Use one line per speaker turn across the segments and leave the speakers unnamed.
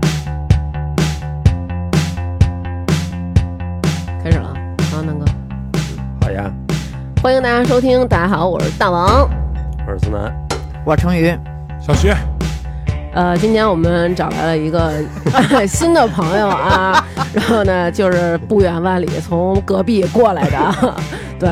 啊
哎
欢迎大家收听，大家好，我是大王。
我是思南，
我成宇，
小徐，
呃，今天我们找来了一个 新的朋友啊， 然后呢，就是不远万里从隔壁过来的。 对，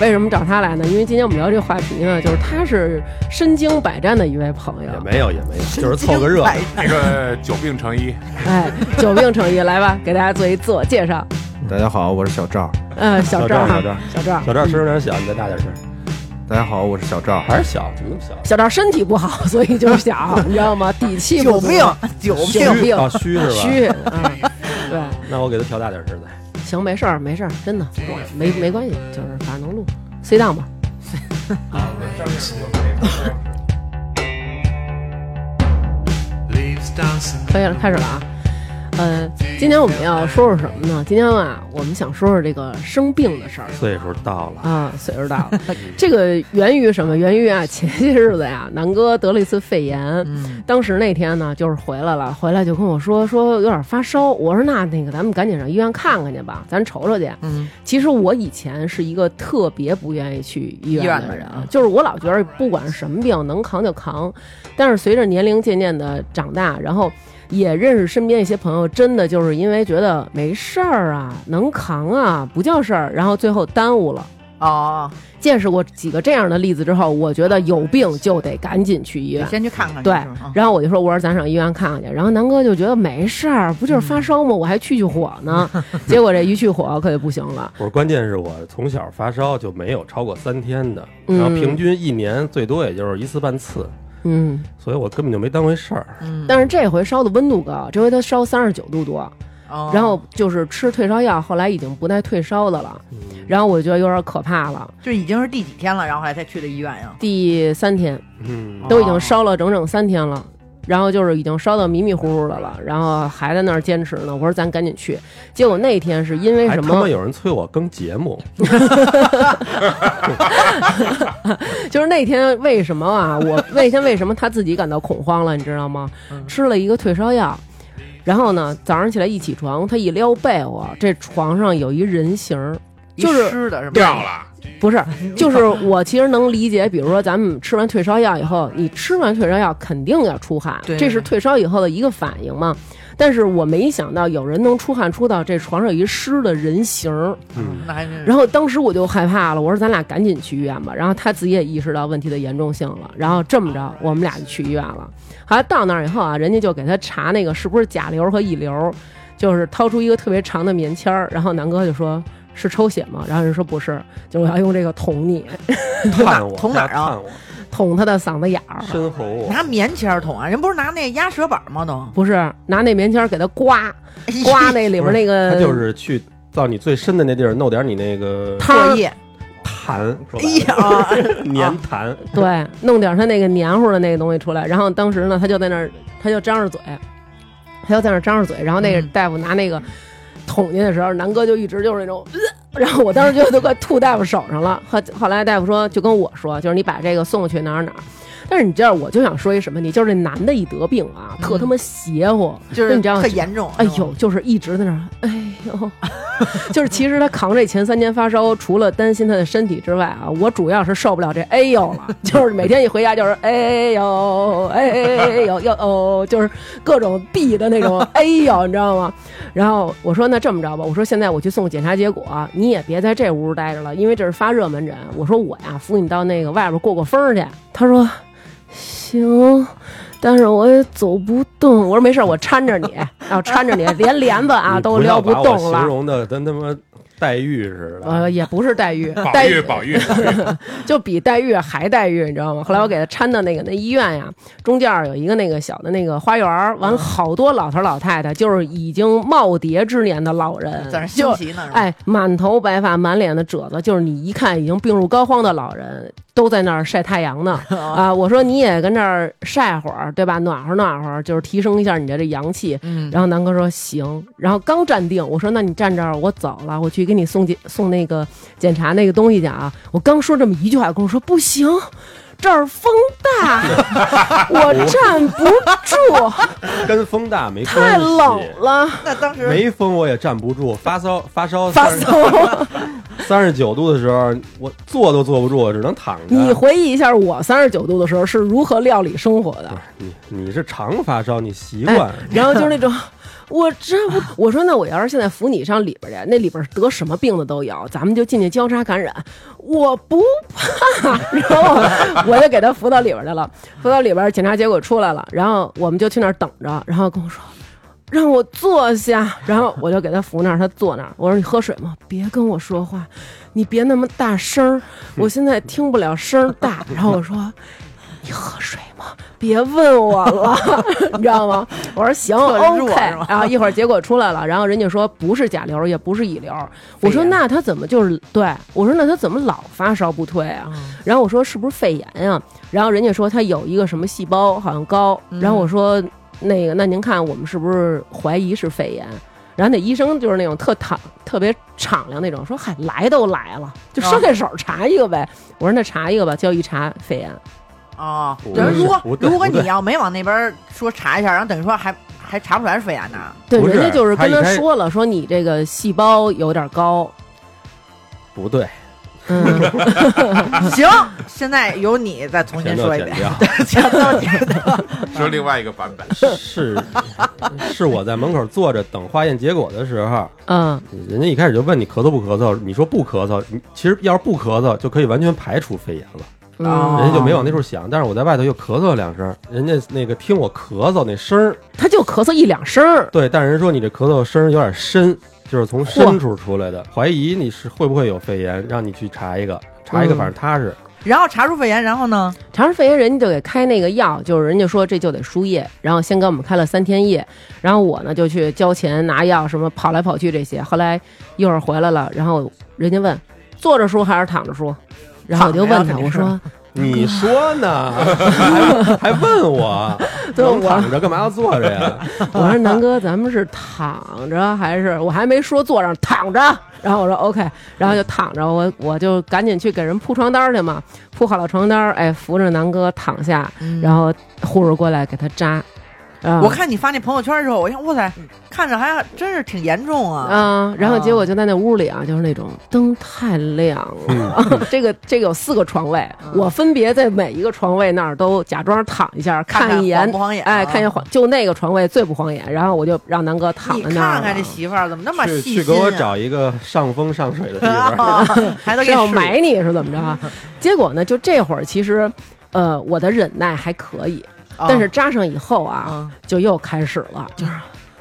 为什么找他来呢？因为今天我们聊这个话题呢，就是他是身经百战的一位朋友
也，没有也没有，就是凑个热闹。
那个久病成医，
哎，久病成医，来 吧，给大家做一自我介绍。
大家好，我是小赵。
呃，小赵
小
哈，
赵，
小赵，
小赵声有点小，你再大点声，
大家好，我是小赵。
还是小，怎么那么小？
小赵身体不好，所以就是 小，你知道吗？底气不
久
足
病，久
虚
病，
病
啊，虚是吧？
虚，嗯，对。
那我给他调大点声再。
行，没事儿，没事儿，真的，没没关系，就是反正能录，C 档 吧。啊可以了，开始了啊。呃，今天我们要说说什么呢？今天啊，我们想说说这个生病的事儿
岁数到了，
啊，岁数大了， 这个源于什么？源于啊，前些日子呀，南哥得了一次肺炎，
嗯，
当时那天呢，就是回来了，回来就跟我说说有点发烧，我说那那个咱们赶紧上医院看看去吧，咱瞅瞅去。
嗯，
其实我以前是一个特别不愿意去医院
医院
的
的
人
人
啊
啊，
就是我老觉得不管是什么病能扛就扛，但是随着年龄渐渐的长大，然后也认识身边一些朋友，真的就是因为觉得没事儿啊，能扛啊，不叫事儿，然后最后耽误了。
哦，
见识过几个这样的例子之后，我觉得有病就得赶紧去医
你
院。
先去看看去，
对
是嗯吗，
然后我就说，我说咱上医院看看去。然后南哥就觉得没事儿，不就是发烧吗？我还去去火呢。结果这一去火可就不行了。
我关键是我从小发烧就没有超过三天的，
嗯
然后平均一年最多也就是一次半次，
嗯，
所以我根本就没当回事儿。
嗯，
但是这回烧的温度高，这回他烧三十九度多，
哦
然后就是吃退烧药，后来已经不带退烧的了。
嗯
然后我觉得有点可怕了。
就已经是第几天了，然后还才去的医院呀？
第三天
嗯，
都已经烧了整整三天了。然后就是已经烧到迷迷糊糊的了，然后还在那儿坚持呢。我说咱赶紧去，结果那天是因为
还
什
他妈
么？
有人催我更节目，
就是那天为什么啊？我那天为什么他自己感到恐慌了？你知道吗？吃了一个退烧药，然后呢，早上起来一起床，他一撩被窝，这床上有一人形儿，就是
一湿的是吗？
掉了，
不是，就是我其实能理解，比如说咱们吃完退烧药以后，你吃完退烧药肯定要出汗，
对
这是退烧以后的一个反应嘛。但是我没想到有人能出汗出到这床上有一湿的人形儿，
嗯，
那还是
然后当时我就害怕了，我说咱俩赶紧去医院吧。然后他自己也意识到问题的严重性了，然后这么着，我们俩就去医院了。好像到那儿以后啊，人家就给他查那个是不是甲流和乙流，就是掏出一个特别长的棉签儿，然后南哥就说。是抽血吗？然后人说不是，就是我要用这个捅你，
看我，
捅哪儿啊
看我，
捅他的嗓子眼儿，
深喉我，
拿棉签儿捅啊，人不是拿那压舌板吗？都
不是拿那棉签儿给他刮刮那里边那
他
个
就是去到你最深的那地儿弄点你那 个
汤儿
唾液，
痰，说
哎
白了
呀，啊
粘痰，
对，弄点儿他那个黏糊的那个东西出来。然后当时呢，他就在那儿，他就张着嘴，他就在那儿张着嘴。然后那个
嗯
大夫拿那个捅进去的时候，南哥就一直就是那种，呃然后我当时觉得都快吐大夫手上了。后后来大夫说，就跟我说，就是你把这个送去哪儿哪儿。但是你知道，我就想说一什么你就是这男的一得病啊，特他妈邪乎，
嗯就是
你知道
特严重，
哎
是吗
呦，，就是一直在那儿，哎 呦，就是其实他扛这前三年发烧，除了担心他的身体之外啊，我主要是受不了这哎呦 了，就是每天一回家就是哎呦哎呦呦哦，就是各种避的那种哎呦，你知道吗？然后我说那这么着吧，我说现在我去送检查结果，你也别在这屋待着了，因为这是发热门诊。我说我呀扶你到那个外边过过风儿去。他说行。但是我也走不动。我说没事儿，我搀着你，然后搀着你，连帘子啊
你
都
不
撩
要
不
把我
动
形
了。
容的跟他妈黛玉似的。
呃，也不是黛玉，
宝
黛
玉，宝玉，
就比黛玉还黛玉，你知道吗？后来我给他搀到那个那医院呀，中间儿有一个那个小的那个花园儿，完了好多老头儿老太太，就是已经耄耋之年的老人，
嗯在那儿
就
休息呢，是吧，
哎，满头白发，满脸的褶子，就是你一看已经病入膏肓的老人，都在那儿晒太阳呢。啊，我说你也跟这儿晒会儿，对吧？暖和暖和，就是提升一下你的这阳气。
嗯，
然后南哥说行，然后刚站定，我说那你站这儿，我走了，我去给你送检送那个检查那个东西去啊。我刚说这么一句话，跟我说不行，这儿风大，我站不住，
跟风大没关系
太冷了，
那当时
没风我也站不住，发烧发烧
发
三十
骚。
三十九度的时候，我坐都坐不住，只能躺着。
你回忆一下，我三十九度的时候是如何料理生活的？
你你是常发烧，你习
哎
惯。
然后就是那种， 我这不，我说那我要是现在扶你上里边去，那里边得什么病的都有，咱们就进去交叉感染，我不怕。然后我就给他扶到里边去了，扶到里边检查结果出来了，然后我们就去那儿等着，然后跟我说。让我坐下，然后我就给他扶那儿，他坐那儿。我说：“你喝水吗？别跟我说话，你别那么大声儿，我现在听不了声儿大。”然后我说：“你喝水吗？别问我了， 你知道吗？我说行
特热
，OK
是吗
然后一会儿结果出来了，然后人家说不是甲流，也不是乙流。我说
肺炎
那他怎么就是对？我说那他怎么老发烧不退啊？然后我说是不是肺炎呀、然后人家说他有一个什么细胞好像高，然后我说那个那您看我们是不是怀疑是肺炎？然后那医生就是那种特敞特别敞亮那种，说嗨来都来了，就
啊
伸开手查一个呗。我说那查一个吧，结果一查肺炎。
哦，
不
等于如
不
果
对
如果
不对
你要没往那边说查一下，然后等于说还还查不出来是肺炎呢，
对，
不
人家
是
就是
他
跟
一
他
开
说了，说你这个细胞有点高，
不对，
嗯，
行，现在由你再重新
全都
说一
啊剪
遍，
掉。
全都剪掉。
说另外一个版本，
是是我在门口坐着等化验结果的时候，
嗯，
人家一开始就问你咳嗽不咳嗽，你说不咳嗽，你其实要是不咳嗽就可以完全排除肺炎了，
嗯
哦
人家就没往那处想。但是我在外头又咳嗽了两声，人家那个听我咳嗽那声儿，
他就咳嗽一两声儿，
对，但是人说你这咳嗽声儿有点深，就是从深处出来的，怀疑你是会不会有肺炎，让你去查一个，查一个
嗯
反正踏实。
然后查出肺炎，然后呢？
查出肺炎，人家就给开那个药，就是人家说这就得输液，然后先给我们开了三天液，然后我呢就去交钱拿药，什么跑来跑去这些。后来一会儿回来了，然后人家问坐着输还是躺着输，然后我就问
躺着
他，
呀
我 说
你说呢？还还问我，
对
能
我
躺着干嘛要坐 着呀？
我说南哥，咱们是躺着还是我还没说坐上躺着？然后我说 OK，然后就躺着，我 我就赶紧去给人铺床单儿去嘛，铺好了床单儿，哎，扶着南哥躺下，然后护士过来给他扎。啊
嗯我看你发那朋友圈的时候，我一看，哇塞，看着还真是挺严重啊。
啊，然后结果就在那屋里啊，就是那种灯太亮
嗯
了，嗯这个这个有四个床位，我分别在每一个床位那儿都假装躺一下，
看
一眼
晃不晃眼啊
哎，看一眼晃，就那个床位最不晃眼，然后我就让南哥躺
你
在那儿了。
看看这媳妇儿怎么那么
去
细心、啊、
去给我找一个上风上水的地 方。
啊，还都
是
给
要
水
埋你是怎么着 啊？结果呢，就这会儿其实，呃，我的忍耐还可以，
啊
但是扎上以后啊，
嗯
就又开始了，就是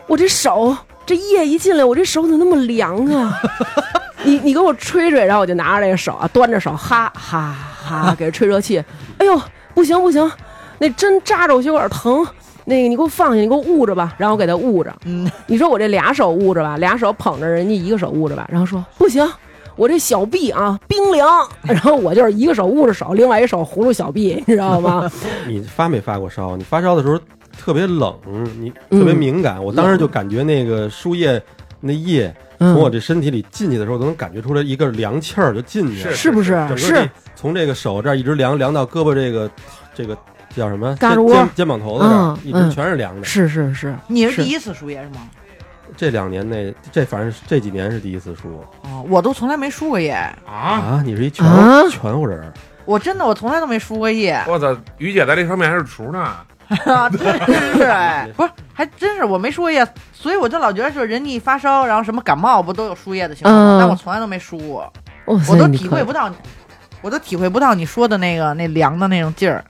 我这手这液一进来，我这手怎么那么凉啊？ 你你给我吹吹，然后我就拿着这个手啊，端着手哈哈哈给吹热气。哎呦，不行不行，那针扎着我血管疼。那个你给我放下，你给我捂着吧，然后我给他捂着。
嗯，
你说我这俩手捂着吧，俩手捧着人家一个手捂着吧，然后说不行，我这小臂啊冰凉，然后我就是一个手捂着手，另外一手葫芦小臂，你知道吗？
你发没发过烧？你发烧的时候特别冷，你特
嗯
别敏感。我当时就感觉那个输液那液
嗯
从我这身体里进去的时候，都能感觉出来一个凉气儿就进去了，
是不是
整？个
是
这从这个手这儿一直凉凉到胳膊这个这个叫什么
胳肢
肩
窝
肩肩膀头子这儿
嗯，
一直全是凉的。
是是是，
你是第一次输液是吗？
这两年内，这反正是这几年是第一次输
哦，我都从来没输过液，
啊！
啊！你是一全
啊
全乎人儿，
我真的我从来都没输 过液，
我操，于姐在这方面还是厨呢，
啊
真是哎， 不是，还真是我没输过液，所以我就老觉得就是人家一发烧，然后什么感冒不都有输液的情况吗
嗯？
但我从来都没输过，
哇塞，
我都
你
体会
可
不到你，我都体会不到你说的那个那凉的那种劲儿。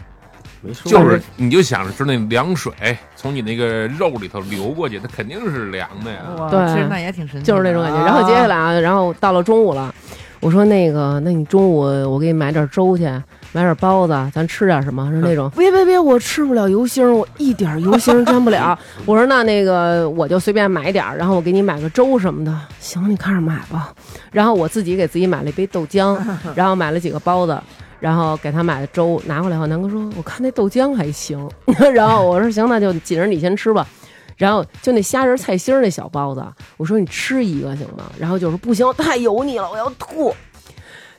没输
就是你就想着是那凉水从你那个肉里头流过去，它肯定是凉的呀。
哇
对
其实那也挺神奇的，
就
啊
是那种感觉。然后接下来啊，然后到了中午了，我说那个，那你中午我给你买点粥去，买点包子，咱吃点什么？是那种别别别，我吃不了油星，我一点油星沾不了。我说那那个我就随便买点儿，然后我给你买个粥什么的。行，你看着买吧。然后我自己给自己买了一杯豆浆，然后买了几个包子。然后给他买的粥拿回来后，南哥说：“我看那豆浆还行。” 然后我说：“行，那就紧着你先吃吧。”然后就那虾仁菜心儿那小包子，我说你吃一个行吗？然后就说不行，太油腻了，我要吐。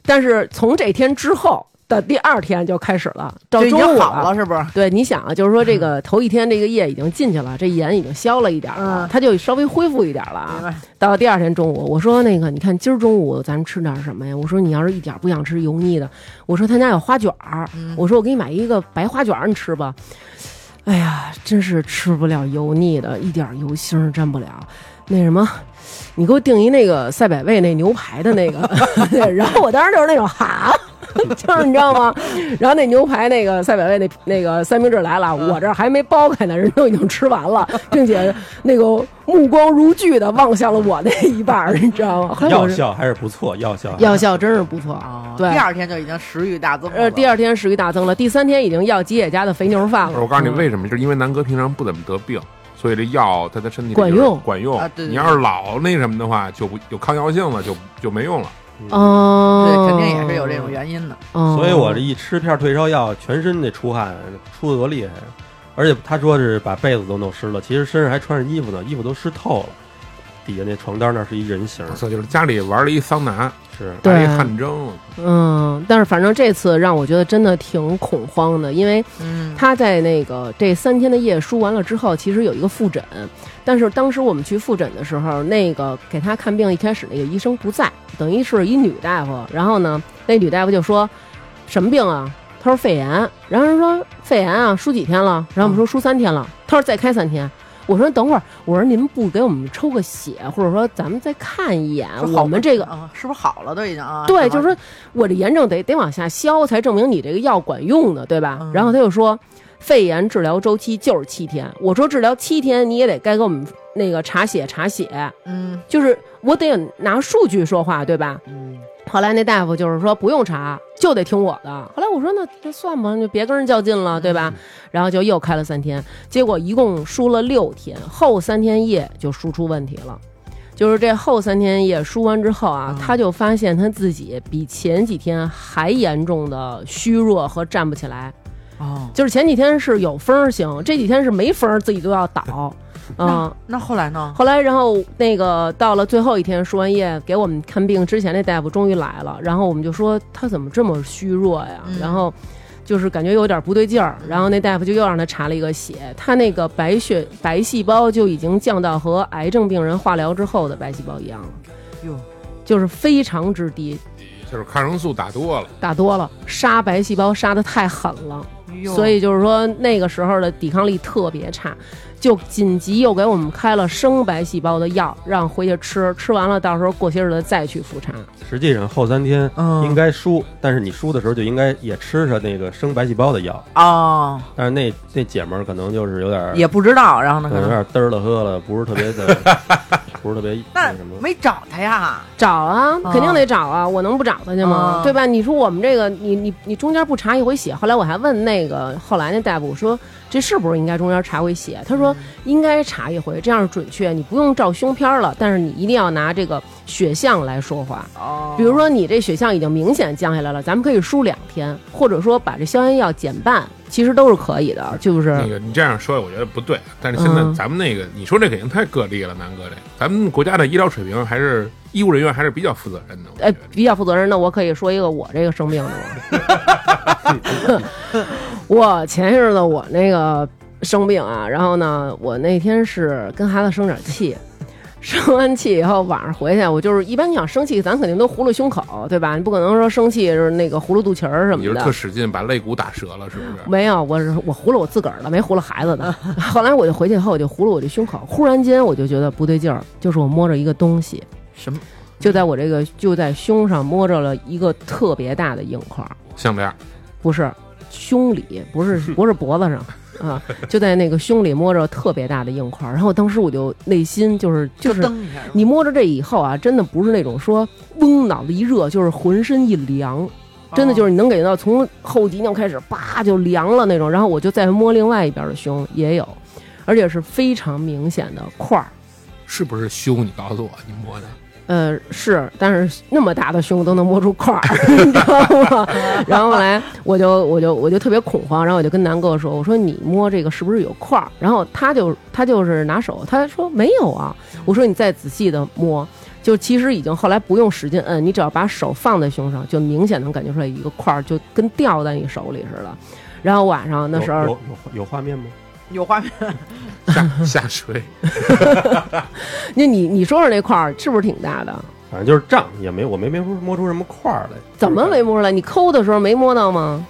但是从这天之后，的第二天就开始了，到
就已
中午啊
经好了，是不是？
对，你想啊，就是说这 个头一天这个液已经进去了，这盐已经消了一点儿了，
嗯
它就稍微恢复一点儿了
明
啊。
白？
到第二天中午，我说那个，你看今儿中午咱们吃点什么呀？我说你要是一点儿不想吃油腻的，我说他家有花卷儿，
嗯
我说我给你买一个白花卷儿，你吃吧。哎呀，真是吃不了油腻的，一点儿油腥儿沾不了。那什么，你给我订一那个赛百味那牛排的那 个，对然后我当时就是那种哈。就是你知道吗？然后那牛排那个赛百味那那个三明治来
嗯
了，我这儿还没剥开呢，人都已经吃完了，并且那个目光如炬的望向了我那一半儿，你知道吗？后来我
药
是
效还是不错，药效还是
药效真是不错啊
哦，
对
第。二天就已经食欲大增了。
呃，第二天食欲大增了，第三天已经要吉野家的肥牛饭
不
了。
是我告诉你
嗯
为什么，就是因为南哥平常不怎么得病，所以这药在他身体里
管
就是
用
管用
啊对对对
你要是老那什么的话，就不有抗药性了，就就没用了。
哦，
对，肯定也是有这种原因的。
哦。
嗯所以我这一吃片退烧药，全身得出汗，出的多厉害。啊而且他说是把被子都弄湿了，其实身上还穿着衣服呢，衣服都湿透了。底下那床单那儿是一人形，
所以就是家里玩了一桑拿，
是
啊
对
来一汗蒸，
嗯，但是反正这次让我觉得真的挺恐慌的，因为
嗯，
他在那个这三天的夜输完了之后，其实有一个复诊，但是当时我们去复诊的时候，那个给他看病一开始那个医生不在，等于是一女大夫。然后呢，那女大夫就说什么病啊？他说肺炎。然后人说肺炎啊，输几天了？然后我们说输三天
嗯
了。他说再开三天。我说等会儿，我说您不给我们抽个血，或者说咱们再看一眼
说好
我们这个
啊，是不是好了都已经啊？
对，
吧
就是说我这炎症得得往下消，才证明你这个药管用呢，对吧？
嗯
然后他就说，肺炎治疗周期就是七天。我说治疗七天，你也得该给我们那个查血查血，
嗯
就是我得拿数据说话，对吧？
嗯，
后来那大夫就是说不用查，就得听我的。后来我说那那算吧，就别跟人较劲了，对吧？然后就又开了三天，结果一共输了六天，后三天夜就输出问题了。就是这后三天夜输完之后啊，他就发现他自己比前几天还严重的虚弱和站不起来。
哦，
就是前几天是有风儿行，这几天是没风儿，自己都要倒。嗯，
那后来呢？
后来，然后那个到了最后一天输完液，给我们看病之前那大夫终于来了，然后我们就说他怎么这么虚弱呀？
嗯
然后就是感觉有点不对劲儿，然后那大夫就又让他查了一个血，他那个白血白细胞就已经降到和癌症病人化疗之后的白细胞一样了，
哟，
就是非常之低，
就是抗生素打多了，
打多了，杀白细胞杀的太狠了。
哟
所以就是说那个时候的抵抗力特别差，就紧急又给我们开了生白细胞的药，让回去吃，吃完了到时候过些日子再去复查。
实际上后三天
嗯
应该输，但是你输的时候就应该也吃上那个生白细胞的药。
哦，
但是那那姐们儿可能就是有点儿，
也不知道，然后呢？
可
可
能有
能
点嘚儿了喝了，不是特别的，不是特别
那
那什么。
没找他呀？
找啊，
啊
肯定得找啊，我能不找他去吗？
啊
对吧？你说我们这个，你你你中间不查一回血，后来我还问那个后来那大夫，我说这是不是应该中间查回血？他说应该查一回，这样准确，你不用照胸片儿了，但是你一定要拿这个血象来说话。
哦，
比如说你这血象已经明显降下来了，咱们可以输两天，或者说把这消炎药减半，其实都是可以的。就是
那个你这样说，我觉得不对。啊但是现在
嗯
咱们那个，你说这肯定太个例了，南哥这，咱们国家的医疗水平还是医务人员还是比较负责任的。我觉
哎
得，
比较负责任。那我可以说一个我这个生病的吗？ 我前些日子我那个生病啊，然后呢，我那天是跟孩子生点气。生完气以后，晚上回去，我就是一般你想生气，咱肯定都糊了胸口，对吧？你不可能说生气是那个糊了肚脐儿什么
你
的。
就是特使劲把肋骨打折了，是不是？
没有，我是我糊了我自个儿的，没糊了孩子
啊
的。 后来我就回去以后，我就糊了我这胸口，忽然间我就觉得不对劲儿，就是我摸着一个东西，
什么？
就在我这个就在胸上摸着了一个特别大的硬块儿，
项链，
不是胸里，不 是不是脖子上。啊，就在那个胸里摸着特别大的硬块儿，然后当时我就内心就是就是
蹬一下，
你摸着这以后啊，真的不是那种说嗡脑子一热，就是浑身一凉，
哦
真的就是是你能感觉到从后脊梁开始叭就凉了那种，然后我就再摸另外一边的胸也有，而且是非常明显的块儿。
是不是胸？你告诉我，你摸的。
呃，是，但是那么大的胸都能摸出块儿，你知道吗？然后后来我就我就我就特别恐慌，然后我就跟南哥说：“我说你摸这个是不是有块儿？”然后他就他就是拿手，他说没有啊。我说你再仔细的摸，就其实已经后来不用使劲摁，你只要把手放在胸上，就明显能感觉出来一个块儿，就跟掉在你手里似的。然后晚上那时
有
候
有有有画面吗？
有画面，
下下垂，
那你你说说那块儿是不是挺大的？
反正就是胀，也没我没没摸出什么块儿来。
怎么没摸出来？你抠的时候没摸到吗？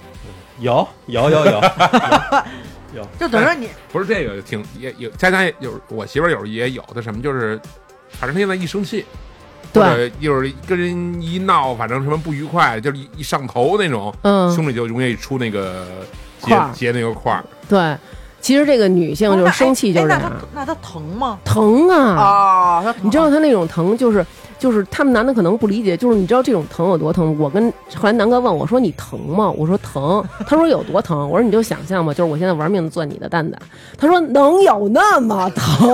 有有有有，
就等于说你
不是这个挺也有佳佳也有我媳妇儿有时也有的什么就是，反正现在一生气，
对，
或者就是跟人一闹，反正什么不愉快，就是一一上头那种，
嗯，
胸里就容易出那个结
块儿
结那个块儿，
对。其实这个女性就是生气就是这
哎哎
样，
那他那他疼吗？
疼啊！
啊，他疼
你知道她那种疼就是就是他们男的可能不理解，就是你知道这种疼有多疼？我跟后来南哥问我说你疼吗？我说疼，他说有多疼？我说你就想象吧，就是我现在玩命的攥你的蛋蛋，他说能有那么疼？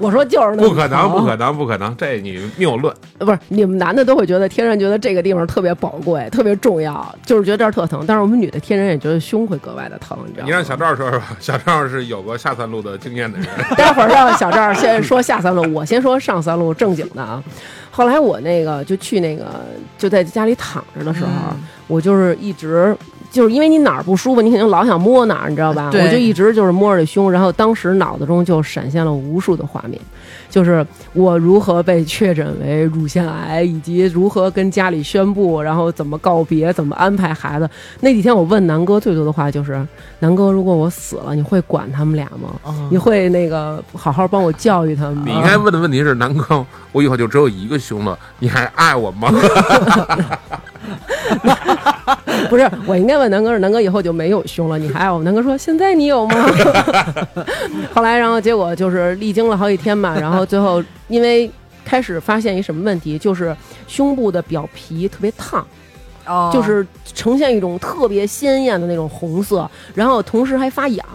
我说就是那么
不可能，
疼
不可能，不可能，这你谬论。
不是你们男的都会觉得天然觉得这个地方特别宝贵、特别重要，就是觉得这儿特疼。但是我们女的天然也觉得胸会格外的疼，你知道吗？
你让小赵说说吧，小赵是有过下三路的经验的人，
待会儿让小赵先说下三路，我先说上三路正经的啊。后来我那个就去那个就在家里躺着的时候，我就是一直就是因为你哪儿不舒服，你肯定老想摸哪儿，你知道吧？
对
我就一直就是摸着胸，然后当时脑子中就闪现了无数的画面，就是我如何被确诊为乳腺癌，以及如何跟家里宣布，然后怎么告别，怎么安排孩子。那几天我问南哥最多的话就是：南哥，如果我死了，你会管他们俩吗？
啊
你会那个好好帮我教育他们吗？
你应该问的问题是：南哥，我以后就只有一个胸了，你还爱我 吗？
啊不是，我应该问南哥，南哥以后就没有胸了，你还有？南哥说现在你有 吗？ 后来，然后结果就是历经了好几天吧，然后最后因为开始发现一什么问题，就是胸部的表皮特别烫。
哦
就是呈现一种特别鲜艳的那种红色，然后同时还发痒。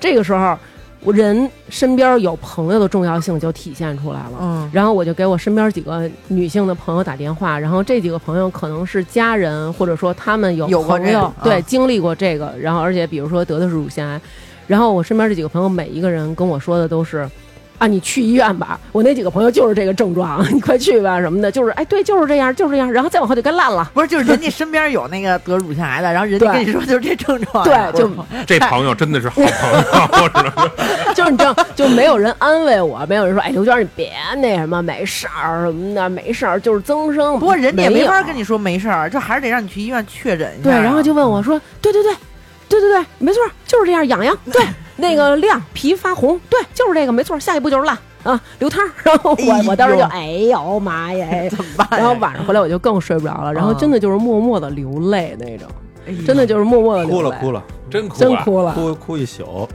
这个时候，我人身边有朋友的重要性就体现出来了。
嗯
然后我就给我身边几个女性的朋友打电话，然后这几个朋友可能是家人，或者说他们有
有过
朋友
这个
对
啊
经历过这个，然后而且比如说得的是乳腺癌，然后我身边这几个朋友每一个人跟我说的都是。啊，你去医院吧！我那几个朋友就是这个症状，你快去吧什么的，就是哎，对，就是这样，就是这样，然后再往后就该烂了。
不是就是人家身边有那个得乳腺癌的，然后人家
对
跟你说就是这症状，
对， 就
这朋友真的是好朋友，我只 能说
就是你 知道，就没有人安慰我，没有人说，哎，刘娟你别那什么，没事儿什么的，没事儿，就是增生。
不过人家也没法跟
你
你说没事儿，就还是得让你去医院确诊一下
对，
啊。
然后就问我说，对对对，对对对，没错，就是这样，痒痒，对，那个亮，皮发红，对，就是这个，没错，下一步就是烂啊，流汤儿。然后
哎
我
呦
我当时就，哎呦妈呀！哎
怎么办呀？啊
然后晚上回来我就更睡不着了，然后真的就是默默的流泪那种，
哎呦
真的就是默默的
哭
流
了
泪，
哭了，
真哭
真
啊！
哭了，
哭哭一宿。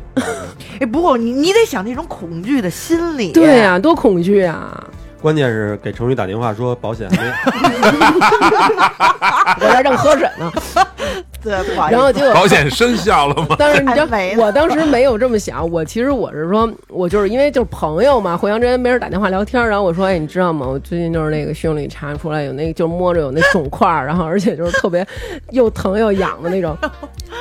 哎，不过你你得想那种恐惧的心理。
对呀、多恐惧啊！
关键是给程宇打电话说保险没，
我在正喝水 呢，
对，不好意思
然后结果
保险生效了 吗？
但是你知道
还没，呢
我当时没有这么想。我其实我是说，我就是因为就是朋友嘛，互相之间没人打电话聊天，然后我说，哎，你知道吗？我最近就是那个胸里查出来有那个，就摸着有那肿块儿，然后而且就是特别又疼又痒的那种。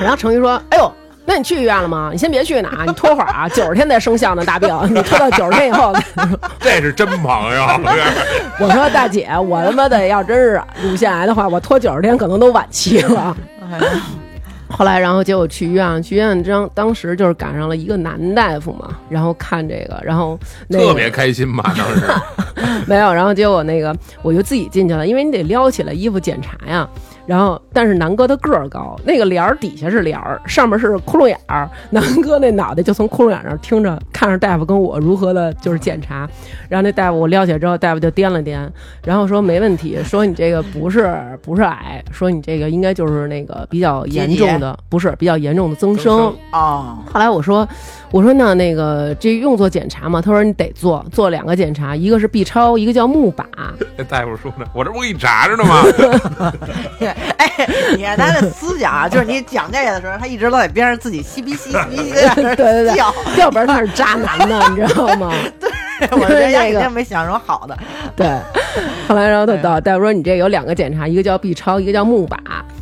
然后程昱说，哎呦。那你去医院了吗？你先别去呢啊，你拖会儿啊，九十天再生效呢，大病，你拖到九十天以后。
这是真朋友，
我说大姐，我他妈的要真是乳腺癌的话，我拖九十天可能都晚期了。
哎呀
后来，然后结果去医院，去医院当当时就是赶上了一个男大夫嘛，然后看这个，然后那个
特别开心吧？当 时
没有，然后结果那个我就自己进去了，因为你得撩起来衣服检查呀。然后，但是南哥的个儿高，那个帘儿底下是帘儿，上面是窟窿眼儿。南哥那脑袋就从窟窿眼儿那儿听着，看着大夫跟我如何的，就是检查。然后那大夫我撩起来之后，大夫就掂了掂，然后说没问题，说你这个不是不是癌，说你这个应该就是那个比较严重的，不是比较严重的增
增
生
生。
哦，
后来我说，我说那那个这用做检查吗？他说你得做，做两个检查，一个是 B 超，一个叫钼靶。
那大夫说呢，我这不给你查着呢吗？
哎，你看他的思 想啊，就是你讲这个的时候，他一直都在边上自己嬉皮嬉皮嬉皮在那儿
对 对对
笑。
要不然他是渣男呢，你知道吗？
我觉得人家
这
肯
个
定没想什么好的。
对。后来然后他大大夫说你这有两个检查，一个叫 B 超，一个叫钼靶。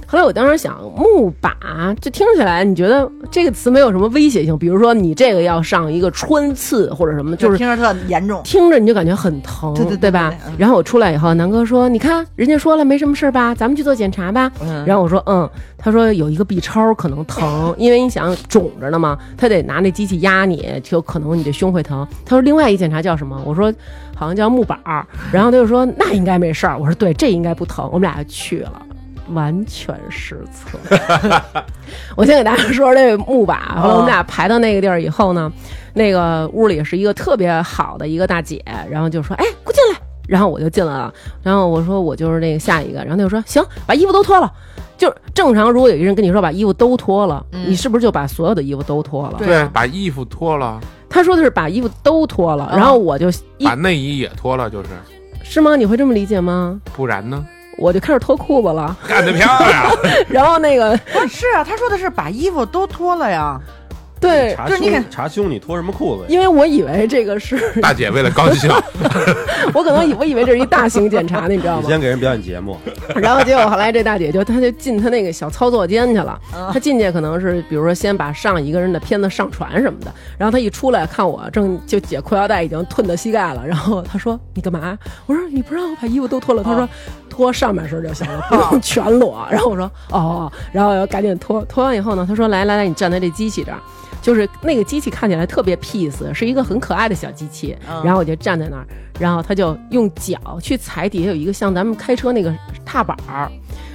后来我当时想，木靶就听起来你觉得这个词没有什么威胁性，比如说你这个要上一个穿刺或者什么，就是
听着特严重。
听着你就感觉很疼，
对对对
吧
对对嗯？
然后我出来以后，南哥说：“你看，人家说了没什么事儿吧，咱们去做检查吧。”
嗯
然后我说：“嗯。”他说：“有一个 B 超可能疼，因为你想肿着呢嘛，他得拿那机器压你，就可能你这胸会疼。”他说：“另外一检查叫什么？”我说：“好像叫木板儿。”然后他就说：“那应该没事儿。”我说：“对，这应该不疼。”我们俩就去了。完全失策。我先给大家说说这木板，后来我们俩排到那个地儿以后呢，那个屋里是一个特别好的一个大姐，然后就说：“哎，快进来。”然后我就进来了，然后我说我就是那个下一个，然后她就说：“行，把衣服都脱了。”就是正常，如果有一个人跟你说把衣服都脱了，你是不是就把所有的衣服都脱了？
对
对，把衣服脱了，
他说的是把衣服都脱了，
啊
然后我就一
把内衣也脱了，就是，
是吗？你会这么理解吗？
不然呢？
我就开始脱裤子了，
干得漂亮！啊
然后那个
不是是啊，他说的是把衣服都脱了呀。
对，
查
就是你
胸
看
查胸，你脱什么裤子呀？
因为我以为这个是
大姐为了高兴，
我可能以我以为这是一大型检查，你知道
你
吗？
先给人表演节目，
然后结果后来这大姐就她就进她那个小操作间去了，她进去可能是比如说先把上一个人的片子上传什么的，然后她一出来看我正就解裤腰带已经褪到膝盖了，然后她说你干嘛？我说你不让我把衣服都脱了，她说脱上半身就行了，不用全裸。然后我说哦，然后我赶紧脱，脱完以后呢，她说来来来，你站在这机器这儿。就是那个机器看起来特别 peace，是一个很可爱的小机器。
嗯
然后我就站在那儿，然后他就用脚去踩底下有一个像咱们开车那个呃踏板儿，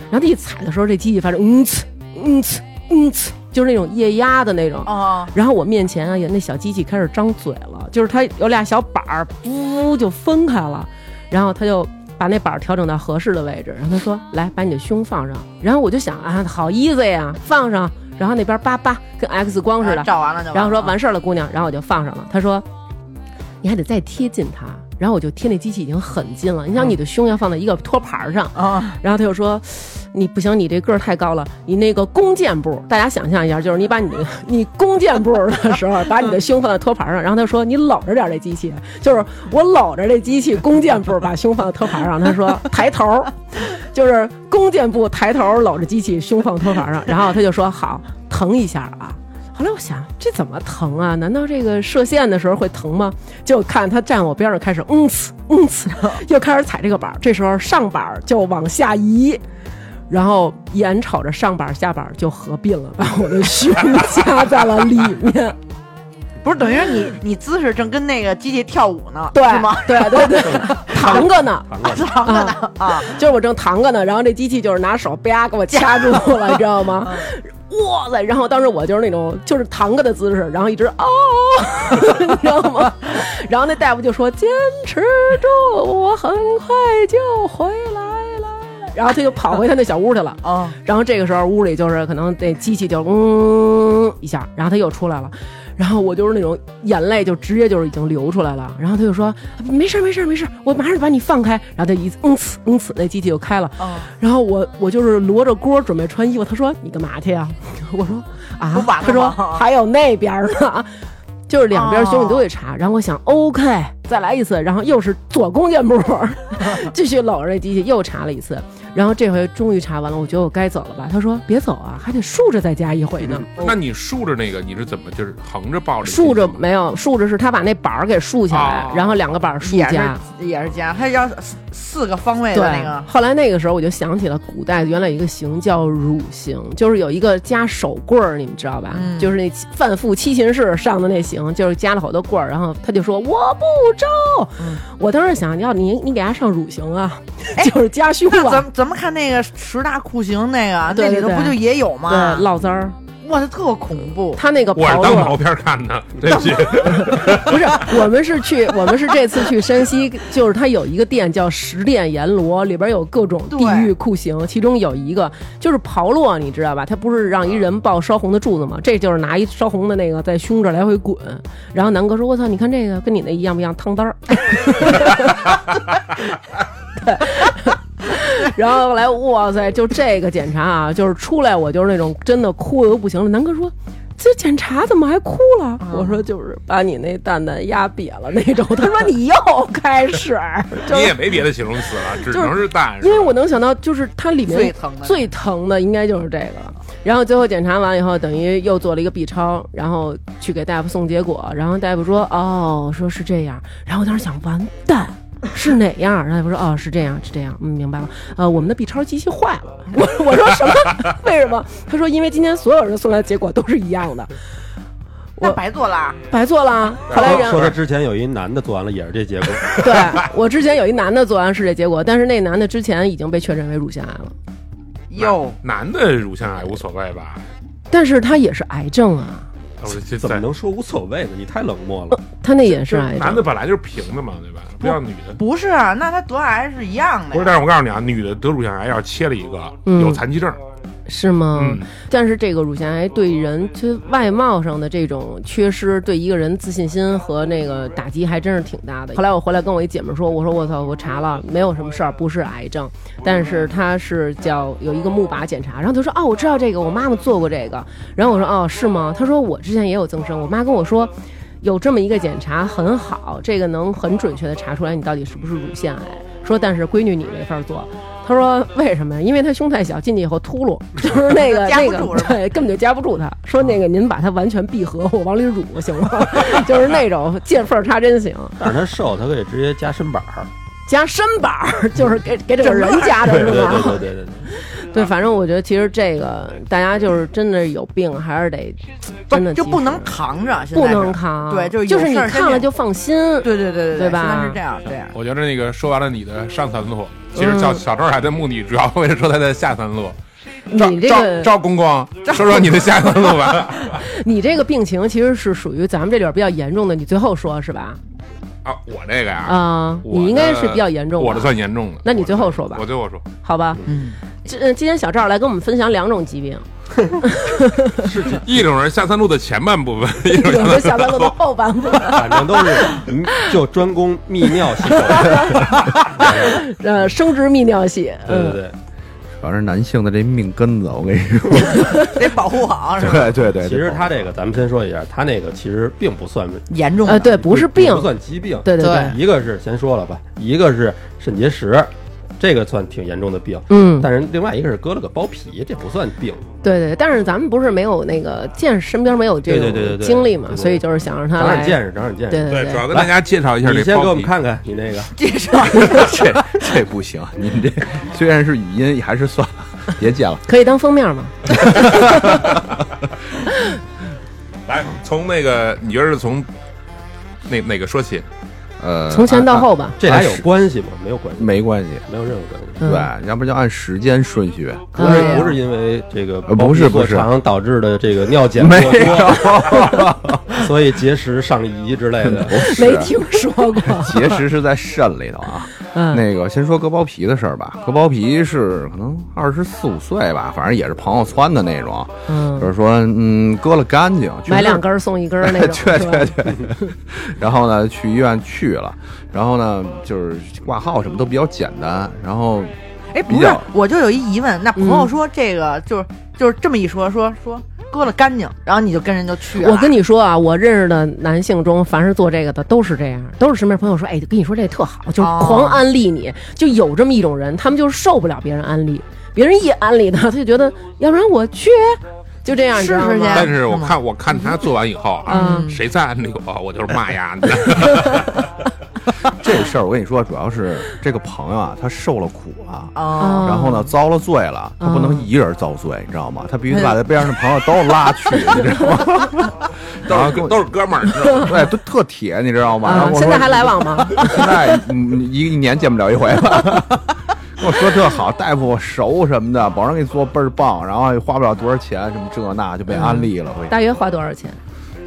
然后他一踩的时候，这机器发出嗯呲嗯呲嗯呲，就是那种液压的那种。
哦，
然后我面前啊，有那小机器开始张嘴了，就是它有俩小板儿，噗就分开了，然后它就把那板儿调整到合适的位置，然后他说：“来，把你的胸放上。”然后我就想啊，好 easy 呀、放上。然后那边叭叭跟 X 光似的，
照啊完了就完了。
然后说完事儿了，姑娘，然后我就放上了。他说，你还得再贴近他，然后我就贴那机器已经很近了。你
嗯
想你的胸要放在一个托盘儿上，
啊，
然后他就说，你不行，你这个儿太高了，你那个弓箭步，大家想象一下，就是你把 你的你弓箭步的时候，把你的胸放在托盘上，然后他说你搂着点儿这机器，就是我搂着这机器弓箭步把胸放在托盘上，他说抬头儿，就是弓箭步抬头搂着机器，胸放托盘上，然后他就说好疼一下啊。后来我想，这怎么疼啊？难道这个射线的时候会疼吗？就看他站我边上开始嗯呲嗯 呲，又开始踩这个板儿。这时候上板儿就往下移，然后眼瞅着上板儿下板儿就合并了，把我的胸 夹在了里面。
不是等于是你你姿势正跟那个机器跳舞呢，
对
是吗？
对对对，扛个呢。
反过来。
藏着呢啊，
就是我正躺着呢，然后这机器就是拿手啪给我掐住了，你知道吗？哇塞！然后当时我就是那种就是躺着的姿势，然后一直哦， 你知道吗？然后那大夫就说：“坚持住，我很快就回来了。”然后他就跑回他那小屋去了。
哦，
然后这个时候屋里就是可能那机器就嗯一下，然后他又出来了，然后我就是那种眼泪就直接就是已经流出来了，然后他就说没事儿没事儿没事儿，我马上把你放开，然后他一嗯呲嗯呲，那机器就开了，
哦
然后我我就是挪着锅准备穿衣服，他说你干嘛去呀？ 我说啊
不，晚了
他说
吗
还有那边儿呢。 就是两边胸你都得查，
哦
然后我想 OK 再来一次，然后又是左弓箭步， 继续搂着这机器又查了一次，然后这回终于查完了，我觉得我该走了吧？他说别走啊，还得竖着再加一回呢。
嗯
那你竖着那个你是怎么就是横着抱着？
竖着没有，竖着是他把那板儿给竖起来
哦，
然后两个板儿竖
也
加。
是也是加，它要四四个方位的
对哎
那个，
后来那个时候我就想起了古代原来有一个刑叫辱刑，就是有一个加手棍儿，你们知道吧？
嗯
就是那七范富七擒士上的那刑，就是加了好多棍儿，然后他就说我不招。
嗯
我当时想，要你你给他上辱刑啊， 就是加胸
哎那咱
啊，
们咱们看那个十大酷刑那个，
对对
那里头
对
不就也有吗
对，？落腮儿。
哇，它特恐怖。
他那个
我是
刨
当
落
毛片 看的，对不起，
不是，我们是去，我们是这次去山西，就是它有一个店叫十店阎罗，里边有各种地狱酷刑，其中有一个就是刨落，你知道吧？它不是让一人抱烧红的柱子吗？这就是拿一烧红的那个在胸这儿来回滚。然后南哥说：“我操，你看这个跟你那一样不一样？烫单儿。” 对。然后后来，哇塞，就这个检查啊，就是出来我就是那种真的哭的都不行了。南哥说：“这检查怎么还哭了？我说就是把你那蛋蛋压瘪了那种。啊他说你又开始，就
你也
是
没别的形容词了，只
就是
能是蛋。
因为我能想到，就是它里面
最疼的
最疼的应该就是这个。然后最后检查完以后，等于又做了一个 B 超，然后去给大夫送结果，然后大夫说哦，说是这样。然后我当时想，完蛋。是哪样？然后大夫说哦，是这样，是这样，嗯，明白了。呃，我们的 B 超机器坏了。我我说什么？ 为什么？他说因为今天所有人送来的结果都是一样的，
那白做了，
白做了。啊后来
说
人
说他之前有一男的做完了也是这结果，
对我之前有一男的做完是这结果，但是那男的之前已经被确诊为乳腺癌了，
哟，
男的乳腺癌无所谓吧？
但是他也是癌症啊。
我说这
怎么
在
能说无所谓呢？你太冷漠了。
他那也是癌
男的
症，
本来就是平的嘛，对吧？不像女的。
不是啊，那他得癌是一样的
不是，
呀。
但是我告诉你啊，女的得乳腺癌要是切了一个，
嗯
有残疾证，
是吗？
嗯
但是这个乳腺癌对人就外貌上的这种缺失，对一个人自信心和那个打击还真是挺大的。后来我回来跟我一姐们说，我说我操，我查了，没有什么事儿，不是癌症，但是他是叫有一个钼靶检查，然后她说哦，我知道这个，我妈妈做过这个，然后我说哦是吗？她说我之前也有增生，我妈跟我说。有这么一个检查很好，这个能很准确的查出来你到底是不是乳腺癌。说但是闺女你没法做，她说为什么呀？因为她胸太小，进去以后秃噜，就是那个
夹
那
不
个
住是吧
对，根本就夹不住她。说那个您把它完全闭合，我往里乳行吗？就是那种见缝儿插针行，
但是他瘦，他可以直接加身板儿。
加身板儿就是给给整个人夹着
对
是
对
吧？
对对对对，
对，反正我觉得其实这个大家就是真的有病还是得
不
真的
是就
及
不
时
能扛着，现
不
在是
能。扛，
对就是有
就是你
事儿先
看了
得
就放心，
对对对
对
对，啊
吧
现在是这样 这样。
我觉得那个说完了你的上三路，其实
嗯
小小赵还在目的主要为了说他的下三路。赵
你这
赵
个
赵公公，说说你的下三路 吧。
你这个病情其实是属于咱们这里边比较严重的，你最后说是吧？
啊，我这个呀，
啊、
我
你应该
的
是比较严重吧
我的算严重的。
那你最后说吧
我最后说，
好吧？
嗯，
这呃今天小赵来跟我们分享两种疾 病，
一种是下三路的前半部分，一
一
种
种是
是
小白鹿的后半部分，
反正都是嗯就专攻泌尿系统。
呃，生殖泌尿系，
对对
嗯，
对，
主要是男性的这命根子，我跟你 说，
得保护好是吧？
对对对，
其实他这个咱们先说一下，他那个其实并不算
严重的
呃， 对，不是病
不，算疾病。
对对
对，
一个是先说了吧，一个是肾结石，这个算挺严重的病。
嗯，
但是另外一个是割了个包皮，这不算病。
对对，但是咱们不是没有那个见身边没有这
对对对
种
对对
经历嘛，
对对对
所以就是想让他
长
来，
长见识，长长见
对
识。
对
对，主要跟大家介绍一下这
你先
包
给我
皮
们看看你那个，
介绍
这这不行，您这虽然是语音，还是算了，别见了。
可以当封面嘛？
来，从那个你觉得是从哪哪个说起？
嗯
呃，
从前
啊
到
按，
后吧，
这俩有关系吗？没有关系
按，没关系，
没有任何关系。
嗯
对，要不就按时间 顺序，
不是
嗯
不是因为这个
呃不是不是
包皮过长导致的这个尿检
没
过
有
多，， 所以结石上移之类的。
没
是
听说 过，
结石是在肾里头啊。
嗯，
那个先说割包皮的事儿吧，割包皮是可能二十四五岁吧，反正也是朋友撺的那种，就
嗯，
是说嗯割了干净，确实
买两根儿送一根儿 那种，
对
是吧
对对。 然后呢，去医院去了，然后呢就是挂号什么都比较简单，然后
哎，不
比
是
较，
我就有一疑问，那朋友
嗯
说这个就是就是这么一说，说说割了干净，然后你就跟人就去了。
我跟你说啊，我认识的男性中，凡是做这个的都是这样，都是身边朋友说，哎，跟你说这特好，就是
哦
狂安利你，就有这么一种人，他们就是受不了别人安利，别人一安利他，他就觉得，要不然我去，就这样，你知道
试试去
吗？
但是我看我看他做完以后啊，
嗯
谁再安利我，我就是骂呀。
这事儿我跟你说，主要是这个朋友啊，他受了苦了。
哦，
然后呢，遭了罪了，他不能
嗯
一人遭罪，你知道吗？他必须得把他边上的朋友都拉去，你知道吗？ 然
都
后跟
是
我
都是哥们儿，你知道吗？
对，都特铁，你知道吗？然后
啊
跟，我
现
说
在还来往吗？
现在嗯一一年见不了一回了。 跟我说特好，大夫我熟什么的，保证给你做倍儿棒，然后也花不了多少钱，什么这那就被安利了，会
大约花多少钱？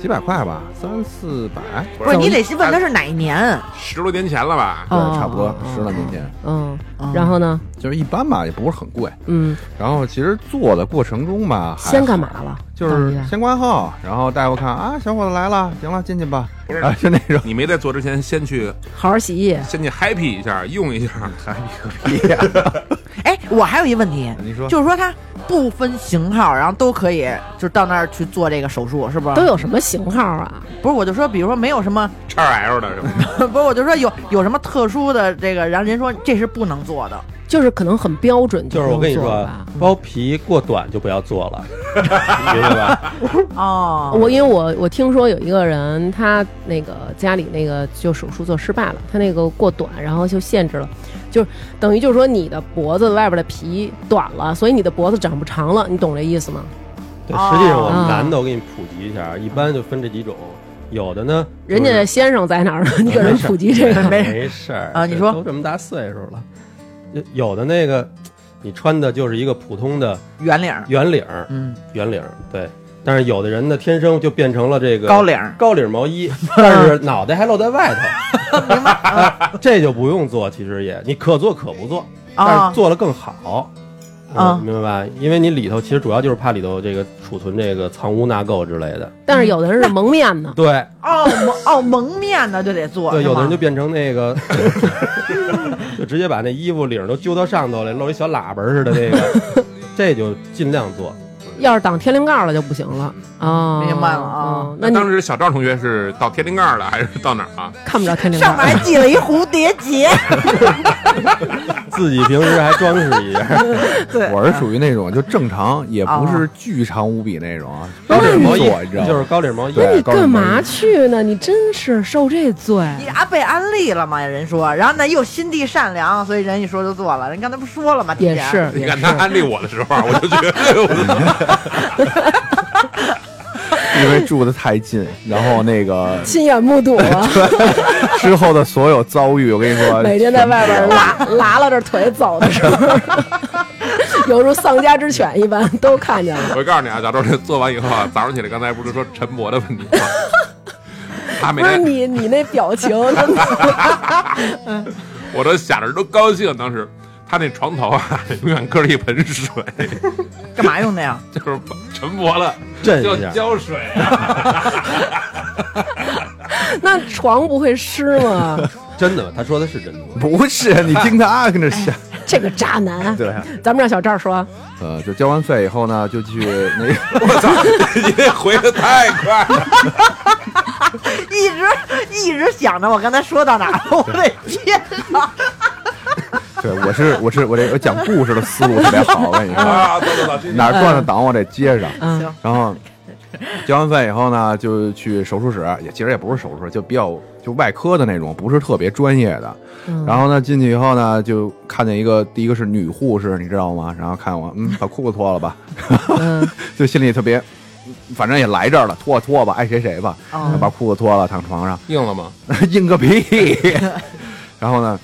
几百块吧，三四百，
不是你得问他是哪一年，
十多年前了吧？
对，
哦
差不多十来年前，
嗯，然后呢？
就是一般吧，也不是很贵。
嗯，
然后其实做的过程中吧，还好
先干嘛？了？啊
就是先挂号，然后大夫看啊，小伙子来了，行了，进去吧。
不是
啊，就那种。
你没在做之前，先去
好好洗洗。
先去 happy 一下，用一下。
哎呀
哎，我还有一问题，
你说
就是说他不分型号，然后都可以就到那儿去做这个手术，是不是？
都有什么型号啊？
不是，我就说，比如说没有什么，
叉 L 的什么的，
不是，我就说有有什么特殊的这个，然后人说这是不能做的，
就是可能很标准，
就是我跟你说啊，包皮过短就不要做了，明白吧？
哦，
我因为我我听说有一个人，他那个家里那个就手术做失败了，他那个过短，然后就限制了，就是等于就是说你的脖子外边的皮短了，所以你的脖子长不长了，你懂这意思吗？
对，实际上我
哦
们男的，我给你普及一下，一般就分这几种，有的呢，
人家
就是哎
先生在哪儿呢？你给人普及这个，
没
没事儿
啊你说
都这么大岁数了，有有的那个你穿的就是一个普通的
圆领儿，
圆领儿，
嗯，
圆领儿，对。但是有的人呢，天生就变成了这个
高领儿，
高领毛 衣，但是脑袋还露在外头， 明白？啊这就不用做，其实也你可做可不做，但
啊
是做了更好。
啊
嗯明白吧？因为你里头其实主要就是怕里头这个储存这个藏污纳垢之类的。
但是有的人是蒙面呢，
对
哦蒙哦蒙面的就得做，
对，
是
有的人
吗
就变成那个， 就直接把那衣服领儿都揪到上头来，露一小喇叭似的那 个，这就尽量做。
要是挡天灵盖了就不行了啊。
明白了啊
嗯那
那
你
当时小赵同学是到天灵盖了，还是到哪儿啊？
看不着天灵盖
上面
儿，
还系了一蝴蝶结，
自己平时还装饰一下，
对，
我是属于那种就正常，也不是巨长无比那种，啊
高领毛衣
做你知道吗
就是高领毛衣。
对
你
高人
干嘛
们
去呢？你真是受这罪。
你啊被安利了嘛？人说，然后呢又心地善良，所以人一说就做了。人刚才不说了吗？
也
之前
是，
你
也
看
是
他安利我的时候，啊我就觉得 我就
因为住的太近，然后那个
亲眼目睹了，
之后的所有遭遇，我跟你说，
每天在外边拉拉拉着腿走的时候，犹如丧家之犬一般，都看见了。
我告诉你啊，小赵这做完以后啊，早上起来刚才不是说陈博的问题吗？他每
不是
天
你，你那表情真的
我都想着都高兴，当时他那床头啊，永远搁着一盆水，
干嘛用的呀？
就是陈博了，
震
叫
一下
浇水啊，
那床不会湿吗？
真的，他说的是真的。
不是你听他啊跟着想，
这个渣男，
对，
咱们让小赵说，
呃，就交完费以后呢，就去那个。
我操，你这回的太快了，
一直一直想着我刚才说到哪儿，我得接上。
对，我是我是我这我讲故事的思路特别好，我跟你说，
啊，走走走，这
哪儿断了档我得接上。
嗯
行，
然后交完费以后呢，就去手术室，也其实也不是手术室，就比较就外科的那种，不是特别专业的。
嗯
然后呢，进去以后呢，就看见一个，第一个是女护士，你知道吗？然后看我，嗯，把裤子脱了吧，
嗯，
就心里特别，反正也来这儿了，脱脱吧，爱谁谁吧，
哦
把裤子脱了，躺床上。
硬了吗？
硬个屁。 然后呢，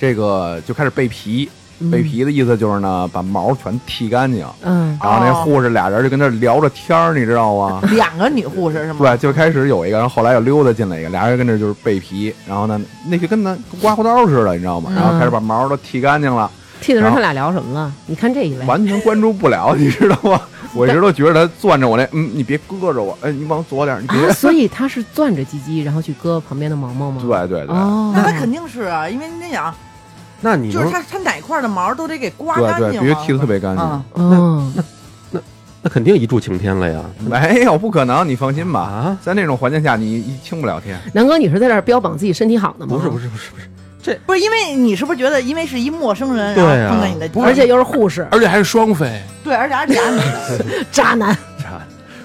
这个就开始备皮，备皮的意思就是呢，把毛全剃干净。
嗯，
然后那
哦
护士俩人就跟那聊着天儿，你知道吗？
两个女护士是吗？
对，就开始有一个，然后后来又溜达进来一个，俩人跟那就是备皮，然后呢，那就跟那刮胡刀似的，你知道吗？
嗯
然后开始把毛都剃干净了，
剃的时候他俩聊什么了？你看这一
哎
位，
完全关注不了，你知道 吗？我一直都觉得他攥着我那，嗯，你别搁着我，哎，你往左点，你别
啊，，所以他是攥着鸡鸡，然后去割旁边的毛毛吗？
对对对，
哦，
那他肯定是啊，因为你想，
那你
就是
能
他他哪块的毛都得给刮干
对对，
净
必须剃的特
别
别干净。
啊，
哦，
那肯定一柱擎天了呀！
没有，不可能，你放心吧。
啊
在那种环境下，你一清不了天。
南哥，你是在这儿标榜自己身体好呢吗？
不是不
是，
是不是不是，
不是因为你是不是觉得，因为是一陌生人，
对啊
然后碰见你的，
而且又是护士，
而且还是双飞，
对，而且还是俩女的，
渣男，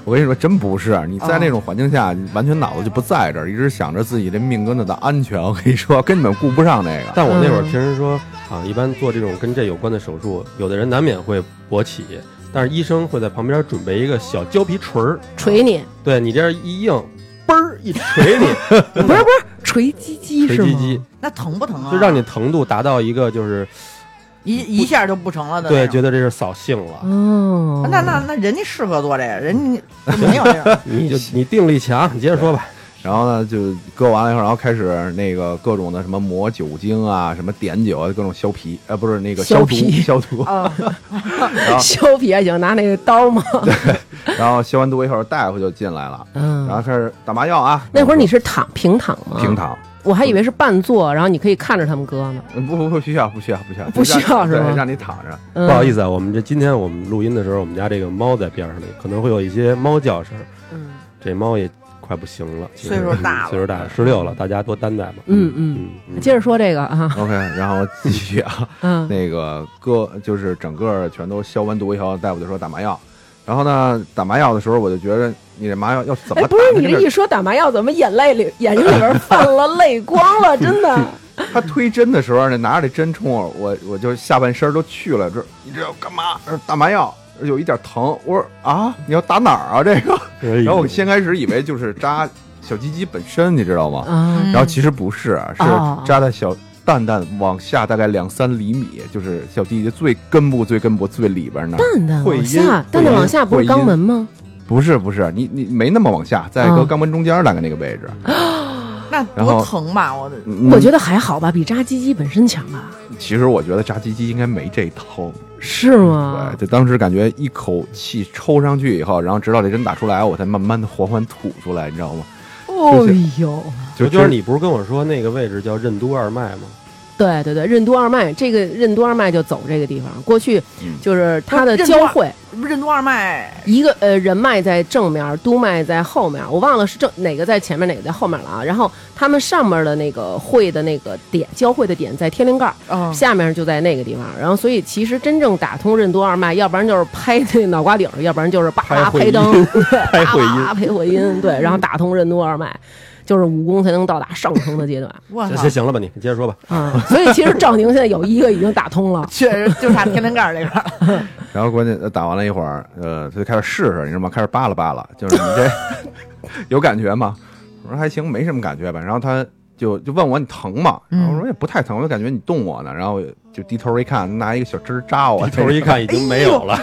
我跟你说，真不是，你在
啊
哦
那种环境下，你完全脑子就不在这儿，一直想着自己这命根子的安全。我跟你说，根本顾不上这个。
但我那会儿
嗯
听人说啊，一般做这种跟这有关的手术，有的人难免会勃起，但是医生会在旁边准备一个小胶皮锤儿，
锤你，
对你这样一硬，嘣儿一锤你，
不是不是，锤鸡鸡
锤
是
鸡
吗？
鸡，
那疼不疼啊？
就让你疼度达到一个就是
一一下就不成了的那
对，
种。
觉得这是扫兴了，
哦，
那那那人家适合做这个，人家没有这个
你就你定力强，你接着说吧。
然后呢，就割完了以后，然后开始那个各种的什么抹酒精啊，什么碘酒啊，各种削皮，呃，不是那个
削
消毒
皮哦
消毒。
啊，
嗯
削皮还行，拿那个刀嘛。
然后消完毒以后，大夫就进来了，然后
嗯，
开始打麻药啊。
那会儿你是躺平躺吗？
平。躺，
我还以为是半坐，然后你可以看着他们割呢。
嗯不不不需要不需要不需要
不需要是
对
吗
让你躺着，
嗯、
不好意思啊，我们这今天我们录音的时候，我们家这个猫在边上呢，可能会有一些猫叫声。
嗯，
这猫也快不行了，
岁数大了
岁数大了，十六了，大家多担待吧。
嗯嗯
嗯，
接着说这个啊，
OK，然后继续啊，
嗯
那个割就是整个全都消完毒以后，大夫就说打麻药。然后呢，打麻药的时候，我就觉得你这麻药要怎
哎，
么打？
不是你这一说打麻药，怎么眼泪里眼睛里边泛了泪光 了？真的，
他推针的时候，那拿着这针冲我，我我就下半身都去了。这你这要干嘛？他说打麻药，有一点疼。我说啊，你要打哪儿 啊？这个？
然
然后我先开始以为就是扎小鸡鸡本身，你知道吗？
啊
嗯
然后其实不是，是
哦
扎在小蛋蛋往下大概两三厘米，就是小弟弟最根部、最根部、最里边那儿。
蛋蛋
会
往
阴
下，蛋蛋往下不是
会阴
肛门吗？
不是不是，你你没那么往下，在
嗯
和
啊
肛门中间大概那个位置。
那
然后
多疼吧！我的
嗯
我觉得还好吧，比扎鸡鸡本身强吧？
其实我觉得扎鸡鸡应该没这疼。
是吗
嗯
对，？就当时感觉一口气抽上去以后，然后直到这针打出来，我才慢慢的缓缓吐出来，你知道吗？
哦呦，
就
就
是
真
你不是跟我说那个位置叫任督二脉吗？
对对对，任督二脉，这个任督二脉就走这个地方。过去
嗯
就是它的
不是任督
交
二
汇，
任督二脉
一个呃人脉在正面，督脉在后面，我忘了是正哪个在前面，哪个在后面了啊。然后他们上面的那个会的那个点交汇的点在天灵盖儿，
哦
嗯
下面就在那个地方。然后所以其实真正打通任督二脉，要不然就是拍那脑瓜顶儿，要不然就是叭叭
拍会
拍灯， 对
拍会嗯 阴
叭叭拍会阴，对，然后打通任督二脉，就是武功才能到达上乘的阶 段
我
行
操
行，行了吧，你你接着说吧。
啊。所以其实赵宁现在有一个已经打通了，
确实就差天灵盖儿 这块儿。
然后关键呃打完了一会儿，呃，他就开始试试，你知道吗？开始扒拉扒拉，就是你这有感觉吗？我说还行，没什么感觉吧。然后他就就问我你疼吗？
嗯
然后我说也不太疼，我就感觉你动我呢。然后就低头一看，拿一个小针儿扎我，
低头一 看已经没有了，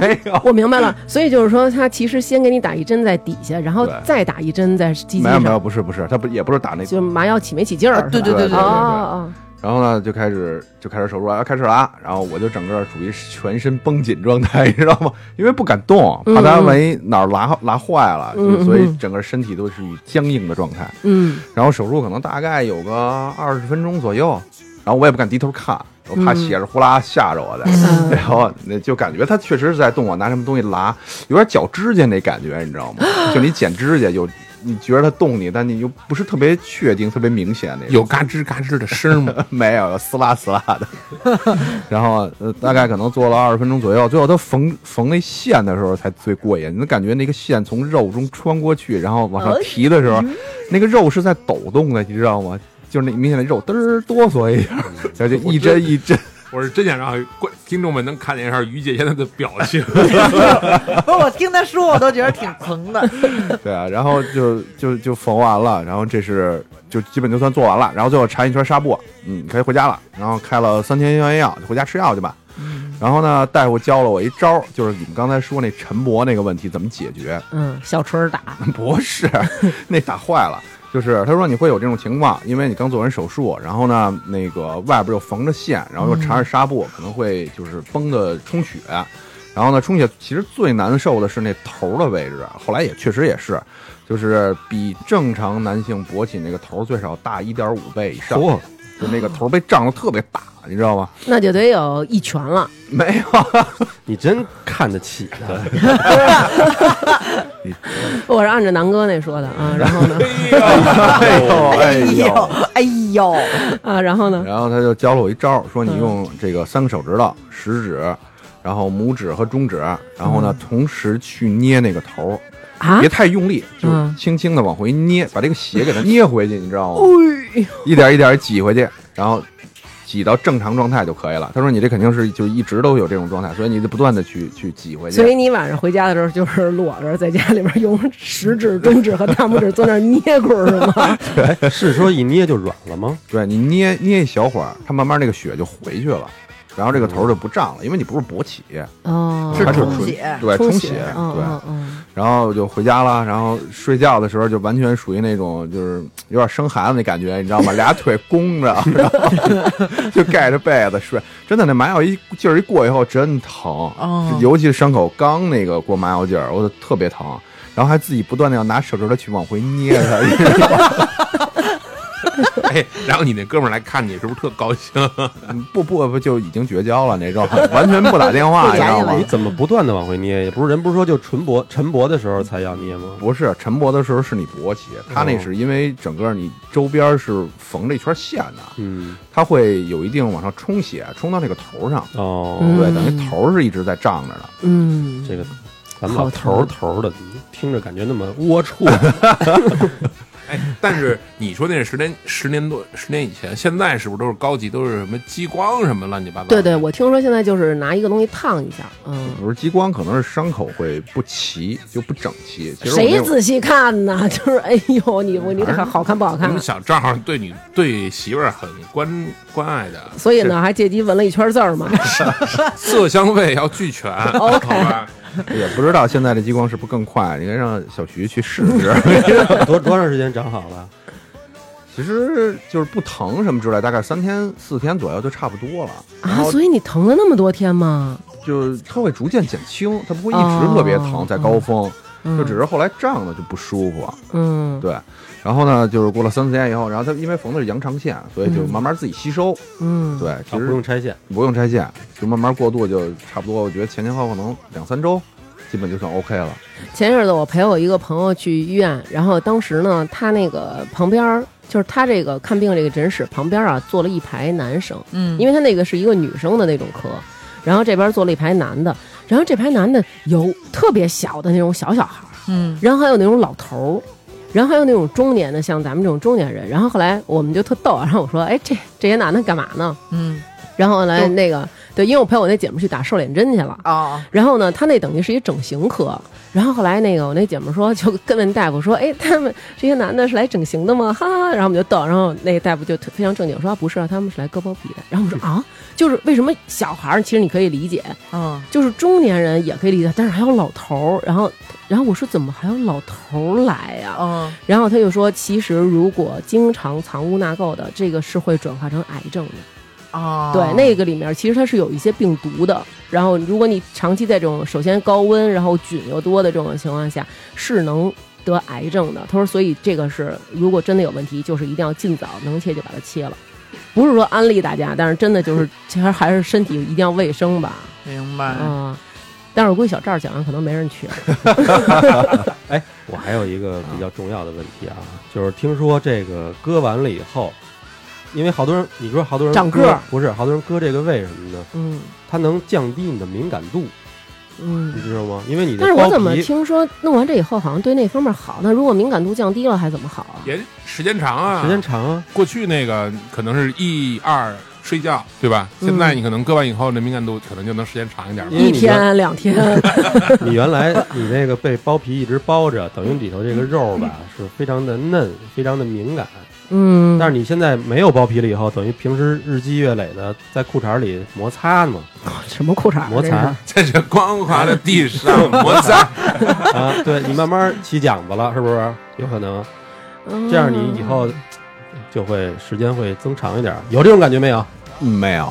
没有。
我明白了，所以就是说，他其实先给你打一针在底下，然后
对
再打一针在鸡鸡
没有没有，
上，
不是不是，他不也不是打那
就是麻药起没起劲
啊
儿、是吧
对对对对
哦
对
哦
然后呢，就开始就开始手术啊，开始了啊，然后我就整个处于全身绷紧状态，你知道吗？因为不敢动，
嗯
怕他万一哪儿拉拉坏了，
嗯嗯
就所以整个身体都是以僵硬的状态。
嗯
然后手术可能大概有个二十分钟左右，然后我也不敢低头看，我怕血着呼啦吓着我的。
嗯
然后那就感觉他确实是在动我，拿什么东西拉，有点绞指甲那感觉，你知道吗？就你剪指甲有。你觉得他动你，但你又不是特别确定、特别明显那种。
有嘎吱嘎吱的声吗？
没有，撕拉撕拉的。然后呃，大概可能做了二十分钟左右，最后他缝缝那线的时候才最过瘾。你感觉那个线从肉中穿过去，然后往上提的时候，那个肉是在抖动的，你知道吗？就是那明显那肉嘚儿哆嗦一下， 然后就一针一针。
我是真想让观听众们能看见一下于姐现在的表 情。
不是我听他说，我都觉得挺疼的。
对啊，然后就就就缝完了，然后这是就基本就算做完了，然后最后缠一圈纱布，嗯，可以回家了。然后开了三天消炎药，就回家吃药去吧。然后呢，大夫教了我一招儿，就是你们刚才说那晨勃那个问题怎么解决？
嗯，小锤儿打，
不是，那打坏了。就是他说你会有这种情况，因为你刚做完手术，然后呢，那个外边又缝着线，然后又缠着纱布，可能会就是崩的充血，然后呢，充血其实最难受的是那头儿的位置，后来也确实也是，就是比正常男性勃起那个头儿最少大一点五倍以上，
嚯
就那个头儿被胀得特别大，你知道吗？
那就得有一拳了。
没有，
你真看得起他，
我是按照南哥那说的啊，然后 呢
哎呦，哎呦，
哎呦，
啊，然后呢，
然后他就教了我一招儿，说
嗯
你用这个三个手指头，食指，然后拇指和中指，然后呢同时去捏那个头儿，
嗯啊
别，太用力，就
嗯
是轻轻的往回捏，把这个血 给它捏回去，你知道吗？
哎呦
一点一点挤回去，然后挤到正常状态就可以了。他说你这肯定是就一直都有这种状态，所以你得不断的去去挤回
所以
去。
你晚上回家的时候就是裸着在家里边用食指、中指和大拇指坐那儿捏棍儿是吗？
哦
哎是说一捏就软了吗？
对你捏捏一小会儿，它慢慢那个血就回去了，然后这个头儿就不胀了，因为你不是勃起，
哦
它是
充
纯
血
对，充血，
嗯
对。
嗯嗯，
然后就回家了，然后睡觉的时候就完全属于那种就是有点生孩子那感觉，你知道吗？俩腿弓着， 然后就盖着被子睡。真的，那麻药一劲儿一过以后，真疼，
哦
尤其是伤口刚那个过麻药劲儿，我就特 别疼。然后还自己不断的要拿手指头去往回捏它，你知道吗
哎，然后你那哥们儿来看你，是不是特高兴？
不不不就已经绝交了那种，完全不打电话，你知道吗
你？怎么不断的往回捏？也不是人不是说就纯薄晨勃的时候才要捏吗？
不是陈博的时候是你勃起，他那是因为整个你周边是缝了一圈线的，
嗯，
它会有一定往上冲血，冲到那个头上，
哦，
嗯
对，等于头是一直在胀着的。
嗯，
这个咱们老头儿头儿的，听着感觉那么龌龊。啊
哎，但是你说那是十年 十年多十年以前，现在是不是都是高级，都是什么激光什么乱七八糟？
对对，，我听说现在就是拿一个东西烫一下，嗯，
我说激光可能是伤口会不齐，就不整齐。其实我没啊
谁
有
仔细看呢？ 就是哎呦，你我你
反正
好看不好
你
看啊
们？小赵对你对媳妇儿很关关爱的，
所以呢，还借机纹了一圈字儿嘛。
色香味要 俱全，好吧？
也不知道现在的激光是不是更快，应该让小徐去试试。
多多长时间长好 了？
其实就是不疼什么之类，大概三天四天左右就差不多了。 然
啊，
后
所以你疼了那么多天吗？
就是它会逐渐减轻，它不会一直特别疼，
哦
在高峰，
嗯
就只是后来胀的就不舒服。
嗯
对，然后呢，就是过了三四天以后，然后它因为缝的是羊肠线，所以就慢慢自己吸收。
嗯，
对，
啊，
其
不
实
用拆线。
不用拆线，就慢慢过渡，就差不多。我觉得前前后后可能两三周，基本就算 OK 了。
前一阵子我陪我一个朋友去医院，然后当时呢，他那个旁边儿就是他这个看病这个诊室旁边啊，坐了一排男生，
嗯
因为他那个是一个女生的那种科，然后这边坐了一排男的，然后这排男的有特别小的那种小小孩儿，
嗯
然后还有那种老头儿，然后还有那种中年的，像咱们这种中年人。然后后来我们就特逗啊，然后我说，哎，这这些男的干嘛呢？
嗯
然后后来
就
那个对，因为我陪我那姐们儿去打瘦脸针去了。
哦，
然后呢，他那等于是一整形科。然后后来那个我那姐们儿说，就跟问大夫说，哎，他们这些男的是来整形的吗？ 哈哈哈。然后我们就逗，然后那个大夫就特非常正经说，啊不是啊，他们是来割包皮的。然后我们说啊，就是为什么小孩儿其实你可以理解，
嗯
就是中年人也可以理解，但是还有老头儿。然后，然后我说怎么还有老头儿来呀、
嗯
然后他就说，其实如果经常藏污纳垢的，这个是会转化成癌症的。
哦，
对，那个里面其实它是有一些病毒的。然后，如果你长期在这种首先高温，然后菌又多的这种情况下，是能得癌症的。他说，所以这个是如果真的有问题，就是一定要尽早能切就把它切了。不是说安利大家，但是真的就是，其实还是身体一定要卫生吧。
明白。
嗯，但是我估计小赵讲完可能没人去了。
哎，我还有一个比较重要的问题啊，就是听说这个割完了以后，因为好多人，你说好多人
长
割
个儿
不是好多人割这个为什么呢？
嗯
它能降低你的敏感度，
嗯
你。知道吗？因为你的
但是我
包
怎么
皮
听说弄完这以后好像对那方面好？那如果敏感度降低了还怎么好啊？
也时间长啊，
时间长啊，
过去那个可能是一二睡觉，对吧？
嗯
现在你可能割完以后，那敏感度可能就能时间长一点吧。
因为
一
你原
天两天，
你原来你那个被包皮一直包着，等于里头这个肉吧是非常的嫩，非常的敏感。
嗯，
但是你现在没有包皮了以后，等于平时日积月累的在裤衩里摩擦嘛，
什么裤衩儿
摩
这是
擦
在这光滑的地上摩擦，
啊，对你慢慢起茧子了，是不是？有可能。
嗯
这样你以后就会时间会增长一点儿，有这种感觉没有？
嗯没有，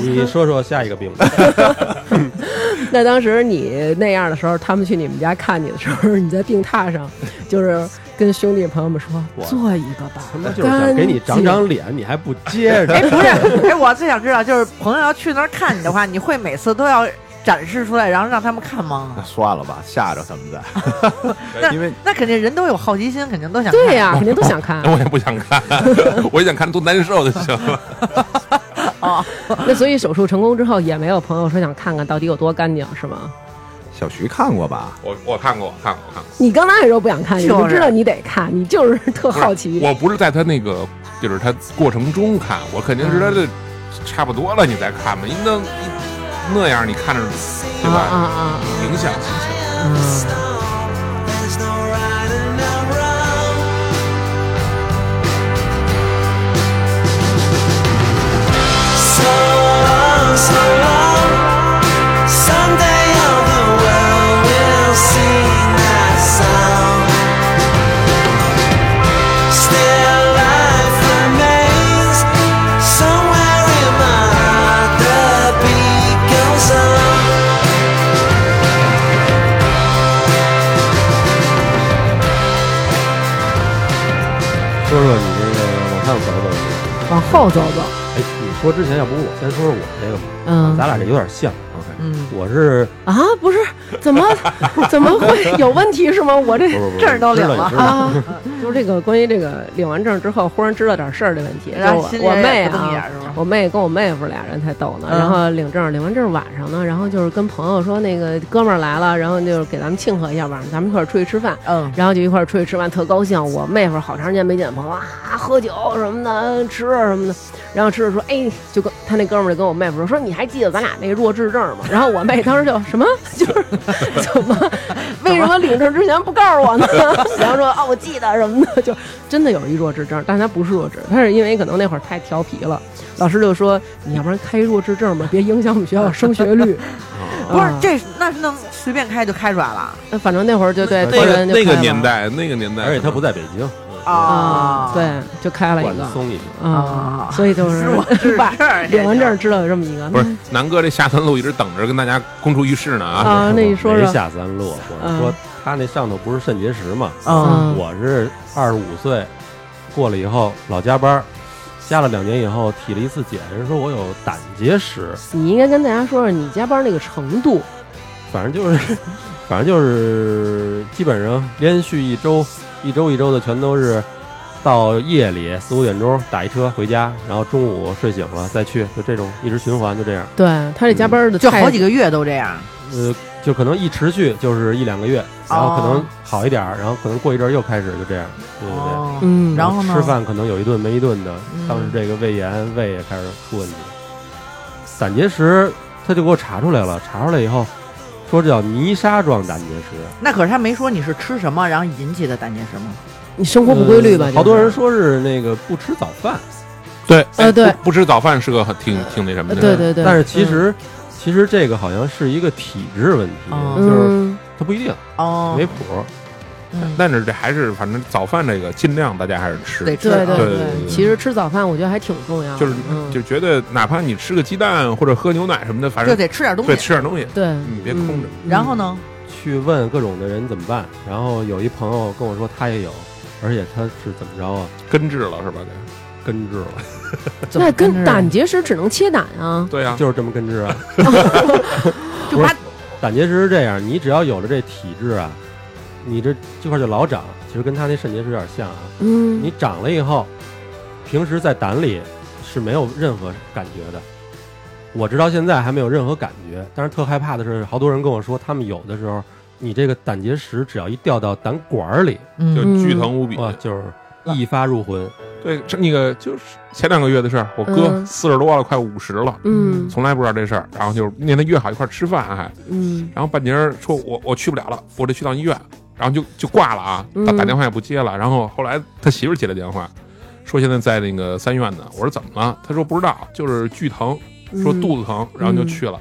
你说说下一个病吧。
那当时你那样的时候，他们去你们家看你的时候， 你在病榻上，就是跟兄弟朋友们说
我
做一个吧
他，妈就是想给你长长脸，你还不接
哎，
着。
不是，哎，我最想知道，就是朋友要去那儿看你的话，你会每次都要展示出来，然后让他们看
那
吗？
算了吧，吓着他们 再。因为
那肯定人都有好奇心，肯定都想看
对呀、肯定都想看。
我也不想看，我也想看多难受就行了。
那所以手术成功之后，也没有朋友说想看看到底有多干净，是吗？
小徐看过吧？
我我看过，我看过，我看过。
你刚开始说不想看，你
就
就是知道你得看，你就是特好奇。
我不是在他那个，就是他过程中看，我肯定是
嗯
他的差不多了，你再看嘛。因为那那样你看着，对
啊啊
吧？
啊！啊
影响心情。
There's no right and no wrong. So long, so long. Someday all the world will sing that song. Still, life remains somewhere in my heart. The beat goes on.
说说你这个往上走走。
往后走走，
哎，你说之前，要不我先说说我这个吧，
嗯
咱俩这有点像。啊
嗯，
我是
啊，不是，怎 么怎么会有问题是吗？我这
不是不是
证儿都
知
领
道
了
也知道
啊，就是这个关于这个领完证之后，忽然知道点事儿的问题。就
然后
我
心里
我妹
也不动眼
啊
儿是吧，
我妹跟我妹夫俩人才逗呢。
嗯
然后领证，领完证晚上呢，然后就是跟朋友说那个哥们儿来了，然后就是给咱们庆贺一下，晚上咱们一块儿出去吃饭。
嗯，
然后就一块儿出去吃饭，特高兴。我妹夫好长时间没见朋友啊，喝酒什么的，吃什么的。然后吃着说，哎，就跟他那哥们儿就跟我妹夫说，说你还记得咱俩那弱智证吗？ 然后我妹当时就什么， 就是怎么，为什么领证之前不告诉我呢？ 然后说啊，我记得什么的，就真的有一弱智证，但他不是弱智，他是因为可能那会儿太调皮了。老师就说，你要不然开一弱智证吧，别影响我们学校升学 率。
哦
不是
啊，
这那是能随便开就开出来了
反正那会儿就对
那
多
那个
人就
那个
开了
年代，那个年代，
而且他不在北 京，
啊，对，就开了一
管
个
得。松一点。
啊
啊，
所以 就是
哦是我是
吧
这儿
领完证知道有这么一个，
不是南哥这下三路一直等着跟大家公诸于世呢啊！
啊，那你说
没
说，
下三路，我是说他那上头不是肾结石嘛？
嗯
嗯
我是二十五岁过了以后老加班儿，加了两年以后体了一次检，人说我有胆结石，
你应该跟大家说说你加班那个程度，
反正就是， 反正就是基本上连续一周，一周一周的全都是到夜里四五点钟打一车回家，然后中午睡醒了再去，就这种一直循环就这样，
对他这加班的
嗯就好几
个，
个月都这样。
呃，就可能一持续就是一两个月，然后可能
哦
好一点儿，然后可能过一阵儿又开始就这样，对对对。
哦，
嗯，
然后呢
吃饭可能有一顿没一顿的，
嗯
当时这个胃炎胃也开始出问题。嗯胆结石他就给我查出来了，查出来以后说这叫泥沙状胆结石，
那可是他没说你是吃什么然后引起的胆结石吗？
你生 活不规律吧？
嗯
呃
就是
好多人，说是那个不吃早饭，
对，
呃
哎
对
不不吃早饭是个很挺挺那什
呃
么的。
对对对，
但是其实、其实这个好像是一个体质问题，
哦
就是
嗯，
它不一定
哦，
没谱。
嗯，
但是这还是反正早饭这个尽量大家还是吃，
得吃
对
对对
对，
对
其实吃早饭我觉得还挺重要的，
就是
嗯
就觉得哪怕你吃个鸡蛋或者喝牛奶什么的，反
就
正
得吃点东
对
西。
吃点东西，
对，
你别空着。
嗯
然后？呢？
去问各种的人怎么办，然后有一朋友跟我说他也有，而且他是怎么着啊，
根治了是吧？
根治了，
怎么
那跟
着
胆结石只能切胆啊
得，对呀，
就是这么根治啊。嗯
就
不是
把
胆结石是这样，你只要有了这体质啊，你这这块就老长，其实跟他那肾结石有点像啊。
嗯，
你长了以后，平时在胆里是没有任何感觉的，我直到现在还没有任何感觉。但是特害怕的是，好多人跟我说，他们有的时候，你这个胆结石只要一掉到胆管儿里，
就
嗯
巨疼无比。
哇，就是一发入魂。
对，这那个就是前两个月的事儿，我哥
嗯
四十多了，快五十了，
嗯
从来不知道这事儿。然后就是那天约好一块儿吃饭，还
嗯
然后半截儿说我我去不了了，我得去趟医院，然后就就挂了啊，
嗯
打打电话也不接了。然后后来他媳妇儿接了电话，说现在在那个三院呢。我说怎么了？他说不知道，就是巨疼，
嗯，
说肚子疼，然后就去了。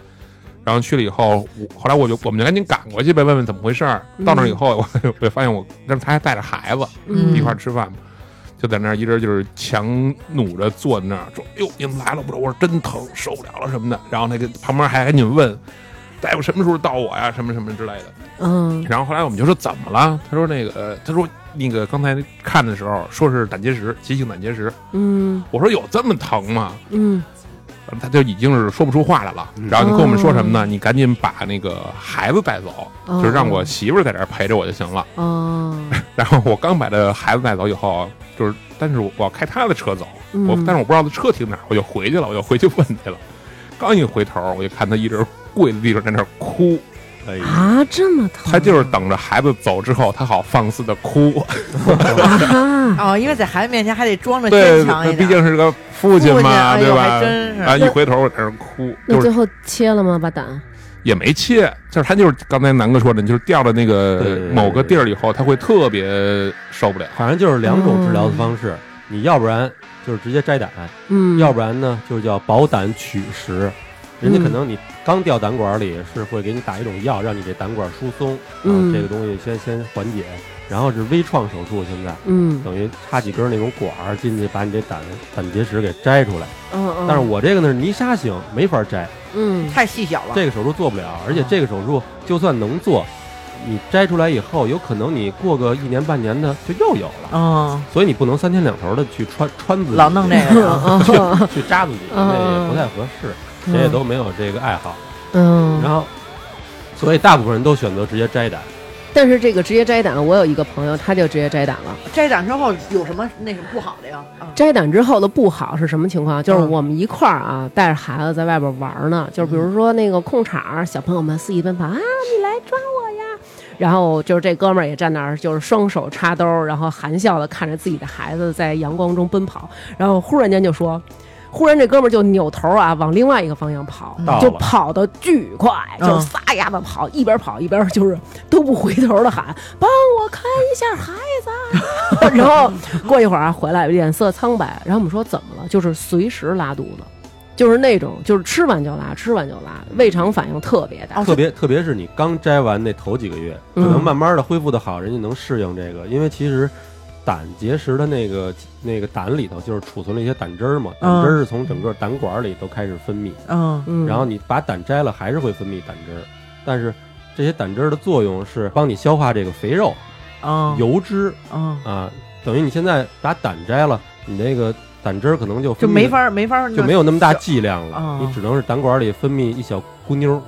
然后去了以后，我后来我就我们就赶紧赶过去呗，问问怎么回事儿。到那儿以后， 我我发现我，但是他还带着孩子
嗯
一块儿吃饭嘛，就在那儿一人就是强弩着坐在那儿，说：“哟，你们来了不是？”我说：“真疼，受不了了什么的。”然后那个旁边还赶紧问大夫什么时候到我呀，什么什么之类的。
嗯
然后后来我们就说怎么了？他说那个，呃他说那个刚才看的时候说是胆结石，急性胆结石。
嗯
我说有这么疼吗？
嗯
他就已经是说不出话来了，然后就跟我们说什么呢？你赶紧把那个孩子带走，
哦
就是让我媳妇儿在这儿陪着我就行了。
哦，
然后我刚把这孩子带走以后，啊就是，但是我我要开他的车走，
嗯
我但是我不知道他车停哪儿，我就回去了，我就回去问去了。刚一回头，我就看他一直跪在地上在那儿哭，
哎呀，
啊，这么疼，
他就是等着孩子走之后，他好放肆的哭。
啊，
哦，因为在孩子面前还得装着
对，
坚强
他
一
毕
点。
竟是个父亲
父亲
嘛，
哎
对
呦
吧
还真是？
啊，一回头我在那儿哭，
那
就
最
是
后切了吗？把胆？
也没切，就是他就是刚才南哥说的，你就是掉到
对
那个
对对
某个地儿以后，他会特别受不了。
反正就是两种治疗的方式，你要不然就是直接摘胆，
嗯，
要不然呢就是叫保胆取石。人家
嗯
可能你刚掉胆管里是会给你打一种药，让你这胆管疏松，然后
嗯
这个东西先先缓解，然后是微创手术，现在
嗯
等于插几根那种管儿进去，把你这胆胆结石给摘出来。
嗯嗯，
但是我这个呢是泥沙型，没法摘，
嗯
太细小了，
这个手术做不了，而且这个手术就算能做，你摘出来以后，有可能你过个一年半年的就又有了，
嗯，
所以你不能三天两头的去穿穿自己，
老弄这个啊，
嗯
去扎自己，
嗯
那也不太合适，谁也都没有这个爱好。
嗯，
然后，所以大部分人都选择直接摘胆。
嗯
但是这个直接摘胆，我有一个朋友，他就直接摘胆了。
摘长之后有什么那什么不好的呀？啊
摘胆之后的不好是什么情况？就是
嗯
我们一块儿啊，带着孩子在外边玩呢，就是比如说那个空场儿，小朋友们肆意奔跑啊，你来抓我呀！然后就是这哥们儿也站那儿，就是双手插兜儿，然后含笑的看着自己的孩子在阳光中奔跑，然后忽然间就说。忽然，这哥们儿就扭头啊，往另外一个方向跑
到，了
就跑的巨快，
嗯
就是撒丫子跑，一边跑一边就是都不回头的喊：“帮我看一下孩子！” 然后过一会儿啊，回来脸色苍白。然后我们说怎么了？就是随时拉肚子，就是那种就是吃完就拉，吃完就拉，胃肠反应特别
哦
大。
特别特别是你刚摘完那头几个月，可
嗯
能慢慢的恢复的好，人家能适应这个，因为其实胆结石的那个那个胆里头就是储存了一些胆汁儿嘛，
嗯
胆汁儿是从整个胆管里都开始分泌，
嗯
嗯，
然后你把胆摘了还是会分泌胆汁儿，但是这些胆汁儿的作用是帮你消化这个肥肉、
嗯
油脂
嗯，
啊，等于你现在把胆摘了，你那个胆汁儿可能就
就
分泌
没
得
法儿没法儿
就没有那么大剂量
哦
了，你只能是胆管里分泌一小姑妞儿，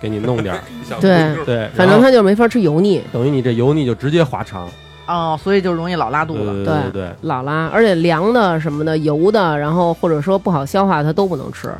给你弄点儿。
对
对，
反
然
正
后
他就没法吃油腻，
等于你这油腻就直接滑肠，
哦，所以就容易老拉肚
对对
子。
对对，
老拉，而且凉的什么的、油的，然后或者说不好消化，它都不能吃。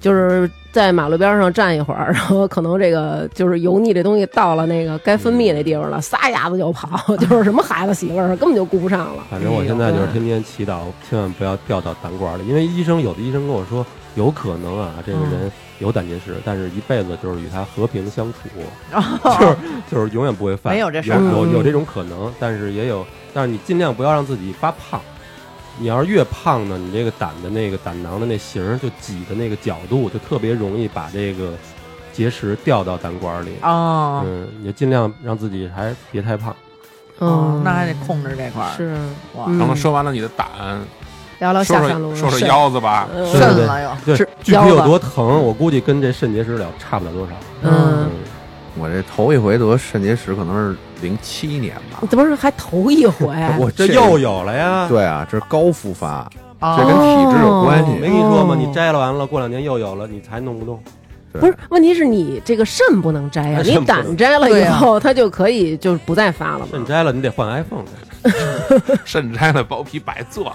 就是在马路边上站一会儿，然后可能这个就是油腻这东西到了那个该分泌那地方了，撒丫子就跑， 就是什么孩子媳妇儿根本就顾不上了。
反正
哎
我现在就是天天祈祷，千万不要掉到胆管里，因为医生有的医生跟我说，有可能啊，这个
嗯
人有胆结石，但是一辈子就是与他和平相 处，就是就是永远不会犯，
没有这事儿
有
嗯
有这种可能，但是也有，但是你尽量不要让自己发胖。你要是越胖呢，你这个胆的那个胆囊的那形儿就挤的那个角度，就特别容易把这个结石掉到胆管里。
哦，
嗯，你就尽量让自己还别太胖。
哦
嗯，
那还得控制这块儿。
是
哇，
嗯
然后说完了你的胆，
聊聊
说
下山路
说
的事
说说
儿。
腰子
啊
吧。
嗯
对
肾
对
了又。
对
是，
具
腰
体有
吧
多疼，我估计跟这肾结石了差不了多少。
嗯，
我这头一回得肾结石可能是零七年吧
你，怎么是还头一回？啊
我
这又有了呀。
对啊，这是高复发，
哦
这跟体质有关系。
没跟你说吗？
哦
你摘了完了，过两年又有了，你才弄不动。
对
不是，问题是你这个肾不能摘呀、
哎
你
肾不能
胆摘了
对
以
呀
后，它就可以就是不再发了嘛
肾。摘了，你得换 iPhone 去。
肾摘了包皮白做，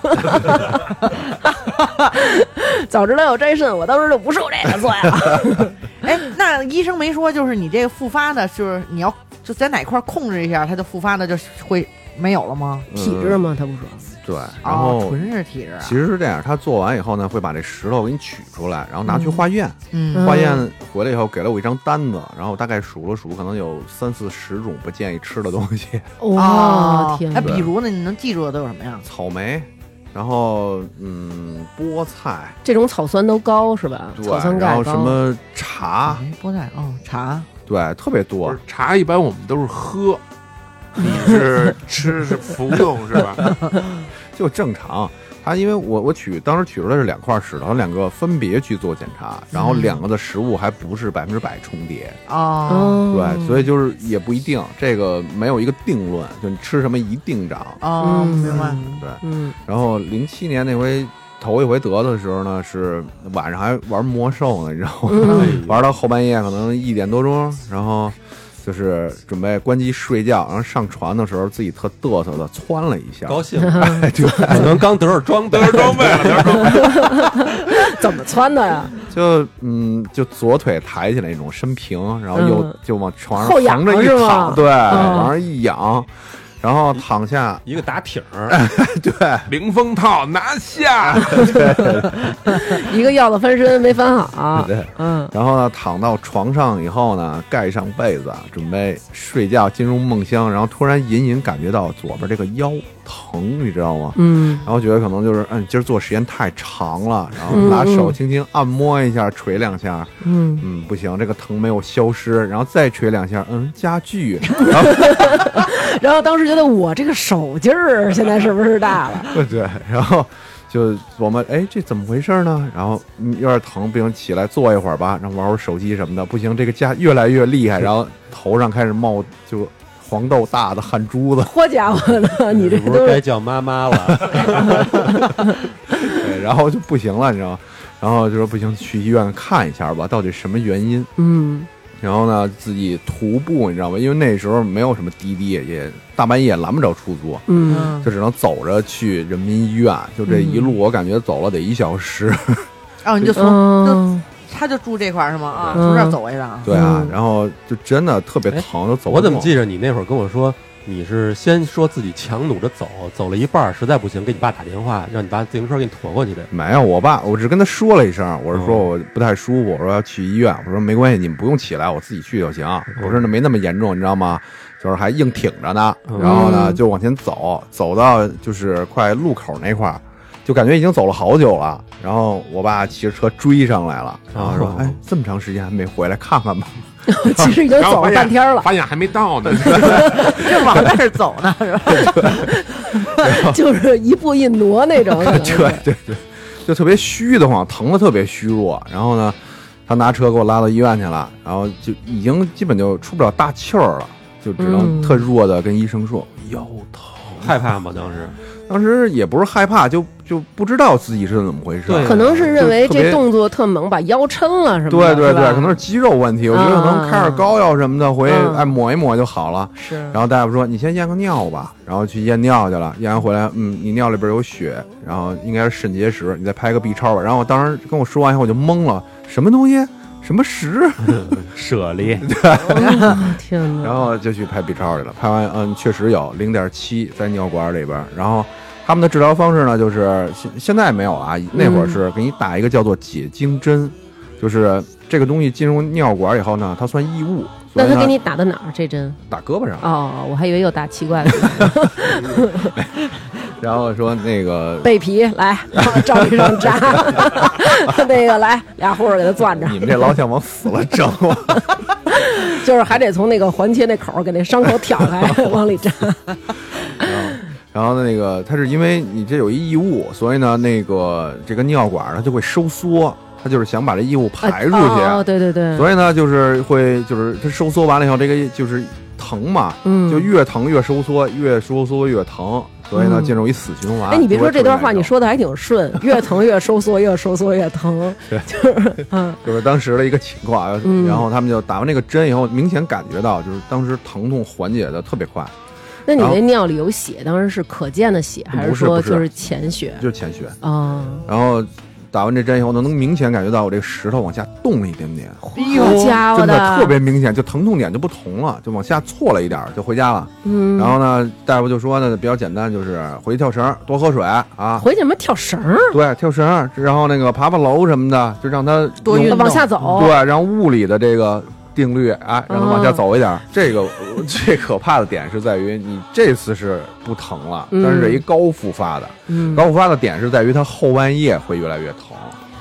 早知道要摘肾，我当时就不受这个罪了。
哎，那医生没说，就是你这个复发的，就是你要就在哪块儿控制一下，它就复发的就会没有了吗？
嗯
体质嘛，他不说。
对，然后
哦、纯是体质啊，
其实是这样，他做完以后呢，会把这石头给你取出来，然后拿去化验。
嗯
化验回来以后，给了我一张单子，然后大概数了数，可能有三四十种不建议吃的东西，
嗯哇、哦天
哦哎，
哪！
比如呢，你能记住的都有什么呀？
草莓，然后嗯，菠菜，
这种草酸都高是吧？
对，
草酸钙高。
然后什么茶，
哎，菠菜，哦，茶，
对，特别多
不是。茶一般我们都是喝，你是吃是服用是吧？
就正常。他因为我我取当时取出来是两块石头，两个分别去做检查，然后两个的食物还不是百分之百重叠，
哦
哦？
对，所以就是也不一定，这个没有一个定论，就你吃什么一定长。
哦，明白，
嗯
对
嗯，
然后零七年那回头一回得的时候呢，是晚上还玩魔兽呢，你知道吗？
哎
嗯
玩到后半夜可能一点多钟，然后就是准备关机睡觉，然后上床的时候自己特嘚瑟的窜了一下，
高兴，
哎，对，
可能刚得着装备
得。是装备了，得是装备了。
怎么窜的呀？
就嗯，就左腿抬起来一种伸平，然后右
嗯
就往床上
后仰
横着一
是吗
躺，对，
嗯
往上一仰，然后躺下，
一个打挺儿，
对
凌风套拿下，
一个鹞子翻身没翻好。
啊
对。
嗯
然后呢，躺到床上以后呢，盖上被子，准备睡觉，进入梦乡。然后突然隐隐感觉到左边这个腰疼，你知道吗？
嗯，
然后觉得可能就是，嗯，今儿做时间太长了，然后拿手轻轻按摩一下，捶两下，
嗯，
嗯，不行，这个疼没有消失，然后再捶两下，嗯，加 剧，然后
然后当时觉得我这个手劲儿现在是不是大了？
对对，然后就琢磨，哎，这怎么回事呢？然后嗯有点疼，不行，起来坐一会儿吧，然后玩会儿手机什么的，不行，这个痂越来越厉害，然后头上开始冒就黄豆大的汗珠子，
嚯家伙的，你这
不
都
是该
是
叫妈妈了？
对，然后就不行了，你知道吗？然后就说不行，去医院看一下吧，到底什么原因？
嗯
然后呢，自己徒步，你知道吗？因为那时候没有什么滴滴，也大半夜拦不着出租，
嗯，
就只能走着去人民医院。就这一路，我感觉走了得一小时。
哦，你就从就
嗯
他就住这块儿是吗？啊，
嗯
从这儿走一趟。
对啊，
嗯
然后就真的特别疼，就走不
哎
动。
我怎么记着你那会儿跟我说，你是先说自己强弩着走，走了一半儿实在不行，给你爸打电话，让你爸自行车给你驮过去的。
没有，我爸，我只跟他说了一声，我是说
嗯
我不太舒服，我说要去医院，我说没关系，你们不用起来，我自己去就行。
嗯
我说那没那么严重，你知道吗？就是还硬挺着呢，然后呢
嗯
就往前走，走到就是快路口那块儿，就感觉已经走了好久了。然后我爸骑着车追上来了，然后说
哦：“
哎，这么长时间还没回来，看看吧。
其实已经
然后
走
发
了
现
半天了，
发现还没到呢。
正往那儿走呢，是吧？
就是一步一挪那种感觉。
对对对，就特别虚的慌，疼的特别虚弱。然后呢，他拿车给我拉到医院去了，然后就已经基本就出不了大气儿了，就只能
嗯
特弱的跟医生说腰疼。
害怕吗？当时
当时也不是害怕，就就不知道自己是怎么回事。
对
可能是认为
就特别
这动作特猛，把腰抻了什么
对
的。
对
是吧
对，可能是肌肉问题，我觉得可能开点膏药什么的，回去
嗯
哎抹一抹就好了。
是。
然后大夫说你先验个尿吧，然后去验尿去了，验完回来，嗯，你尿里边有血，然后应该是肾结石，你再拍个 B 超吧。然后我当时跟我说完以后我就懵了，什么东西？什么石？
舍利，
哦天
然
哪！
后就去拍 B 超去了，拍完嗯确实有零点七在尿管里边，然后。他们的治疗方式呢，就是现现在没有啊，那
嗯
会儿是给你打一个叫做解经针，就是这个东西进入尿管以后呢，它算异物，所
那
以
他给
呢
你打的哪儿？这针？
打胳膊上，
哦，我还以为又打奇怪的
然后说那个
背皮，来照一上扎， 那个来俩护士给他攥着，
你们这老想往死了整，
就是还得从那个环切那口儿给那伤口挑 开往里扎。
然后那个，它是因为你这有一异物，所以呢，那个这个尿管它就会收缩，它就是想把这异物排出去，
哦，对对对，
所以呢，就是会就是它收缩完了以后，这个就是疼嘛，
嗯
就越疼越收缩，越收缩越疼，所以呢，
嗯
进入一死循环。
哎，你别
就会
说这段话，
特别
你
难
说的还挺顺，越疼越收缩，越收缩越疼，就是嗯
受就是当时的一个情况，
嗯
然后他们就打完那个针以后，明显感觉到就是当时疼痛缓解的特别快，
那你
然后
那尿里有血，当时是可见的血，还
不是
说
不是
就是潜血
就是潜血，
啊？
然后打完这针以后，能能明显感觉到我这个石头往下动了一点点。
好家伙
哎真的特别明显，就疼痛点就不同了，就往下错了一点儿，就回家了。
嗯，
然后呢，大夫就说呢，比较简单，就是回去跳绳，多喝水啊，
回去什么跳绳儿，
对，跳绳，然后那个爬爬楼什么的，就让他
多运动
往下走，嗯
对，让物理的这个定律啊，让他往下走一点儿。这个呃 最可怕的点是在于你这次是不疼了，
嗯
但是这一高复发的，
嗯，
高复发的点是在于它后半夜会越来越疼。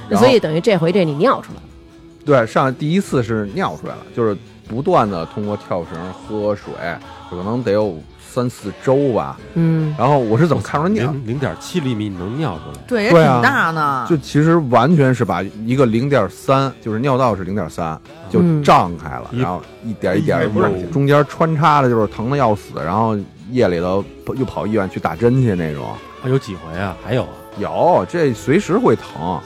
然后
所以等于这回这你尿出来了，
对，上第一次是尿出来了，就是不断的通过跳绳、喝水，可能得有三四周吧。
嗯，
然后我是怎么看出尿？
零零点七厘米你能尿出来？
对，也
对
挺
啊
大呢。
就其实完全是把一个零点三，就是尿道是零点三，就
嗯
胀开了，
一
然后一点一点
哎不是
往中间穿插的就是疼的要死，然后夜里头又跑医院去打针去那种。
啊，有几回啊？还有啊？
有，这随时会疼
操，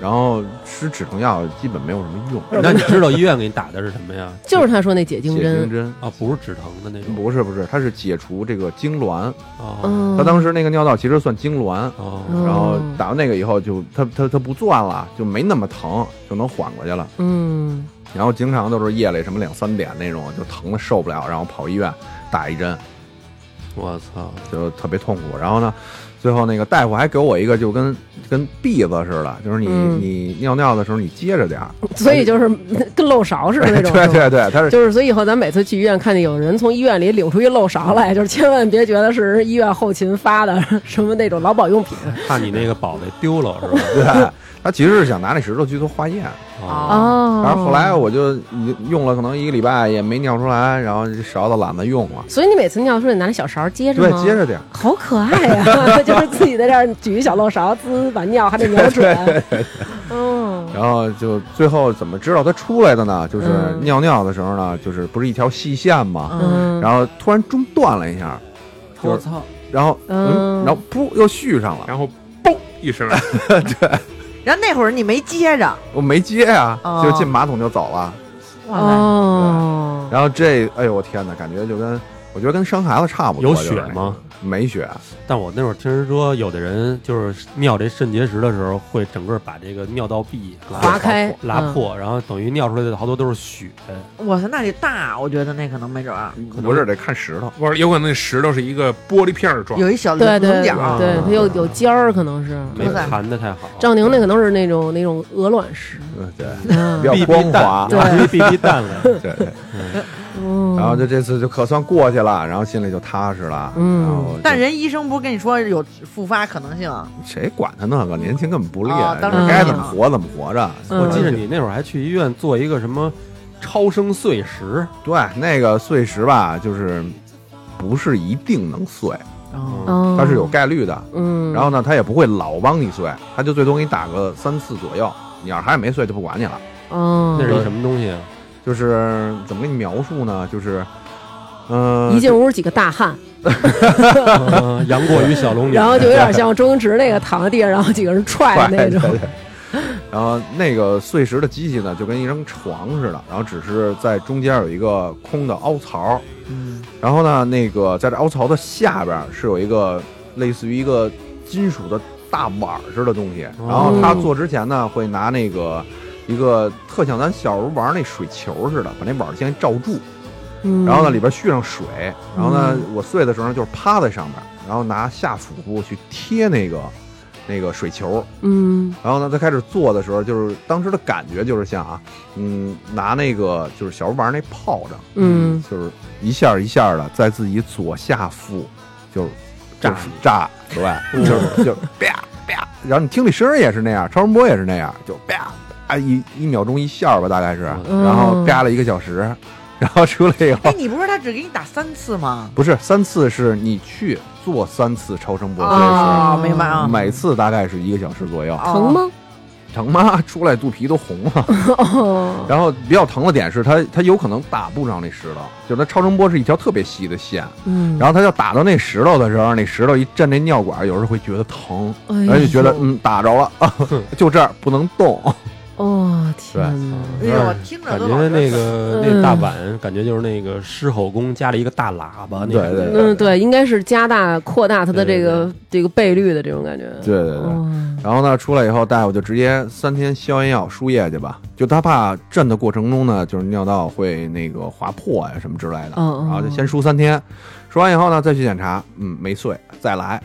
然后吃止疼药基本没有什么用。
那你知道医院给你打的是什么呀？
就是他说那解经
血
针
清，针
啊，不是止疼的那种。
不是不是，它是解除这个痉挛。
哦
嗯，
他当时那个尿道其实算痉挛，
哦，
嗯
然后打完那个以后就他他他不转了，就没那么疼，就能缓过去了。
嗯，
然后经常都是夜里什么两三点那种，就疼的受不了，然后跑医院打一针，
我操！
就特别痛苦。然后呢，最后那个大夫还给我一个就跟跟篦子似的，就是你、
嗯
你尿尿的时候你接着点儿，
所以就是跟漏勺似的那种，
哎 对
是吧
对对，他是
就是所以以后咱每次去医院看见有人从医院里领出一漏勺来，就是千万别觉得是医院后勤发的什么那种劳保用品，
怕你那个宝贝丢了是吧？
对，他其实是想拿那石头去做化验，
啊，
哦，
然后后来我就用了可能一个礼拜也没尿出来，然后这勺子懒得用了，
所以你每次尿的时候，你拿那小勺接着
对
吗？，
接着点儿。
好可爱呀、 就是自己在这儿举一小漏勺，滋把尿还得瞄准。 哦，
然后就最后怎么知道他出来的呢？就是
嗯
尿尿的时候呢，就是不是一条细线吗？
嗯，
然后突然中断了一下，
我操，
然后
嗯
嗯，然后噗又续上了，
然后嘣一声，
然后那会儿你没接着，
我没接呀、
哦
就进马桶就走了。
塞，
哦，
然后这，哎呦我天哪，感觉就跟我觉得跟生孩子差不多。
有
就是
血
那个
吗？
没血，
但我那会儿听人说，有的人就是尿这肾结石的时候，会整个把这个尿道壁拉
划开嗯
拉破，然后等于尿出来的好多都是血。
我操，嗯那得大，我觉得那可能没准儿啊
能
不是得看石头。
我说有可能那石头是一个玻璃片儿状，
有一小
对
棱
对
棱角
对，
儿，
它有有尖儿，可能是。
没
哇塞
盘的太好，
赵宁那可能是那种那种鹅卵石，
嗯，对，
嗯
比 较光滑。
对
逼逼啊淡了。
对，对
嗯
然后就这次就可算过去了，然后心里就踏实了。
嗯
然后就
但人医生不是跟你说有复发可能性？啊
谁管他那个？年轻根本不烈，
哦当
然
该怎么活怎么活着。
嗯
我记得你那会儿还去医院做一个什么超声碎石，
对那个碎石吧，就是不是一定能碎，
哦
哦
它是有概率的。
嗯，
然后呢，它也不会老帮你碎，它就最多给你打个三次左右。你要是还是没碎，就不管你了。
哦，
那是一什么东西啊？
就是怎么给你描述呢？就是，嗯、
一进屋几个大 汉，
嗯杨过与小龙女，
然后就有点像周星驰那个躺在地上，然后几个人 踹那种
对。对对然后那个碎石的机器呢，就跟一张床似的，然后只是在中间有一个空的凹槽，
嗯
然后呢，那个在这凹槽的下边是有一个类似于一个金属的大碗儿似的东西，
哦
然后他做之前呢，会拿那个一个特像咱小时候玩那水球似的，把那碗儿先罩住，
嗯
然后呢里边蓄上水，然后呢我碎的时候呢就是趴在上面，然后拿下腹部去贴那个那个水球，
嗯
然后呢，他开始做的时候，就是当时的感觉就是像啊，嗯，拿那个就是小时候玩那炮仗，
嗯，
就是一下一下的在自己左下腹就是
炸
就是炸，对，就是就是啪啪，然后你听那声儿也是那样，超声波也是那样，就啪啊一一秒钟一下吧，大概是，
嗯
然后啪了一个小时， 然后出来以
哎
后，
你不是他只给你打三次吗？
不是三次是你去做三次超声波，
啊
哦，
所
明白啊
以是，每次大概是一个小时左右，
哦
疼？吗？
疼吗？出来肚皮都红了。
哦，
然后比较疼的点是它，它有可能打不上那石头，就是它超声波是一条特别细的线，
嗯，
然后它就打到那石头的时候，那石头一震那尿管，有时候会觉得疼，
后
然后就觉得嗯打着了， 啊、就这儿不能动。
哦天哪，
哎呦，我听着
感
都老
觉那个那
嗯
大碗，感觉就是那个狮吼功加了一个大喇叭，那
对
种
对对
嗯，对，应该是加大扩大它的这个这个倍率的这种感觉。
对对对。
哦
然后呢，出来以后，大夫就直接三天消炎药输液去吧，就他怕震的过程中呢，就是尿道会那个划破呀、什么之类的，
嗯嗯
然后就先输三天，输完以后呢再去检查，嗯，没碎，再来，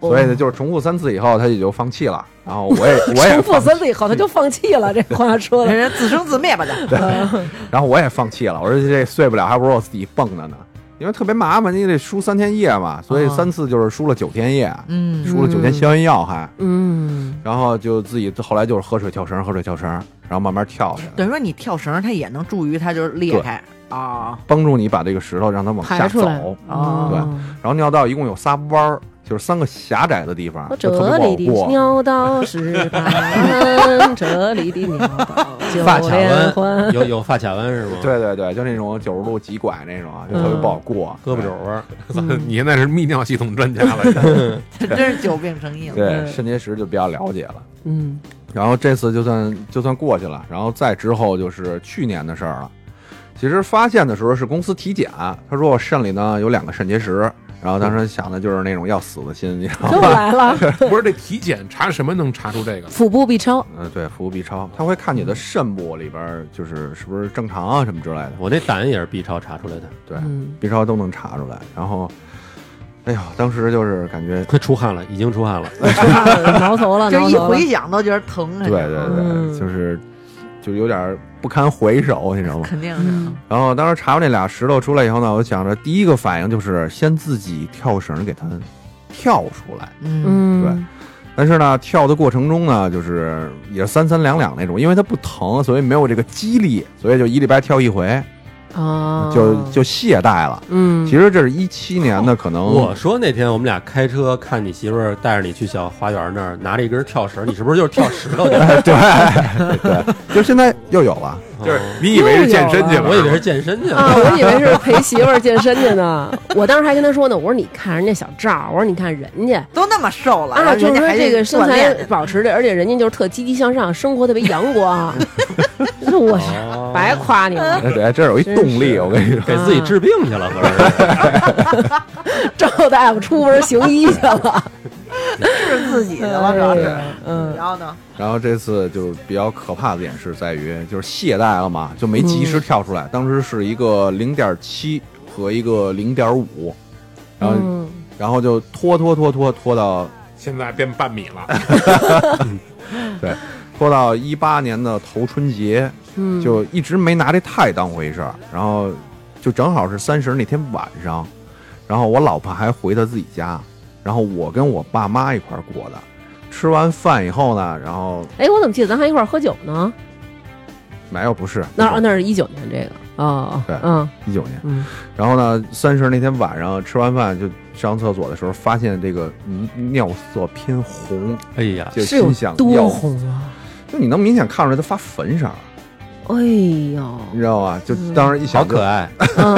所以
哦
呢就是重复三次以后，他也就放弃了。然后 我也我也
重复
放
三次以后，他就放弃了。这话说
人
的，
人自生自灭吧就。
然后我也放弃了，我说这碎不了，还不如我自己蹦的呢，因为特别麻烦，你得输三天液嘛，所以
啊
三次就是输了九天液，
嗯，
输了九天消炎药还，
嗯，
然后就自己后来就是喝水跳绳，喝水跳绳，然后慢慢跳下来，
等于说你跳绳，它也能助于它就是裂开啊。
帮助你把这个石头让它往下
排出
走，
来嗯
然
哦
对后尿道一共有仨弯儿，就是三个狭窄的地方，就特
这
别
里
不
的
好过。
尿道是疤痕，这里的尿道九
发卡
连
弯，
环。
有有发卡弯是吗？，
对对对，就那种九十度急拐那种，啊就
嗯
特别不好过。
胳膊肘弯，
你现在是泌尿系统专家了，
这 真是久病 成医了。
对肾结石就比较了解了。
嗯
然后这次就算就算过去了，然后再之后就是去年的事儿了。其实发现的时候是公司体检，他说我肾里呢有两个肾结石，然后当时想的就是那种要死的心，你知道
又
吗？
来了，
不是这体检查什么能查出这个？
腹部 B 超，
嗯，对，腹部 B 超，他会看你的肾部里边儿就是是不是正常啊什么之类的。
我那胆也是 B 超查出来的，
对
嗯
，B 超都能查出来。然后，哎呀，当时就是感觉，
快出汗了，已经出汗了。
嗯
挠头呃了，
就是
挠
一
头了。
回想都觉得疼啊。
对对
嗯
对，就是就有点不堪回首，你知 道吗？
肯定
嗯
是。
然后当时查完那俩石头出来以后呢，我想着第一个反应就是先自己跳绳给它跳出来，
嗯
嗯，
对但是呢，跳的过程中呢，就是也是三三两两那种，因为它不疼，所以没有这个激励，所以就一礼拜跳一回，
啊，
就就懈怠了。
嗯，哦
其实这是一七年的，可能
我说那天我们俩开车看你媳妇儿带着你去小花园那儿拿着一根跳绳，你是不是就是跳石头去？
哎 对对，就现在又有了。
就是哦你以为是健身去了，
我以为是健身去
啊，
了。
我以为是陪媳妇儿健身去呢。我当时还跟他说呢，我说你看人家小赵，我说你看人家
都那么瘦了，
啊，
然后
就是
人家
说
还
这个
得
身
锻
材
炼着
保持着，而且人家就是特积极向上，生活特别阳 光。这我操
哦
白夸你了，
哎， 对，这有一动力，我跟你说。
给自己治病去了，合着是
赵大夫出门行医去 了。
是自己的了，主要
哎
是。
呀嗯，
然后呢？
然后这次就比较可怕的点是在于，就是懈怠了嘛，就没及
嗯
时跳出来。当时是一个零点七和一个零点五，然后、
嗯
然后就拖拖拖拖拖到
现在变半米了，
对，拖到一八年的头春节，
嗯，
就一直没拿这太当回事儿。然后就正好是三十那天晚上，然后我老婆还回她自己家，然后我跟我爸妈一块儿过的。吃完饭以后呢，然后
哎，我怎么记得咱还一块儿喝酒呢？
没有不是
那那是一九年这个哦，
对
嗯
一九年。
嗯，
然后呢，三十那天晚上吃完饭就上厕所的时候，发现这个嗯尿色偏红，
哎呀，
就是
有
心想要
多，红啊！
就你能明显看出来它发粉色儿，
哎 呦，
你知道吧？就当时一想
好
就，
可爱。
嗯，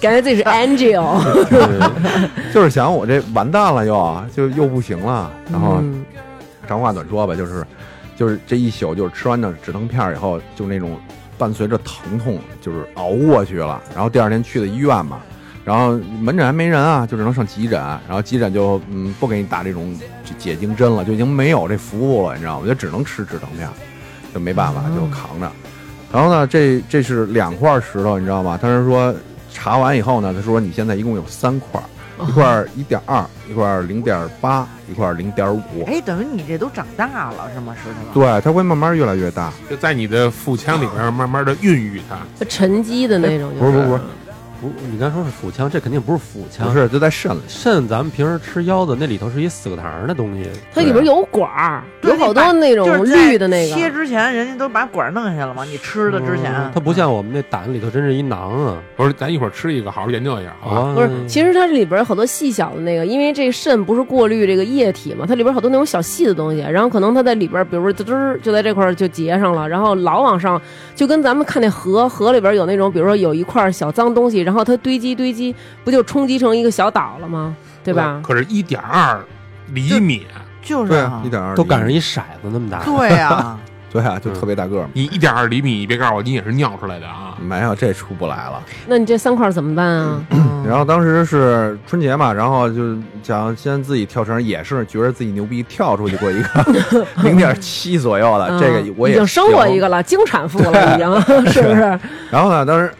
感觉自己是 angel，
就是想我这完蛋了又，啊就又不行了。 然后
嗯
长话短说吧，就是就是这一宿就是吃完那止疼片儿以后，就那种伴随着疼痛，就是熬过去了。然后第二天去的医院嘛，然后门诊还没人啊，就只能上急诊。然后急诊就嗯不给你打这种解经针了，就已经没有这服务了，你知道吗？就只能吃止疼片儿，就没办法就扛着。然后呢，这这是两块石头，你知道吗？他是说查完以后呢，他说你现在一共有三块儿，一块一点二，一块零点八，一块零点五。
哎，等于你这都长大了是吗？石头？
对，它会慢慢越来越大。
就在你的腹腔里边慢慢的孕育它。
沉积的那种，
不是不是不是
不，你刚说是腹腔，这肯定不是腹腔，
不是，就在肾里。
肾。咱们平时吃腰子那里头是一死个糖的东西，
它里边有管儿，
对
有好多那种
就是在
绿的那
切
个，
之前，人家都把管儿弄下来了吗？你吃的之
嗯
啊
前，
嗯它不像我们那胆里头真是一囊啊。
我说咱一会儿吃一个，好好研究一下，好吧？
啊，
不是，其实它里边有好多细小的那个，因为这肾不是过滤这个液体嘛，它里边好多那种小细的东西，然后可能它在里边，比如说滋儿就在这块儿就结上了，然后老往上，就跟咱们看那河，河里边有那种，比如说有一块小脏东西，然后它堆积堆积，不就冲击成一个小岛了吗？对吧？
可是，一点二厘米，
就是
对
啊
啊，一，点二
都赶上一骰子那么大。
对 呀，
对啊，就特别大个儿。
你一点二厘米，你别告诉我你也是尿出来的啊！
没有，这出不来了。
那你这三块儿怎么办啊？
嗯
嗯
然后当时是春节嘛，然后就想先自己跳绳，也是觉得自己牛逼，跳出去过 一个零点七左右的，
嗯
啊这个我也
已经生过
行
一个了，经产妇了，已经 是不是？
然后呢，当时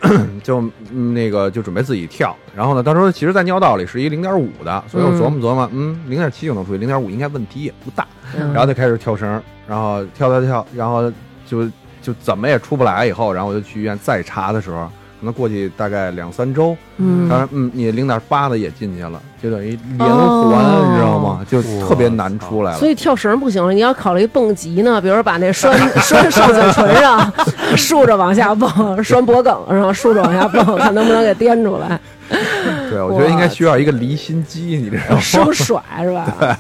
就、嗯那个就准备自己跳，然后呢，当时其实，在尿道里是一零点五的，所以我琢磨琢磨，嗯，零点七就能出去，零点五应该问题也不大，
嗯
然后就开始跳绳，然后跳跳跳，然后就就怎么也出不来，以后，然后我就去医院再查的时候，可能过去大概两三周，
嗯
当然，嗯，你零点八的也进去了，就等于连环，
哦
你知道吗？就特别难出来了
所。以跳绳不行了，你要考虑蹦极呢，比如说把那 拴拴上嘴唇上，竖着往下蹦，拴脖梗上，竖着往下蹦，看能不能给颠出来，
对，
嗯
我觉得应该需要一个离心机，你知道吗？
生甩是吧？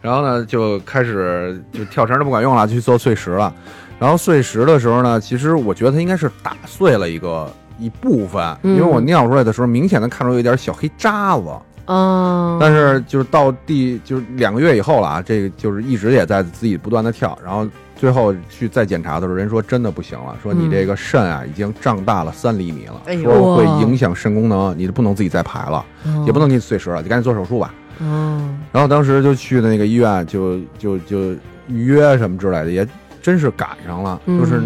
然后呢，就开始就跳绳都不管用了，去做碎石了。然后碎石的时候呢，其实我觉得它应该是打碎了一个一部分，
嗯
因为我尿出来的时候，明显能看出有一点小黑渣子。
啊，
但是就是到第就是两个月以后了啊，这个就是一直也在自己不断的跳，然后最后去再检查的时候，人说真的不行了，说你这个肾啊已经胀大了三厘米了，
哎呦
说会影响肾功能，你就不能自己再排了，
嗯
也不能给你碎石了，就赶紧做手术吧。
嗯
然后当时就去那个医院，就就就预约什么之类的，也真是赶上了，
嗯
就是、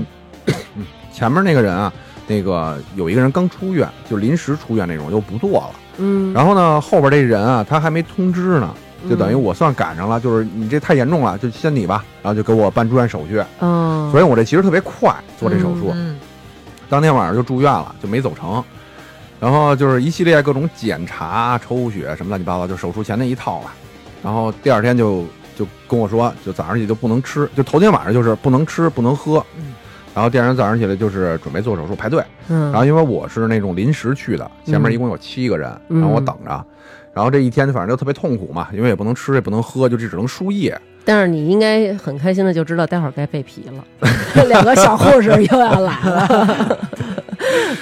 嗯前面那个人啊，那个有一个人刚出院，就临时出院那种，就不做了。
嗯，
然后呢，后边这人啊，他还没通知呢，就等于
嗯
我算赶上了，就是你这太严重了，就先你吧，然后就给我办住院手续。
嗯，
所以我这其实特别快做这手术，
嗯，
当天晚上就住院了，就没走成。然后就是一系列啊各种检查、抽血什么乱七八糟，就手术前那一套吧。然后第二天就就跟我说，就早上起就不能吃，就头天晚上就是不能吃不能喝，然后第二天早上起来就是准备做手术排队，
嗯，
然后因为我是那种临时去的，前面一共有七个人，
嗯
然后我等着，然后这一天反正就特别痛苦嘛，因为也不能吃也不能喝，就这只能输液，
但是你应该很开心的就知道待会儿该被皮了， 两个小护士又要来了。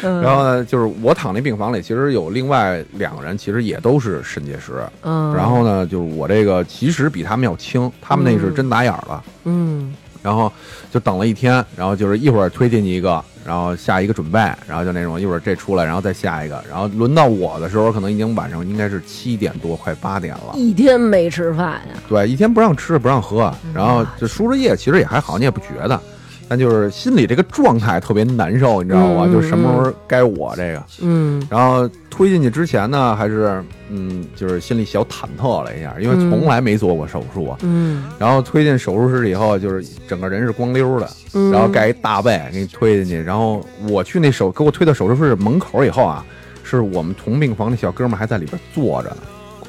嗯
然后呢，就是我躺那病房里，其实有另外两个人，其实也都是肾结石。
嗯，
然后呢，就是我这个其实比他们要轻，他们那是真打眼儿了。
嗯
然后就等了一天，然后就是一会儿推进去一个，然后下一个准备，然后就那种一会儿这出来，然后再下一个，然后轮到我的时候，可能已经晚上应该是七点多，快八点了。
一天没吃饭呀，
对，一天不让吃不让喝，
嗯
然后就输着液，其实也还好，你也不觉得。但就是心里这个状态特别难受，你知道吗？
嗯嗯
就是什么时候该我这个，
嗯
然后推进去之前呢，还是嗯，就是心里小忐忑了一下，因为从来没做过手术啊。
嗯，
然后推进手术室以后，就是整个人是光溜的，
嗯
然后盖一大被给你推进去。然后我去那手给我推到手术室门口以后啊，是我们同病房那小哥们儿还在里边坐着呢，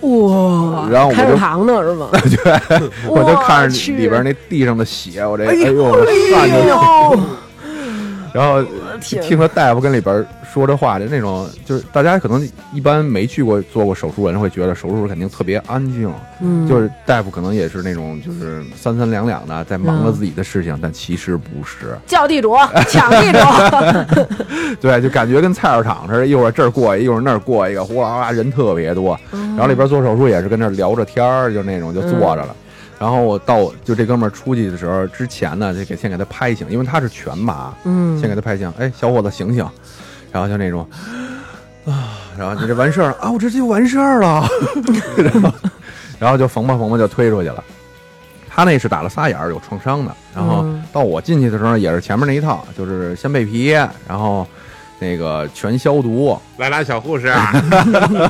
哇，
然后我就
开着糖呢是 吗？对，
我就看着里边那地上的血，我这哎呦我
哎
汗就
呦，
然后
天
听着大夫跟里边说这话，就那种就是大家可能一般没去过做过手术人会觉得手术室肯定特别安静，
嗯
就是大夫可能也是那种就是三三两两的在忙着自己的事情，但其实不是，
叫地主，抢地 主，
对，就感觉跟菜市场似的，一会儿这儿过一个，一会儿那儿过一个，呼啦呼啦人特别多，
哦
然后里边做手术也是跟那儿聊着天儿，就那种
嗯
就坐着了。然后我到就这哥们儿出去的时候，之前呢，就给先给他拍醒，因为他是全麻，
嗯
先给他拍醒，哎，小伙子醒醒，然后就那种啊，然后你这完事儿了啊，我这就完事儿了， 然后然后就缝吧缝吧就推出去了。他那是打了仨眼儿，有创伤的。然后
嗯
到我进去的时候也是前面那一套，就是先被皮，然后那个全消毒，
来俩小护士，啊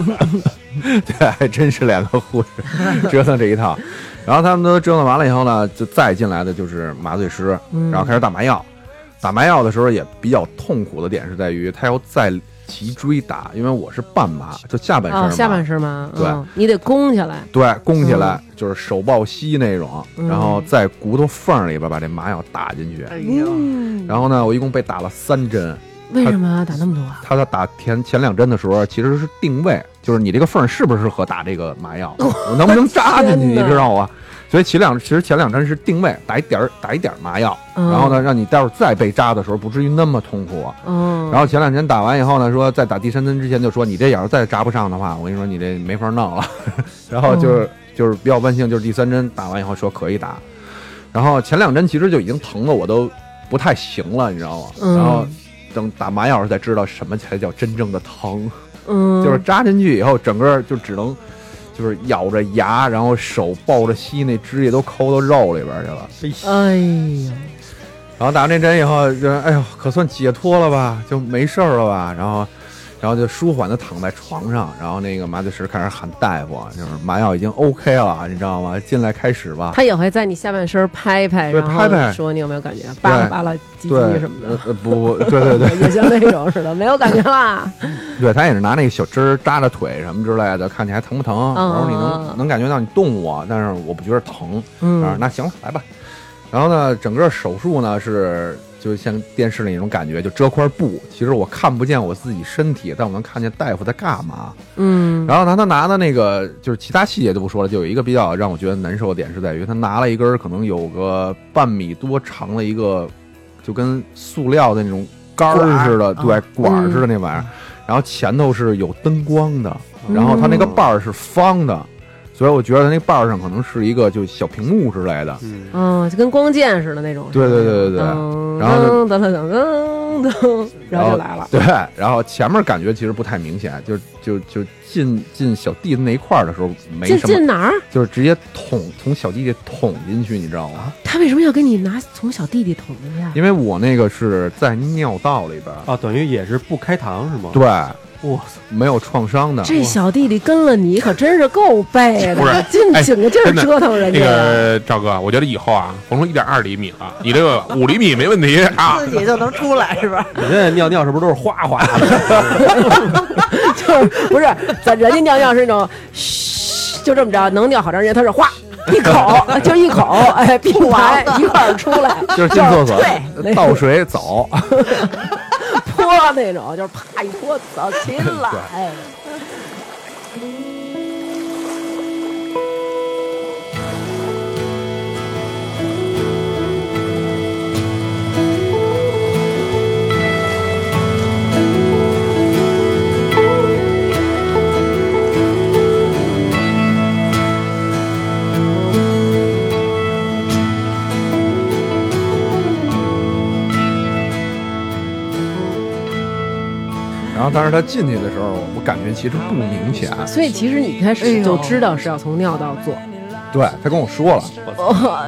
对，还真是两个护士折腾这 一套。然后他们都折腾完了以后呢，就再进来的就是麻醉师，
嗯
然后开始打麻药。打麻药的时候也比较痛苦的点是在于他要在脊椎打，因为我哎是半麻，就下半身麻、
啊，下半身吗？
对
嗯，你得弓起来，
对，弓起来、就是手抱膝那种，
嗯
然后在骨头缝里边把这麻药打进去。
哎呦，
嗯，
然后呢，我一共被打了三针。
为什么打那么多啊？
他在打前前两针的时候，其实是定位，就是你这个缝儿适不适合打这个 麻药，我能不能扎进去，
天哪
你知道吗？所以前两其实前两针是定位，打一点儿打一点儿麻药，
嗯
然后呢，让你待会儿再被扎的时候不至于那么痛苦。啊
嗯，
然后前两针打完以后呢，说在打第三针之前就说你这眼儿再扎不上的话，我跟你说你这没法弄了。 然后
嗯
就是就是比较万幸，就是第三针打完以后说可以打，然后前两针其实就已经疼的我都不太行了，你知道吗？
嗯
然后等打麻药时才知道什么才叫真正的疼，
嗯，
就是扎进去以后，整个就只能就是咬着牙，然后手抱着膝，那汁液都抠到肉里边去了。
哎呀，
然后打完这针以后，就哎呦，可算解脱了吧，就没事儿了吧？然后，然后就舒缓的躺在床上，然后那个麻醉师开始喊大夫，就是麻药已经 OK 了，你知道吗？进来开始吧。
他也会在你下半身拍拍，
对
然后
拍拍
说你有没有感觉，扒拉扒拉鸡
对
鸡什，么
呃
的，
呃不不，对对对
也像那种 似的，没有感觉啦。
对， 他也是拿那个小针儿扎着腿什么之类的，看你还疼不疼？然后你
嗯
能能感觉到你动我，但是我不觉得疼。啊，
嗯，
那行了，来吧。然后呢，整个手术呢是就像电视里那种感觉，就遮块布。其实我看不见我自己身体，但我能看见大夫在干嘛。
嗯，
然后呢，他拿的那个就是其他细节就不说了，就有一个比较让我觉得难受的点是在于，他拿了一根儿可能有个半米多长的一个，就跟塑料的那种杆儿似的，
管
对
儿，
管儿似的那玩意儿。然后前头是有灯光的，然后它那个把儿是方的，所以我觉得它那把儿上可能是一个就小屏幕之类的。
嗯，
嗯，就跟光剑似的那种。
对对对对对。
噔，
然后
噔噔噔噔噔噔，嗯然后就来了。
对，然后前面感觉其实不太明显，就就就进进小弟那一块儿的时候没
进
什么
进哪儿？
就是直接捅从小弟弟捅进去，你知道吗？
他为什么要给你拿从小弟弟捅一下？
因为我那个是在尿道里边儿，
啊，等于也是不开膛是吗？
对，
哇塞，
没有创伤的。
这小弟弟跟了你可真是够背
不是
的，进
哎
紧个劲儿
真的
折腾人
那
家。
个赵哥，我觉得以后啊，甭说一点二厘米了，你这个五厘米没问题 啊。
自己就能出来是吧？
你这尿尿是不是都是哗哗 的？
就是不是咱人家尿尿是那种，嘘，就这么着能尿好长时间，他是哗一口就一口，哎，并排一块儿出来，
就是进厕所
对
倒水走，
泼那种，就是啪一泼，走起 来。
然后但是他进去的时候，我感觉其实不明显，
所以其实你一开始就知道是要从尿道做。
对他跟我说了，
我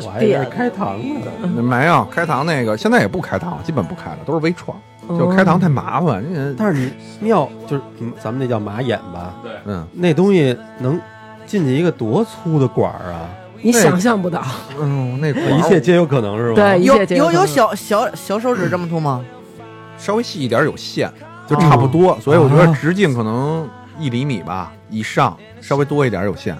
我还以为
天
是，开膛呢，
没有开膛那个，现在也不开膛，基本不开了，都是微创，
哦
就开膛太麻烦，人家
但是你尿就是嗯咱们那叫马眼吧，
嗯
那东西能进去一个多粗的管儿啊！
你想象不到，
嗯，那管儿
一切皆有可能是吧？
哦对，一
有
切皆
有
可
有
能
小小小手指这么粗吗？
稍微细一点有线，就差不多，
哦
所以我觉得
啊
直径可能一厘米吧以上，稍微多一点有线，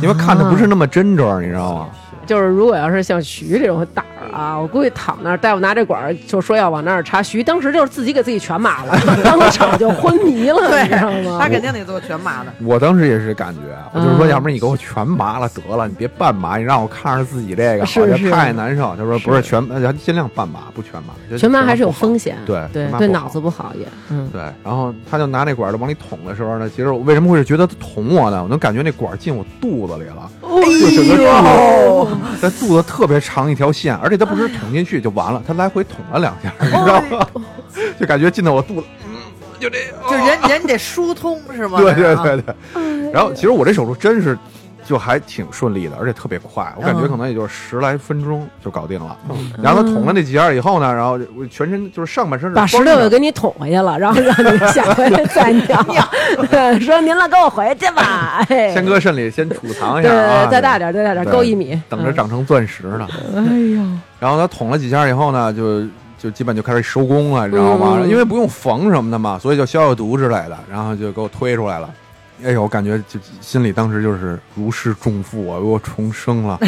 因为看的不是那么真着，你知道吗？
就是如果要是像徐这种胆儿啊，
嗯
我估计躺那儿，大夫拿这管儿就说要往那儿插，徐当时就是自己给自己全麻 了，当场就昏迷了，你知道吗
他？肯定得做全麻的。
我当时也是感觉，我就是
嗯
说，要不然你给我全麻了得了，你别半麻，你让我看着自己这个，
是
好像
是
太难受。他说不是全，呃尽量半麻，不全麻。就
全麻还是有
不好
风险，
对
对
全麻
对，
不好
脑子不好也，嗯，
对，然后他就拿那管儿往里捅的时候呢，其实我为什么会觉得他捅我呢？我能感觉那管儿进我肚子里了，就整个肚子，在肚子特别长一条线，而且他不是捅进去就完了，他来回捅了两下，你知道吗？就感觉进到我肚子，
就人人得疏通是啊吗？
对
这
对
样
对对。然后其实我这手术真是就还挺顺利的，而且特别快，我感觉
嗯
可能也就是十来分钟就搞定了。然后他捅了那几下以后呢，然后我全身就是上半身是
把石
光
榴
着
又给你捅回去了， 然后让你下回再尿，对 说您了，跟我回去吧，哎，
先搁肾里先储藏一
对，
下啊，
对再大点，再大点，
对
够一米，
等着长成钻石呢。
嗯。哎呦，
然后他捅了几下以后呢，就就基本就开始收工了，你知道吗？
嗯
因为不用缝什么的嘛，所以就消消毒之类的，然后就给我推出来了。哎呦，我感觉就心里当时就是如释重负啊，我重生 了，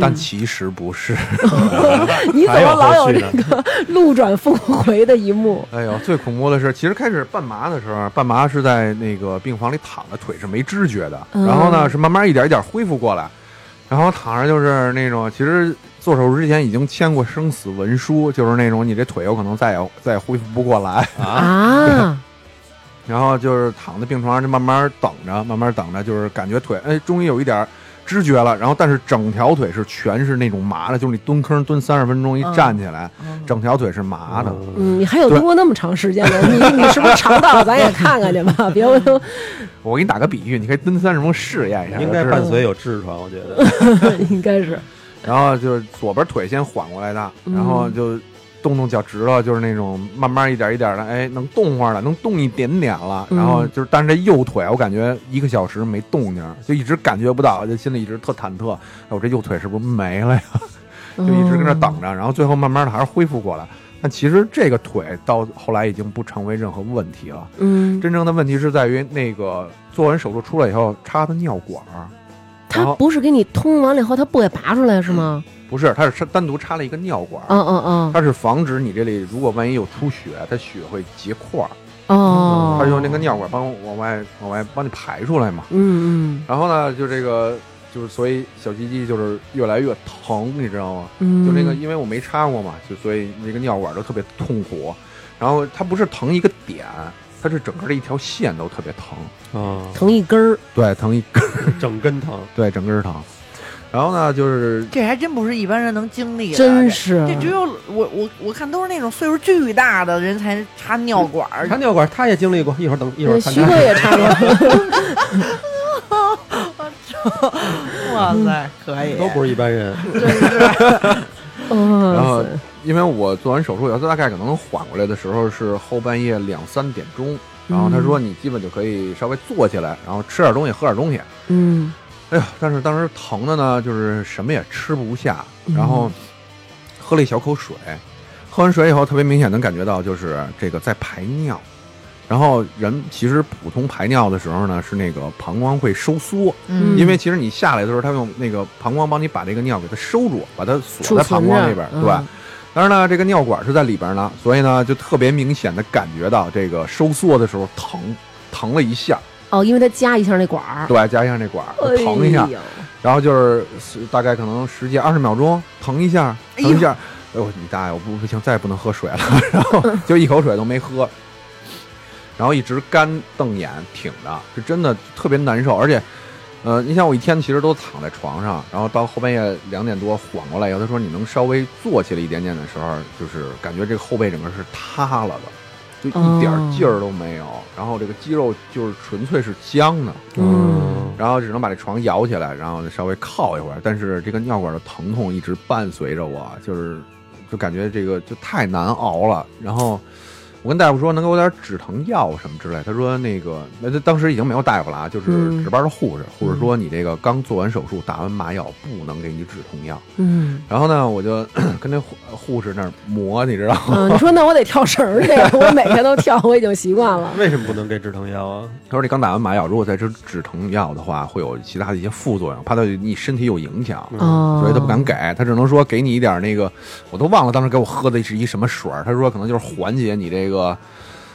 但其实不是。
嗯你怎么
还有
老
后
有
续
这
呢？
个路转峰回的一幕？
哎呦，最恐怖的是，其实开始半麻的时候，半麻是在那个病房里躺着，腿是没知觉的。
嗯
然后呢，是慢慢一点一点恢复过来，然后躺着就是那种，其实做手术之前已经签过生死文书，就是那种你这腿有可能再也再也恢复不过来。
啊，
然后就是躺在病床上，就慢慢等着，慢慢等着，就是感觉腿哎，终于有一点知觉了。然后，但是整条腿是全是那种麻的，就是你蹲坑蹲三十分钟，一
嗯
站起来，
嗯
整条腿是麻的。
嗯，你还有蹲过那么长时间呢？你你是不是肠道？咱也看看去吧， 别回头
我给你打个比喻，你可以蹲三十分钟试验一下，
应该
就是
伴随有痔疮，我觉得
应该是
然后就是左边腿先缓过来的，
嗯
然后就动动脚趾头，就是那种慢慢一点一点的，哎，能动会儿了，能动一点点了。
嗯
然后就是，但是这右腿我感觉一个小时没动静，就一直感觉不到，就心里一直特忐忑，哎，我这右腿是不是没了呀？
嗯
就一直跟那等着，然后最后慢慢的还是恢复过来。但其实这个腿到后来已经不成为任何问题了，
嗯，
真正的问题是在于那个做完手术出来以后插的尿管儿，然
他
后
不是给你通完了以后，他不给拔出来是吗？
不是，它是插单独插了一个尿管儿。
嗯嗯
它是防止你这里如果万一有出血，它血会结块儿，
嗯，哦，
它用那个尿管帮往外往外帮你排出来嘛。
嗯
然后呢，就这个就是所以小鸡鸡就是越来越疼，你知道吗？
嗯嗯，
就那个因为我没插过嘛，就所以那个尿管就特别痛苦。然后它不是疼一个点，它是整个这一条线都特别疼，
啊，
疼一根儿，
对，疼一根儿，
整根疼。
对，整根儿疼。然后呢，就是
这还真不是一般人能经历的，啊
真
这
是
这只有我我我看都是那种岁数巨大的人才插尿
嗯
管儿
他，尿管他也经历过，一会儿等一会儿他
徐哥也差不多，
哇塞，可以，
都不是一般人，
嗯
然后因为我做完手术以后，大概可能缓过来的时候是后半夜两三点钟，然后他说你基本就可以稍微坐起来，然后吃点东西，喝点东西。
嗯
哎呀，但是当时疼的呢，就是什么也吃不下，然后喝了一小口水，喝完水以后特别明显能感觉到就是这个在排尿，然后人其实普通排尿的时候呢，是那个膀胱会收缩，
嗯
因为其实你下来的时候，它用那个膀胱帮你把这个尿给它收住，把它锁在膀胱里边儿，
储存着
对
嗯。
当然呢，这个尿管是在里边呢，所以呢，就特别明显的感觉到这个收缩的时候疼，疼了一下，
哦，因为它夹一下那管儿，
对，加上这管儿疼一下，
哎呦
然后就是是大概可能十几二十秒钟，疼一下，
哎
疼
呦
一下，哎呦，你大爷，我不不行，再也不能喝水了， 然后就一口水都没喝，然后一直干瞪眼挺着，是真的特别难受，而且，呃，你像我一天其实都躺在床上，然后到后半夜两点多缓过来以后，他说你能稍微坐起来一点点的时候，就是感觉这个后背整个是塌了的，就一点
哦
劲儿都没有，然后这个肌肉就是纯粹是僵的。
嗯
然后只能把这床摇起来，然后稍微靠一会儿。但是这个尿管的疼痛一直伴随着我，就是就感觉这个就太难熬了。然后我跟大夫说能给我点止疼药什么之类，他说那个那他当时已经没有大夫了啊，就是
嗯
值班的护士，护士说你这个刚做完手术，打完麻药不能给你止痛药。
嗯，
然后呢，我就 跟那护护士那儿磨，你知道吗？
嗯，你说那我得跳绳儿去， 我每天都跳，我已经习惯了。
嗯为什么不能给止疼药啊？
他说你刚打完麻药，如果再吃止疼药的话，会有其他的一些副作用，怕对你身体有影响。
哦，
所以他不敢给，他只能说给你一点那个，我都忘了当时给我喝的是一什么水儿。他说可能就是缓解你这个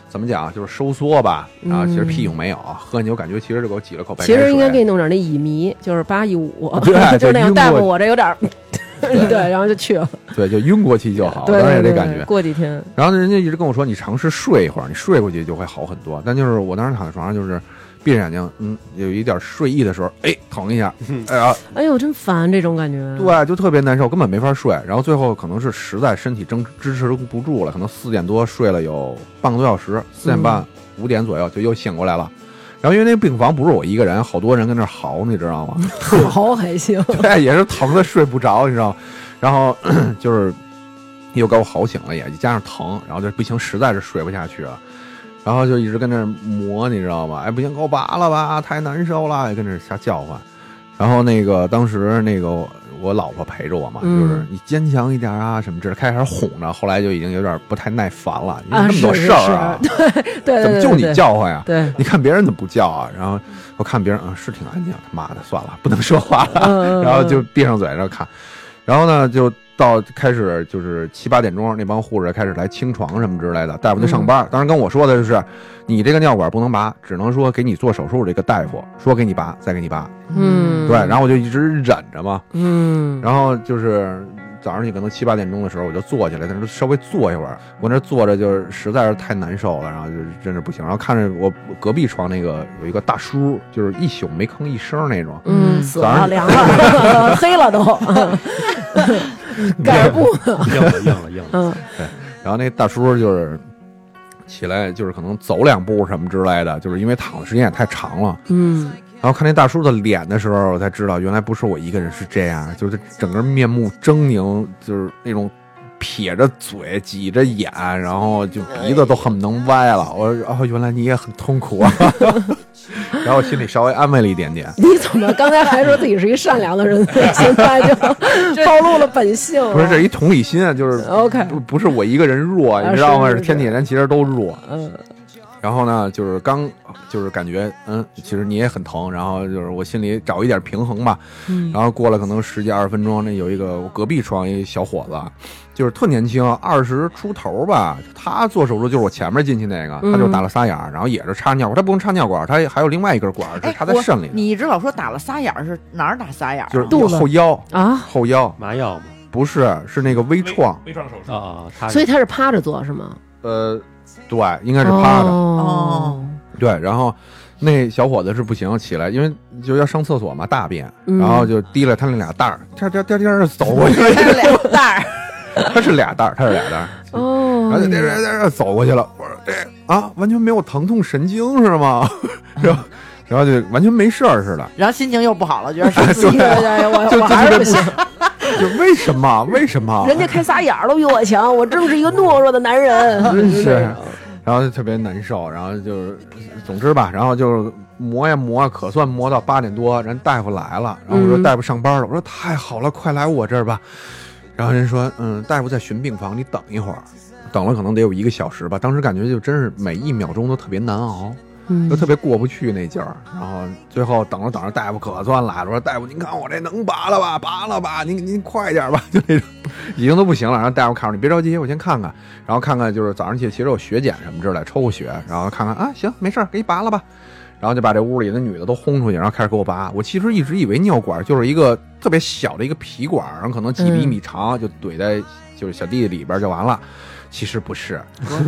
怎么讲，就是收缩吧。
嗯
啊，其实屁用没有，喝你就感觉其实就给我挤了口白开
其
水。啊
实应该给你弄点那乙醚，就是八一五，
对
就是那
就晕过
样。大夫，我这有 点儿，对，然后就去了。
对，就晕过去就好，
对
当然
对对，
也这感觉。
过几天，
然后人家一直跟我说，你尝试睡一会儿，你睡过去就会好很多。但就是我当时躺在床上，就是闭着眼睛，嗯，有一点睡意的时候，哎，疼一下，哎呀，
哎呦，真烦这种感觉。，
对，就特别难受，根本没法睡。然后最后可能是实在身体支支持不住了，可能四点多睡了有半个多小时，四点半五点左右就又醒过来了。然后因为那病房不是我一个人，好多人跟那儿嚎，你知道吗？
好还行。
对，也是疼的睡不着，你知道吗？然后 就是又给我嚎醒了也，加上疼，然后就不行，实在是睡不下去了。然后就一直跟那儿磨，你知道吗？哎，不行，给我拔了吧，太难受了，也跟那儿瞎叫唤。然后那个当时那个我我老婆陪着我嘛，
嗯
就是你坚强一点啊什么之类的，开始哄着，后来就已经有点不太耐烦了，因为
啊
那么多
是是
事儿啊，
对对
怎
对
么
对，
就你
对？
叫唤呀？
对，
你看别人怎么不叫啊？然后我看别人啊、是挺安静，他妈的算了，不能说话了。
嗯，
然后就闭上嘴，然后看，然后呢，就到开始就是七八点钟，那帮护士开始来清床什么之类的，大夫就上班。当时跟我说的就是，你这个尿管不能拔，只能说给你做手术这个大夫说给你拔，再给你拔。
嗯，
对，然后我就一直忍着嘛，
嗯，
然后就是。早上起可能七八点钟的时候，我就坐起来，但是稍微坐一会儿。我那坐着就是实在是太难受了，然后就是真是不行。然后看着我隔壁床那个有一个大叔，就是一宿没吭一声那种，
嗯，死
早上
了，凉了， 黑了都， 盖着布呢。
硬了，硬了，硬了。
嗯
然后那大叔就是起来，就是可能走两步什么之类的，就是因为躺的时间也太长了。
嗯，
然后看那大叔的脸的时候，我才知道原来不是我一个人是这样，就是整个面目狰狞，就是那种撇着嘴、挤着眼，然后就鼻子都恨不能歪了。我说哦，原来你也很痛苦啊。 然后我心里稍微安慰了一点点。
你怎么刚才还说自己是一善良的人， 现在就暴露了本性了？
不是这一同理心啊，就是
嗯 OK
不不是我一个人弱，
啊
你知道吗？
是是
天底下人其实都弱。
嗯，
然后呢，就是刚就是感觉嗯，其实你也很疼，然后就是我心里找一点平衡吧。
嗯
然后过了可能十几二十分钟，那有一个我隔壁床一小伙子，就是特年轻，二十出头吧。他做手术就是我前面进去那个，
嗯
他就打了仨眼儿，然后也是插尿管，他不用插尿管，他还有另外一根管儿是
哎，
插在
我
肾里的，
你一直老说打了仨眼儿是哪儿打仨眼儿啊？
就
肚
是
子
后腰
啊，
后腰
麻药嘛，
不是是那个微创，
微创手术
啊，啊，他
所以他是趴着做是吗？
呃，对，应该是趴着。
哦，
嗯
对，然后那小伙子是不行，起来，因为就要上厕所嘛，大便，
嗯
然后就提了他那俩袋儿，颠颠颠颠地走过去，
开了俩蛋儿，
他是俩袋儿，他是俩袋儿，
哦
然后就颠颠颠颠走过去了。我说这啊，完全没有疼痛神经是吗？ 然后然后就完全没事儿似的，
然后心情又不好了，觉得是自己
对对，
就
我我
就
还
特
是
别
不行，
就为什么？为 什么？
人家开仨眼儿都比我强，我真是一个懦弱的男人。
真是，然后就特别难受，然后就是，总之吧，然后就是磨呀磨呀，啊可算磨到八点多，人大夫来了，然后我说
嗯
大夫上班了，我说太好了，快来我这儿吧，然后人说，嗯，大夫在巡病房，你等一会儿，等了可能得有一个小时吧。当时感觉就真是每一秒钟都特别难熬，
嗯
就特别过不去那劲儿。然后最后等着等着，大夫可算来了，说大夫您看我这能拔了吧？拔了吧，您您快点吧， 就那种已经都不行了。然后大夫看着你别着急，我先看看，然后看看就是早上起其实有血检什么之类，抽过血，然后看看啊行没事儿，给你拔了吧。然后就把这屋里的女的都轰出去，然后开始给我拔。我其实一直以为尿管就是一个特别小的一个皮管，然后可能几厘
嗯
米长，就怼在就是小弟弟里边就完了。其实不是，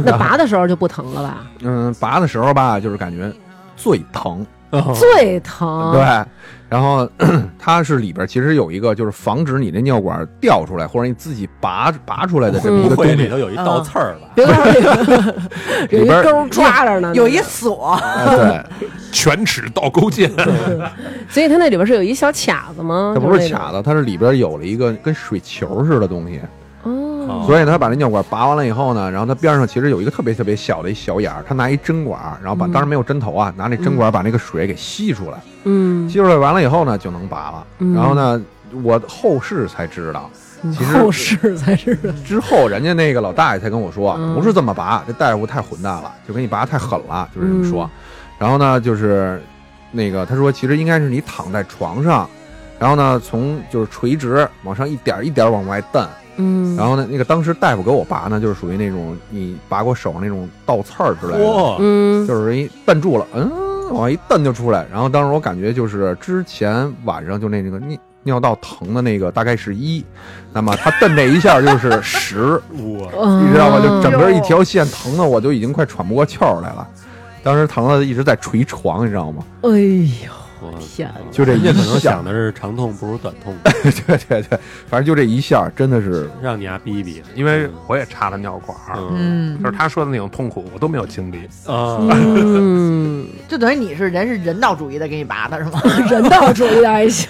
那拔的时候就不疼了吧？
嗯，拔的时候吧，就是感觉最疼，
哦
最疼，
哦对。然后 咳咳它是里边其实有一个就是防止你这尿管掉出来，或者你自己拔拔出来的这么一
不
个东
会
西，
里头有一倒刺儿吧？
别告诉你，有
里
一
边
钩抓着呢，
有一锁，
啊对，
犬齿倒钩剑，
所以它那里边是有一小卡子吗？
它不是
就是那
卡子，它是里边有了一个跟水球似的东西，
种哦，
哦
所以他把那尿管拔完了以后呢，然后他边上其实有一个特别特别小的一小眼儿，他拿一针管儿，然后把、当然没有针头啊，拿那针管儿把那个水给吸出来，
嗯
吸出来完了以后呢就能拔了。
嗯
然后呢，我后世才知道，
嗯，
其实
后世才是
之后人家那个老大爷才跟我说，
嗯
不是这么拔，这大夫太混蛋了，就给你拔太狠了，就是这么
嗯
说。然后呢，就是那个他说，其实应该是你躺在床上，然后呢从就是垂直往上一点儿一点儿往外蹬。
嗯，
然后呢，那个当时大夫给我拔呢，就是属于那种你拔过手上那种倒刺儿之类的，
哇，
嗯
就是一蹬住了，嗯，往一蹬就出来。然后当时我感觉就是之前晚上就那那个尿尿道疼的那个大概是一，那么他蹬这一下就是十，
我
嗯，
你知道吗？就整个一条线疼的我就已经快喘不过气儿来了。当时疼的一直在捶床，你知道吗？
哎呦，
我
天哪
就这
人家可能
一下
想的是长痛不如短痛，
对对对对，反正就这一下真的是
让你丫逼一逼，
因为我也插了尿管儿，
嗯
嗯，
就是他说的那种痛苦，我都没有经历。
啊，
嗯，
就等于你是人是人道主义的给你拔的是 吗？
人道主义的还行，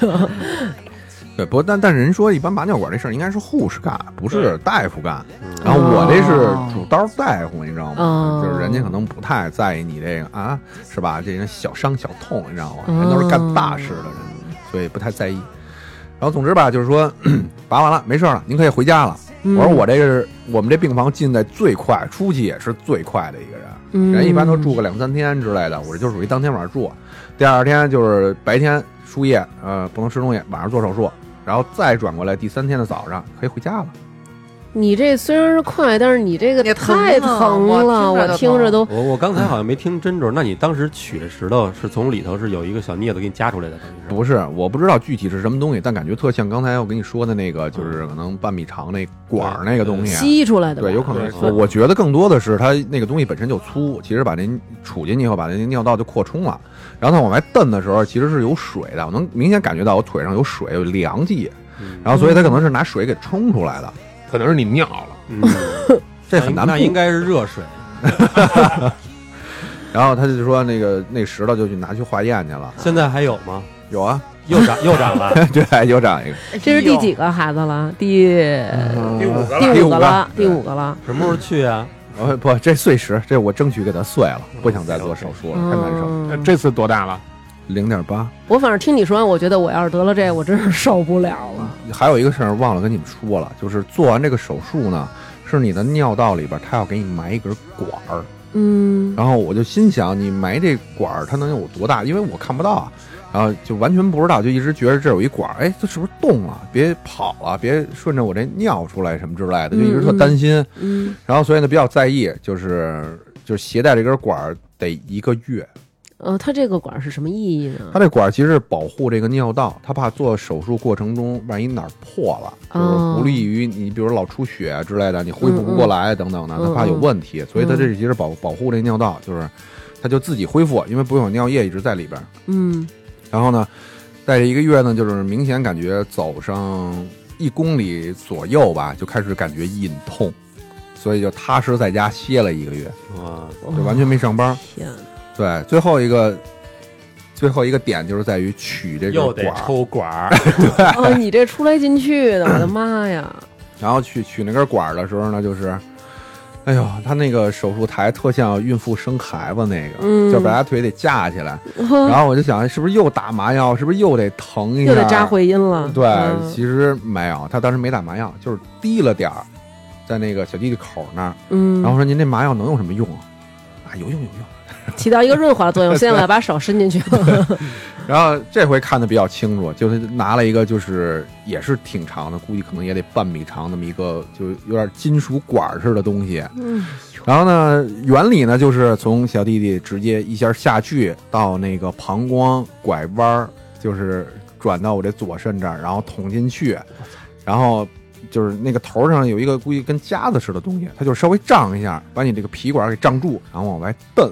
对，不过但但人说一般拔尿管这事儿应该是护士干，不是大夫干。
嗯
然后我这
哦
是主刀大夫，你知道吗？
哦
就是人家可能不太在意你这个啊，是吧？这人小伤小痛，你知道吗？人都是干大事的人，所以不太在意。然后总之吧，就是说 拔完了没事儿了，您可以回家了。
嗯
我说我这个是我们这病房进的最快，出去也是最快的一个人。
嗯
人一般都住个两三天之类的，我这就属于当天晚上住，第二天就是白天输液，呃，不能吃东西，晚上做手术，然后再转过来第三天的早上可以回家了。
你这虽然是快，但是你这个
也疼
太
啊
疼
我
了，
听
我听
着都疼
着
哎
都
我我刚才好像没听真准，那你当时取这石头是从里头是有一个小镊子给你夹出来的，等于是
不是，我不知道具体是什么东西，但感觉特像刚才我跟你说的那个，就是可能半米长那管儿那个东西。
嗯
啊
吸出来的吧，
对，有可能
对。
我我觉得更多的是它那个东西本身就粗，其实把那杵进去以后，把那尿道就扩充了。然后它往外蹬的时候，其实是有水的，我能明显感觉到我腿上有水，有凉气。
嗯
然后所以它可能是拿水给冲出来的，
可能是你尿了，
嗯，
这很难
那
不
应该是热水，
然后他就说那个那石头就去拿去化验去了。
现在还有吗？
有啊，
又长又长 了，
对，有长一个。
这是
哎
第 几个孩子了？第
嗯
第五个
第
了，
五
第五
个
个
了，第
对
五个了。
什么时候去啊？
呃，不，这碎石，这我争取给它碎了，不想再做手术了，太难受了。
嗯，
这次多大了？
零点八。
我反正听你说完，我觉得我要是得了这，我真是受不了了。
还有一个事儿忘了跟你们说了，就是做完这个手术呢，是你的尿道里边他要给你埋一根管儿，
嗯，
然后我就心想，你埋这管儿它能有多大？因为我看不到啊，然后就完全不知道，就一直觉得这有一管儿，哎，它是不是动了？别跑了，别顺着我这尿出来什么之类的，就一直特担心。
嗯，
然后所以呢比较在意，就是就是携带这根管儿得一个月。
呃，它这个管儿是什么意义呢？
它这管儿其实是保护这个尿道，它怕做手术过程中万一哪儿破了，就是不利于你，比如老出血啊之类的，你恢复不过来等等的，
哦嗯嗯嗯
它怕有问题，所以它这其实保保护这尿道，就是它就自己恢复，因为不会有尿液一直在里边儿。
嗯
然后呢，带着一个月呢，就是明显感觉走上一公里左右吧，就开始感觉隐痛，所以就踏实在家歇了一个月，
哇，
就完全没上班。
天哪，
对，最后一个最后一个点就是在于取这个
又得
管儿，
抽管儿，
哦，你这出来进去的，我的妈 呀！
然后取取那根管儿的时候呢，就是。哎呦，他那个手术台特像孕妇生孩子那个，
嗯
就把她腿得架起来。
呵
然后我就想，哎是不是又打麻药？是不是又得疼一下？
又得扎会阴了。
啊对，
嗯
其实没有，他当时没打麻药，就是滴了点儿，在那个小弟弟口那儿，
嗯，
然后说您这麻药能有什么用啊？啊，有用有用。
起到一个润滑作用。现在我要把手伸进 去，
然后这回看的比较清楚，就是拿了一个，就是也是挺长的，估计可能也得半米长那么一个，就有点金属管儿似的东西。
嗯，
然后呢，原理呢就是从小弟弟直接一下下锯到那个膀胱拐弯儿，就是转到我这左肾这儿，然后捅进去，然后就是那个头上有一个估计跟夹子似的东西，它就稍微胀一下，把你这个皮管给胀住，然后往外蹬。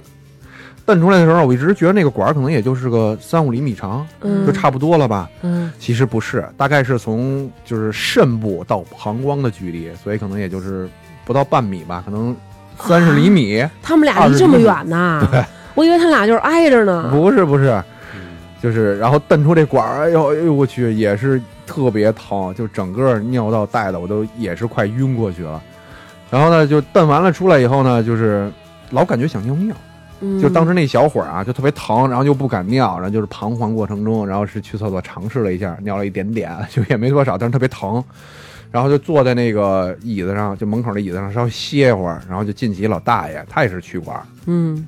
蹬出来的时候，我一直觉得那个管儿可能也就是个三五厘米长，
嗯
就差不多了吧。
嗯
其实不是，大概是从就是肾部到膀胱的距离，所以可能也就是不到半米吧，可能三十厘米。
他们俩离这么远呐？我以为他俩就是挨着呢。
不是不是，就是然后蹬出这管儿，哎呦哎呦我去，也是特别疼，就整个尿道带的我都也是快晕过去了。然后呢，就蹬完了出来以后呢，就是老感觉想尿尿。
嗯
就当时那小伙儿啊，就特别疼，然后又不敢尿，然后就是彷徨过程中，然后是去厕所尝试了一下，尿了一点点， 就也没多少，但是特别疼，然后就坐在那个椅子上，就门口的椅子上稍微歇一会儿，然后就进去一老大爷，他也是去管儿，
嗯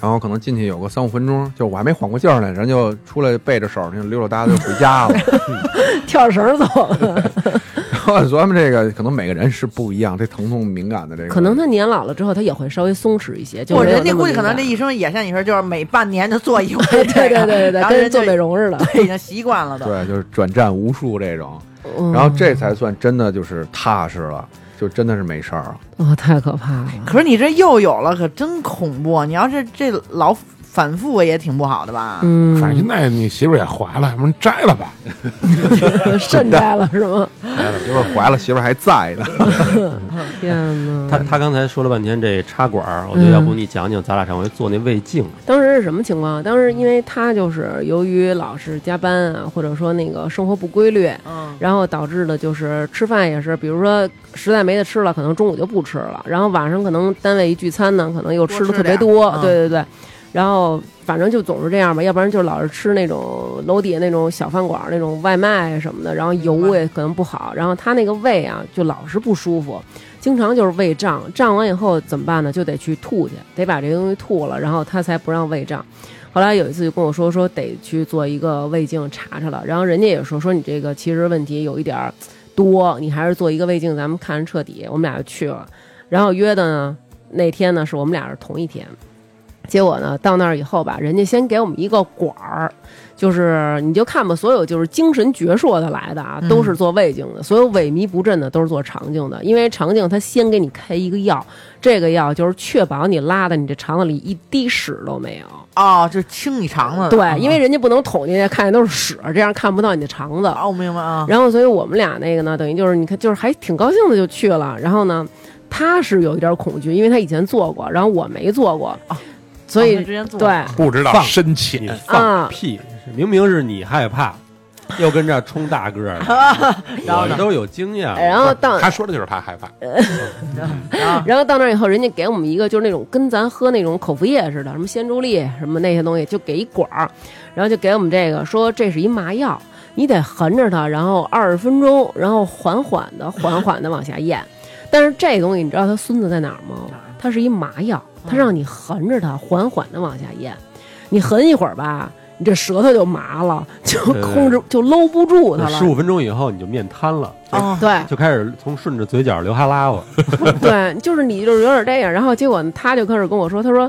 然后可能进去有个三五分钟，就我还没缓过劲儿呢，人就出来背着手那溜溜达达就回 家了。
跳绳儿走了，
然后琢磨这个，可能每个人是不一样，对疼痛敏感的这个，
可能他年老了之后，他也会稍微松弛一些。就
我
没有
人家
那么
估计
敏
可能 这
感
一生也像你说，就是每半年就做 一回这
对对
个，
对对对，
然后人
跟
就
做美容似的。
对已经习惯了都。
对，就是转战无数这种，
嗯
然后这才算真的就是踏实了，就真的是没事儿了。
哦，太可怕 了。
可是你这又有了，可真恐怖！啊你要是这老反复也挺不好的吧？
嗯，
反正现在你媳妇儿也怀了，要不然摘了吧。
肾摘了是 吗？
媳妇儿怀了，媳妇儿还在呢。
天
他
哪！
他刚才说了半天这插管儿，我觉得要不你讲讲咱俩上回做那胃镜，
当时是什么情况？当时因为他就是由于老是加班啊，或者说那个生活不规律，
嗯，
然后导致的就是吃饭也是，比如说实在没得吃了，可能中午就不吃了，然后晚上可能单位一聚餐呢，可能又吃的特别多，
多吃点嗯
对对对。然后反正就总是这样吧，要不然就老是吃那种楼底下那种小饭馆那种外卖什么的，然后油也可能不好，然后他那个胃啊就老是不舒服，经常就是胃胀，胀完以后怎么办呢？就得去吐去，得把这个东西吐了，然后他才不让胃胀。后来有一次就跟我说说得去做一个胃镜查查了，然后人家也说说你这个其实问题有一点儿多，你还是做一个胃镜，咱们看着彻底。我们俩就去了，然后约的呢那天呢是我们俩是同一天，结果呢到那儿以后吧，人家先给我们一个管儿。就是你就看吧，所有就是精神矍铄的来的啊，都是做胃镜的；所有萎靡不振的都是做肠镜的，因为肠镜它先给你开一个药，这个药就是确保你拉的你这肠子里一滴屎都没有。
哦，就清你肠子。
对，因为人家不能捅进去，看见都是屎，这样看不到你的肠子。
啊，我明白啊。
然后，所以我们俩那个呢，等于就是你看，就是还挺高兴的就去了。然后呢，他是有一点恐惧，因为他以前做过，然后我没做过，所以、
哦之前做啊
对，
不知道
放
深
你
嗯
浅，
啊
放屁，明明是你害怕，又跟这儿冲大个 儿的，我这都有经验了。
哎
然后哦到呃
他说的就是他害怕，
然后到那儿以后，人家给我们一个就是那种跟咱喝那种口服液似的，什么鲜珠粒什么那些东西，就给一管儿，然后就给我们这个说这是一麻药，你得含着它，然后二十分钟，然后缓缓的、缓缓的往下咽。但是这东西你知道它孙子在哪儿吗？
啊
它是一麻药，
嗯
它让你含着它，缓缓的往下咽。你含一会儿吧，你这舌头就麻了，就
对
控制就搂不住它
十
了。
五分钟以后你就面瘫了，
哦，
对，
就开始从顺着嘴角流哈喇子。
对，就是你就是有点这样，然后结果他就开始跟我说，他说，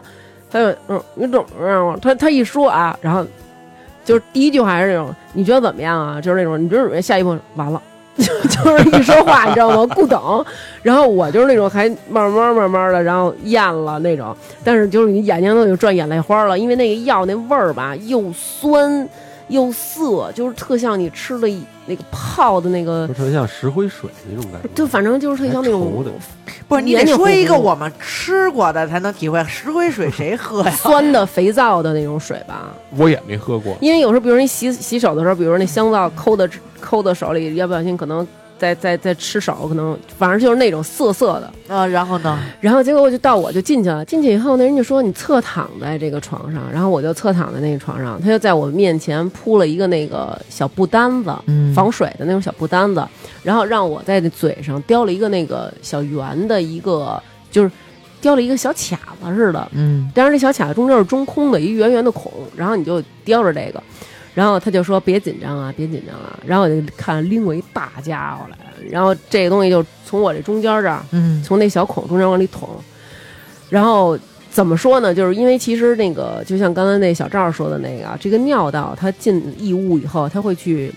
他就嗯，你怎么样啊？他他一说啊，然后就是第一句话还是那种，你觉得怎么样啊？就是那种，你觉得下一步完了。就就是一说话，你知道吗？不等，然后我就是那种还慢慢慢慢的，然后咽了那种，但是就是你眼睛都已经转眼泪花了，因为那个药那味儿吧，又酸又涩，就是特像你吃了一那个泡的那个
嗯
就，特别像石灰水那种感觉，
就反正就是特像那
稠
种
的
不是你得
黏黏糊
说一个
糊
我们吃过的才能体会，石灰水谁喝呀？
酸的、肥皂的那种水吧，
我也没喝过。
因为有时候，比如你洗洗手的时候，比如那香皂抠的抠的手里，要不小心可能再再再吃少，可能反正就是那种涩涩的。
啊，然后呢？
然后结果我就到我就进去了，进去以后那人就说你侧躺在这个床上，然后我就侧躺在那个床上，他就在我面前铺了一个那个小布单子，
嗯
防水的那种小布单子，然后让我在那嘴上叼了一个那个小圆的一个，就是叼了一个小卡子似的，
嗯
但是这小卡子中间是中空的，一圆圆的孔，然后你就叼着这个，然后他就说别紧张啊，别紧张啊，然后我就看拎过一大家伙来，然后这个东西就从我这中间这儿。
嗯
从那小孔中间往里捅。然后怎么说呢？就是因为其实那个，就像刚才那小赵说的那个啊，这个尿道它进异物以后，它会去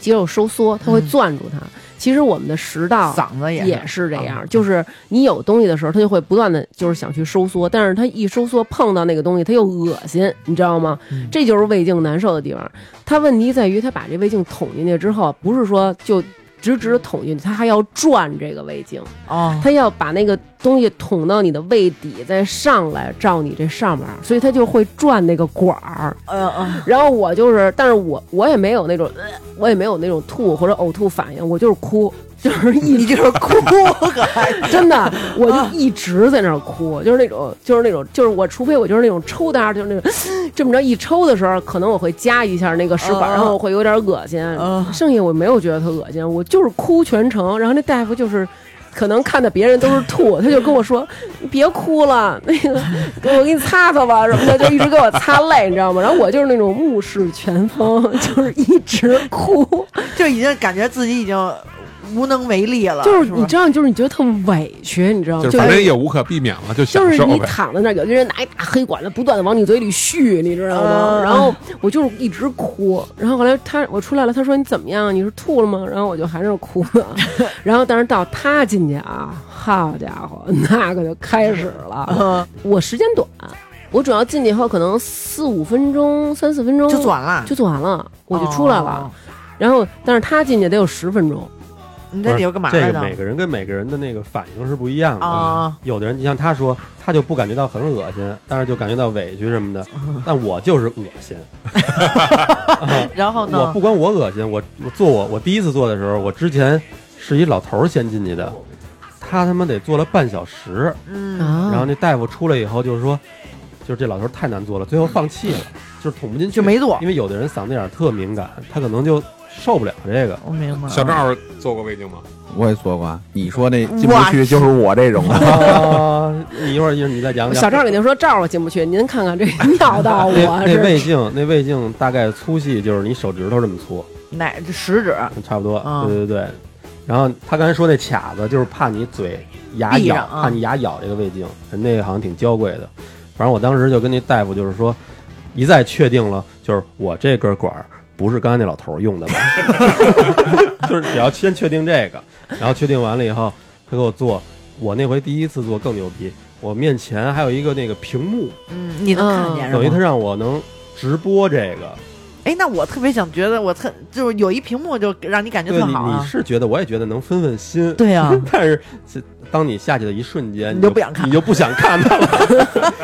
肌肉收缩，它会
嗯
攥住它。其实我们的食道
嗓子也
也
是
是这样
啊，
就是你有东西的时候，它就会不断的就是想去收缩，但是它一收缩碰到那个东西，它又恶心，你知道吗
嗯？
这就是胃镜难受的地方。它问题在于，它把这胃镜捅进去之后，不是说就直直地捅进去，它还要转这个胃镜。
哦，
它要把那个东西捅到你的胃底，再上来照你这上面儿，所以它就会转那个管儿。
呃呃，
然后我就是，但是我我也没有那种，呃我也没有那种吐或者呕吐反应，我就是哭，就是
你
一
就是 哭，可爱
真的，我就一直在那儿哭，就是那种，就是那种，就是我，除非我就是那种抽搭，就是那种 这么着一抽的时候，可能我会夹一下那个食管，
嗯
然后我会有点恶心。
嗯
剩下我没有觉得特恶心，我就是哭全程。然后那大夫就是。可能看到别人都是吐，他就跟我说：“你别哭了，那个 给我给你擦擦吧什么的，就一直给我擦泪，你知道吗？”然后我就是那种目视前方， 就是一直 哭。
就已经感觉自己已经无能为力了，
就是
吧
你知道，就是你觉得特委屈，你知道吗？
就是反正也无可避免了，就享
哦就是
受
你
呗。
躺在那儿，有的人拿一大黑管子不断的往你嘴里续，你知道吗？
嗯
然后我就是一直哭，然后后来他我出来了，他说你怎么样？你是吐了吗？然后我就还是哭呢。然后但是到他进去啊，好家伙，那可就开始了。
嗯
我时间短，我主要进去以后可能四五分钟、三四分钟
就转了，
嗯就做完了，我就出来了。
哦。
然后但是他进去得有十分钟，
你在里边干嘛
这
来
个
着？
每个人跟每个人的那个反应是不一样的。
啊，
有的人，你像他说，他就不感觉到很恶心，但是就感觉到委屈什么的。
嗯
但我就是恶心，
然后
我
呢
不？光我恶心，我我做我我第一次做的时候，我之前是一老头儿先进去的，他他妈得做了半小时，
嗯，
啊
然后那大夫出来以后就是说，就是这老头儿太难做了，最后放弃了，就是捅不进去，
就没做
因为有的人嗓子眼儿特敏感，他可能就受不了这个。
我明白了。
小赵做过胃镜吗？
我也做过啊，你说那进不去就是我这种的，
啊， 你一会儿一会儿你再讲讲。
小赵给您说：“赵，我进不去，您看看这尿道我啊
那那
是
胃镜，那胃镜大概粗细就是你手指头这么粗，
奶食指
差不多。
嗯
对对对。然后他刚才说那卡子，就是怕你嘴牙
闭
咬，
上啊
怕你牙咬这个胃镜，那个好像挺娇贵的。反正我当时就跟那大夫就是说，一再确定了，就是我这根管儿不是刚才那老头儿用的吧？ 就是只要先确定这个，然后确定完了以后，他给我做。我那回第一次做更牛逼，我面前还有一个那个屏幕，
嗯，你能看见
等于
是
他
吗？
让我能直播这个。
哎，那我特别想觉得，我特就是有一屏幕就让你感觉
对
特
你
好
你
啊。
是觉得，我也觉得能分分心。
对啊
但是是当你下去的一瞬间，
你
就
就不想看
你就不想看它了。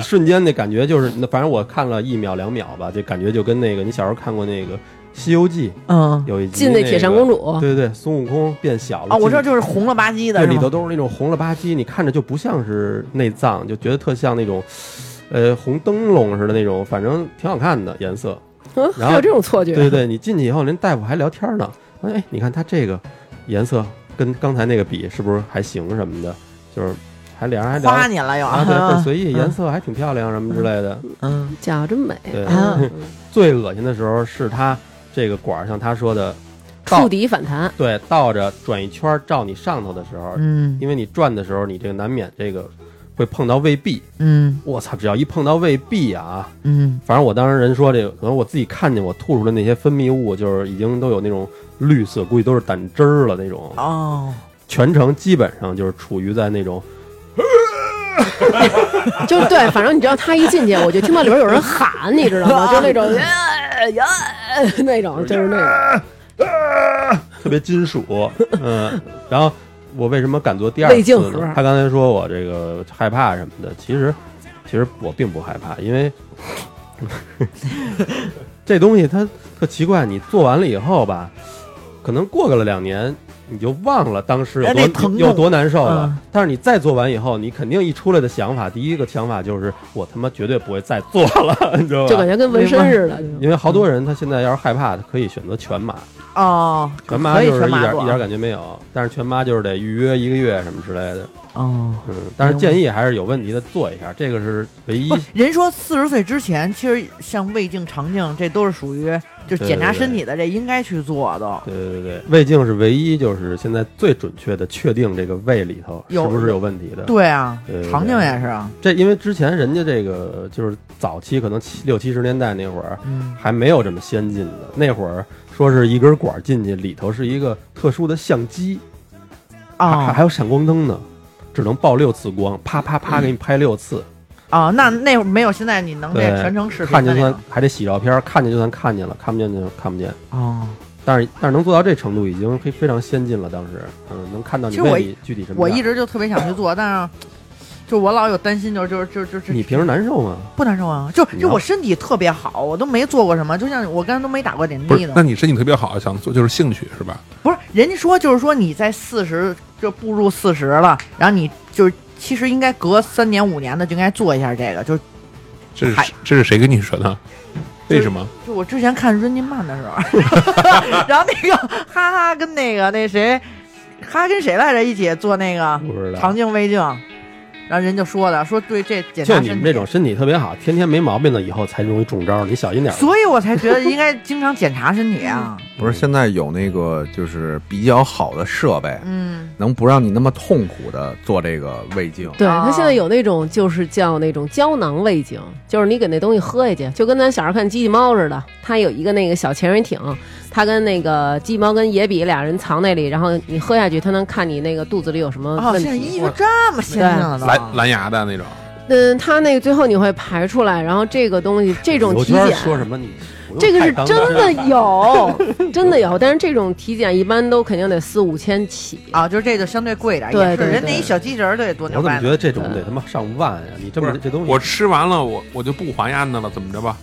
瞬间那感觉就是，那反正我看了一秒两秒吧，这感觉就跟那个你小时候看过那个《西游记》
嗯，
有一集
进
那
那铁扇公
主，
主，
对对，孙悟空变小了
啊，我知道
进
就是红了吧唧的
对
是
里头
吗？
都是那种红了吧唧，你看着就不像是内脏，就觉得特像那种。呃，红灯笼似的那种，反正挺好看的颜色。
嗯
然后
还有这种错觉。
对对，你进去以后，人大夫还聊天呢。哎，你看他这个颜色跟刚才那个比，是不是还行什么的？就是还俩人还聊
夸你了又
啊，对，倍儿
嗯
随意，颜色还挺漂亮什么之类的。
嗯
脚真美
对
啊！
最恶心的时候是他这个管儿，像他说的，
触底反弹，
对，倒着转一圈儿照你上头的时候，
嗯
因为你转的时候，你这个难免这个会碰到胃壁。
嗯
我操，只要一碰到胃壁啊，
嗯，
反正我当时人说这个，可能我自己看见我吐出的那些分泌物，就是已经都有那种绿色，估计都是胆汁儿了那种。
哦，
全程基本上就是处于在那种
就对，反正你知道他一进去，我就听到里边有人喊，你知道吗？就那种呀呀那种，就是那种。
特别金属， 嗯，然后我为什么敢做第二
胃镜
次
盒
呢？他刚才说我这个害怕什么的，其实其实我并不害怕，因 为这东西它特奇怪，你做完了以后吧，可能过个了两年，你就忘了当时有
哎
多
那疼
有
痛
多难受了。
嗯
但是你再做完以后，你肯定一出来的想法，第一个想法就是我他妈绝对不会再做了，你知道
就感
吧？
觉跟纹身似的。
因为好多人他现在要是害怕，他可以选择全麻，
哦，
全麻
可以
就是
全
一
麻
点
做啊
一点感觉没有，但是全麻就是得预约一个月什么之类的。
哦。
嗯，但是建议还是有问题的做一下，这个是唯一
不，人说四十岁之前，其实像胃镜、肠镜，这都是属于就是检查身体的，这应该去做的。
对对对，胃镜是唯一，就是现在最准确的确定这个胃里头是
有
不是有问题的。，
对啊
对对，对
肠镜也是啊。
这因为之前人家这个就是早期可能七六七十年代那会儿
嗯，
还没有这么先进的，那会儿说是一根管进去，里头是一个特殊的相机，还
啊
还有闪光灯呢，只能爆六次光，啪啪
嗯
啪给你拍六次，
啊，那那会儿没有现在你能这
对
全程视频
看
的
见就
那
算
种
还得洗照片，看见就算看见了，看不见就看不见。
哦。
但是但是能做到这程度已经非非常先进了，当时嗯能看到你
其实我
胃里具体什么样。
我一直就特别想去 做，但是就我老有担心，就是就是就是就是
你平时难受吗？
不难受啊？就
你
就
要
我身体特别好，我都没做过什么，就像我刚才都没打过点
不
滴
是
呢，
那。你身体特别好，想做就是兴趣是吧？
不是，人家说就是说你在四十就步入四十了，然后你就是其实应该隔三年五年的就应该做一下这个，就是
这
嗨
是这是谁跟你说的？为什么？
就我之前看 Running Man 的时候， 然后那个哈哈跟那个那谁，哈哈跟谁来着一起做那个
不知道
肠镜胃镜，然后人就说了，说对这检
就
查身体
你们这种身体特别好，天天没毛病的，以后才容易中招。你小心点儿。
所以我才觉得应该经常检查身体啊。
不是现在有那个就是比较好的设备，
嗯，
能不让你那么痛苦的做这个胃镜。
对
啊
他现在有那种就是叫那种胶囊胃镜，就是你给那东西喝下去，就跟咱小时候看机器猫似的。它有一个那个小潜水艇，它跟那个机器猫跟野比俩人藏那里，然后你喝下去，它能看你那个肚子里有什么
哦，
问
现在医
题。
学这么先进了都，
蓝蓝牙的那种，
嗯，它那个最后你会排出来，然后这个东西这种
刘
体
娟儿
检。
说什么你？不用
这个
太
是
当
真的 有，真的有，但是这种体检一般都肯定得四五千起。
啊，就是这就相对贵一点，
对
也是
对
人
对
那一小机器人儿得多
我
牛
怎么
掰呢
觉得这种得他妈上万呀？你这么
不是
这东西，
我吃完了，我我就不还牙呢了，怎么着吧？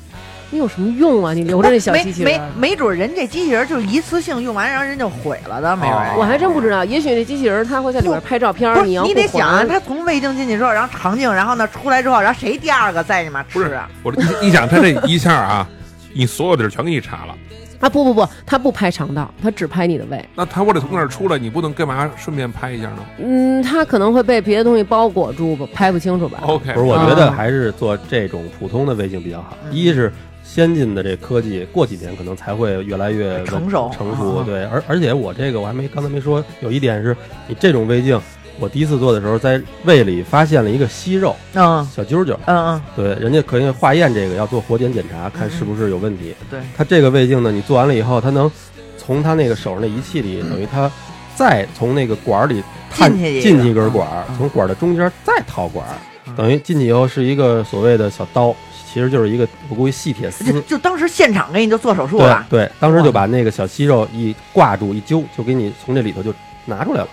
你有什么用啊？你留着那小
没
机器
没
人儿。
没准人这机器人儿就一次性用完，然后人就毁了的，没准儿。
哦
我还真不知道，也许那机器人儿它会在里边拍照片儿
不，是
你要
得
不还
想啊，他从胃镜进去之后，然后肠镜，然后呢出来之后，然后谁第二个再你妈
不
吃
是
啊？，
我你你想他这一下啊， 你所有地儿全给你查了，
啊不不不，他不拍肠道，他只拍你的胃。
那他我得从那儿出来，你不能干嘛顺便拍一下呢
嗯，他可能会被别的东西包裹住，吧，拍不清楚吧？
哦
？OK，
不是，我觉得还是做这种普通的胃镜比较好。
嗯
一是先进的这科技，过几年可能才会越来越稳
成熟
成
啊
熟。
啊
对，而而且我这个我还没刚才没说，有一点是你这种胃镜，我第一次做的时候在胃里发现了一个息肉
啊
嗯
小揪揪。
嗯
对，人家可以化验这个，要做活检检查，看是不是有问题。
嗯对
他这个胃镜呢，你做完了以后，他能从他那个手上的仪器里，等于他再从那个管儿里探
进去一个
进去一根管儿
嗯，
从管儿的中间再掏管儿，
嗯
等于进去以后是一个所谓的小刀，其实就是一个我估计细铁丝
嗯，就。就当时现场给你就做手术啊
对
了，
对，当时就把那个小息肉一挂住一揪，就给你从这里头就拿出来了。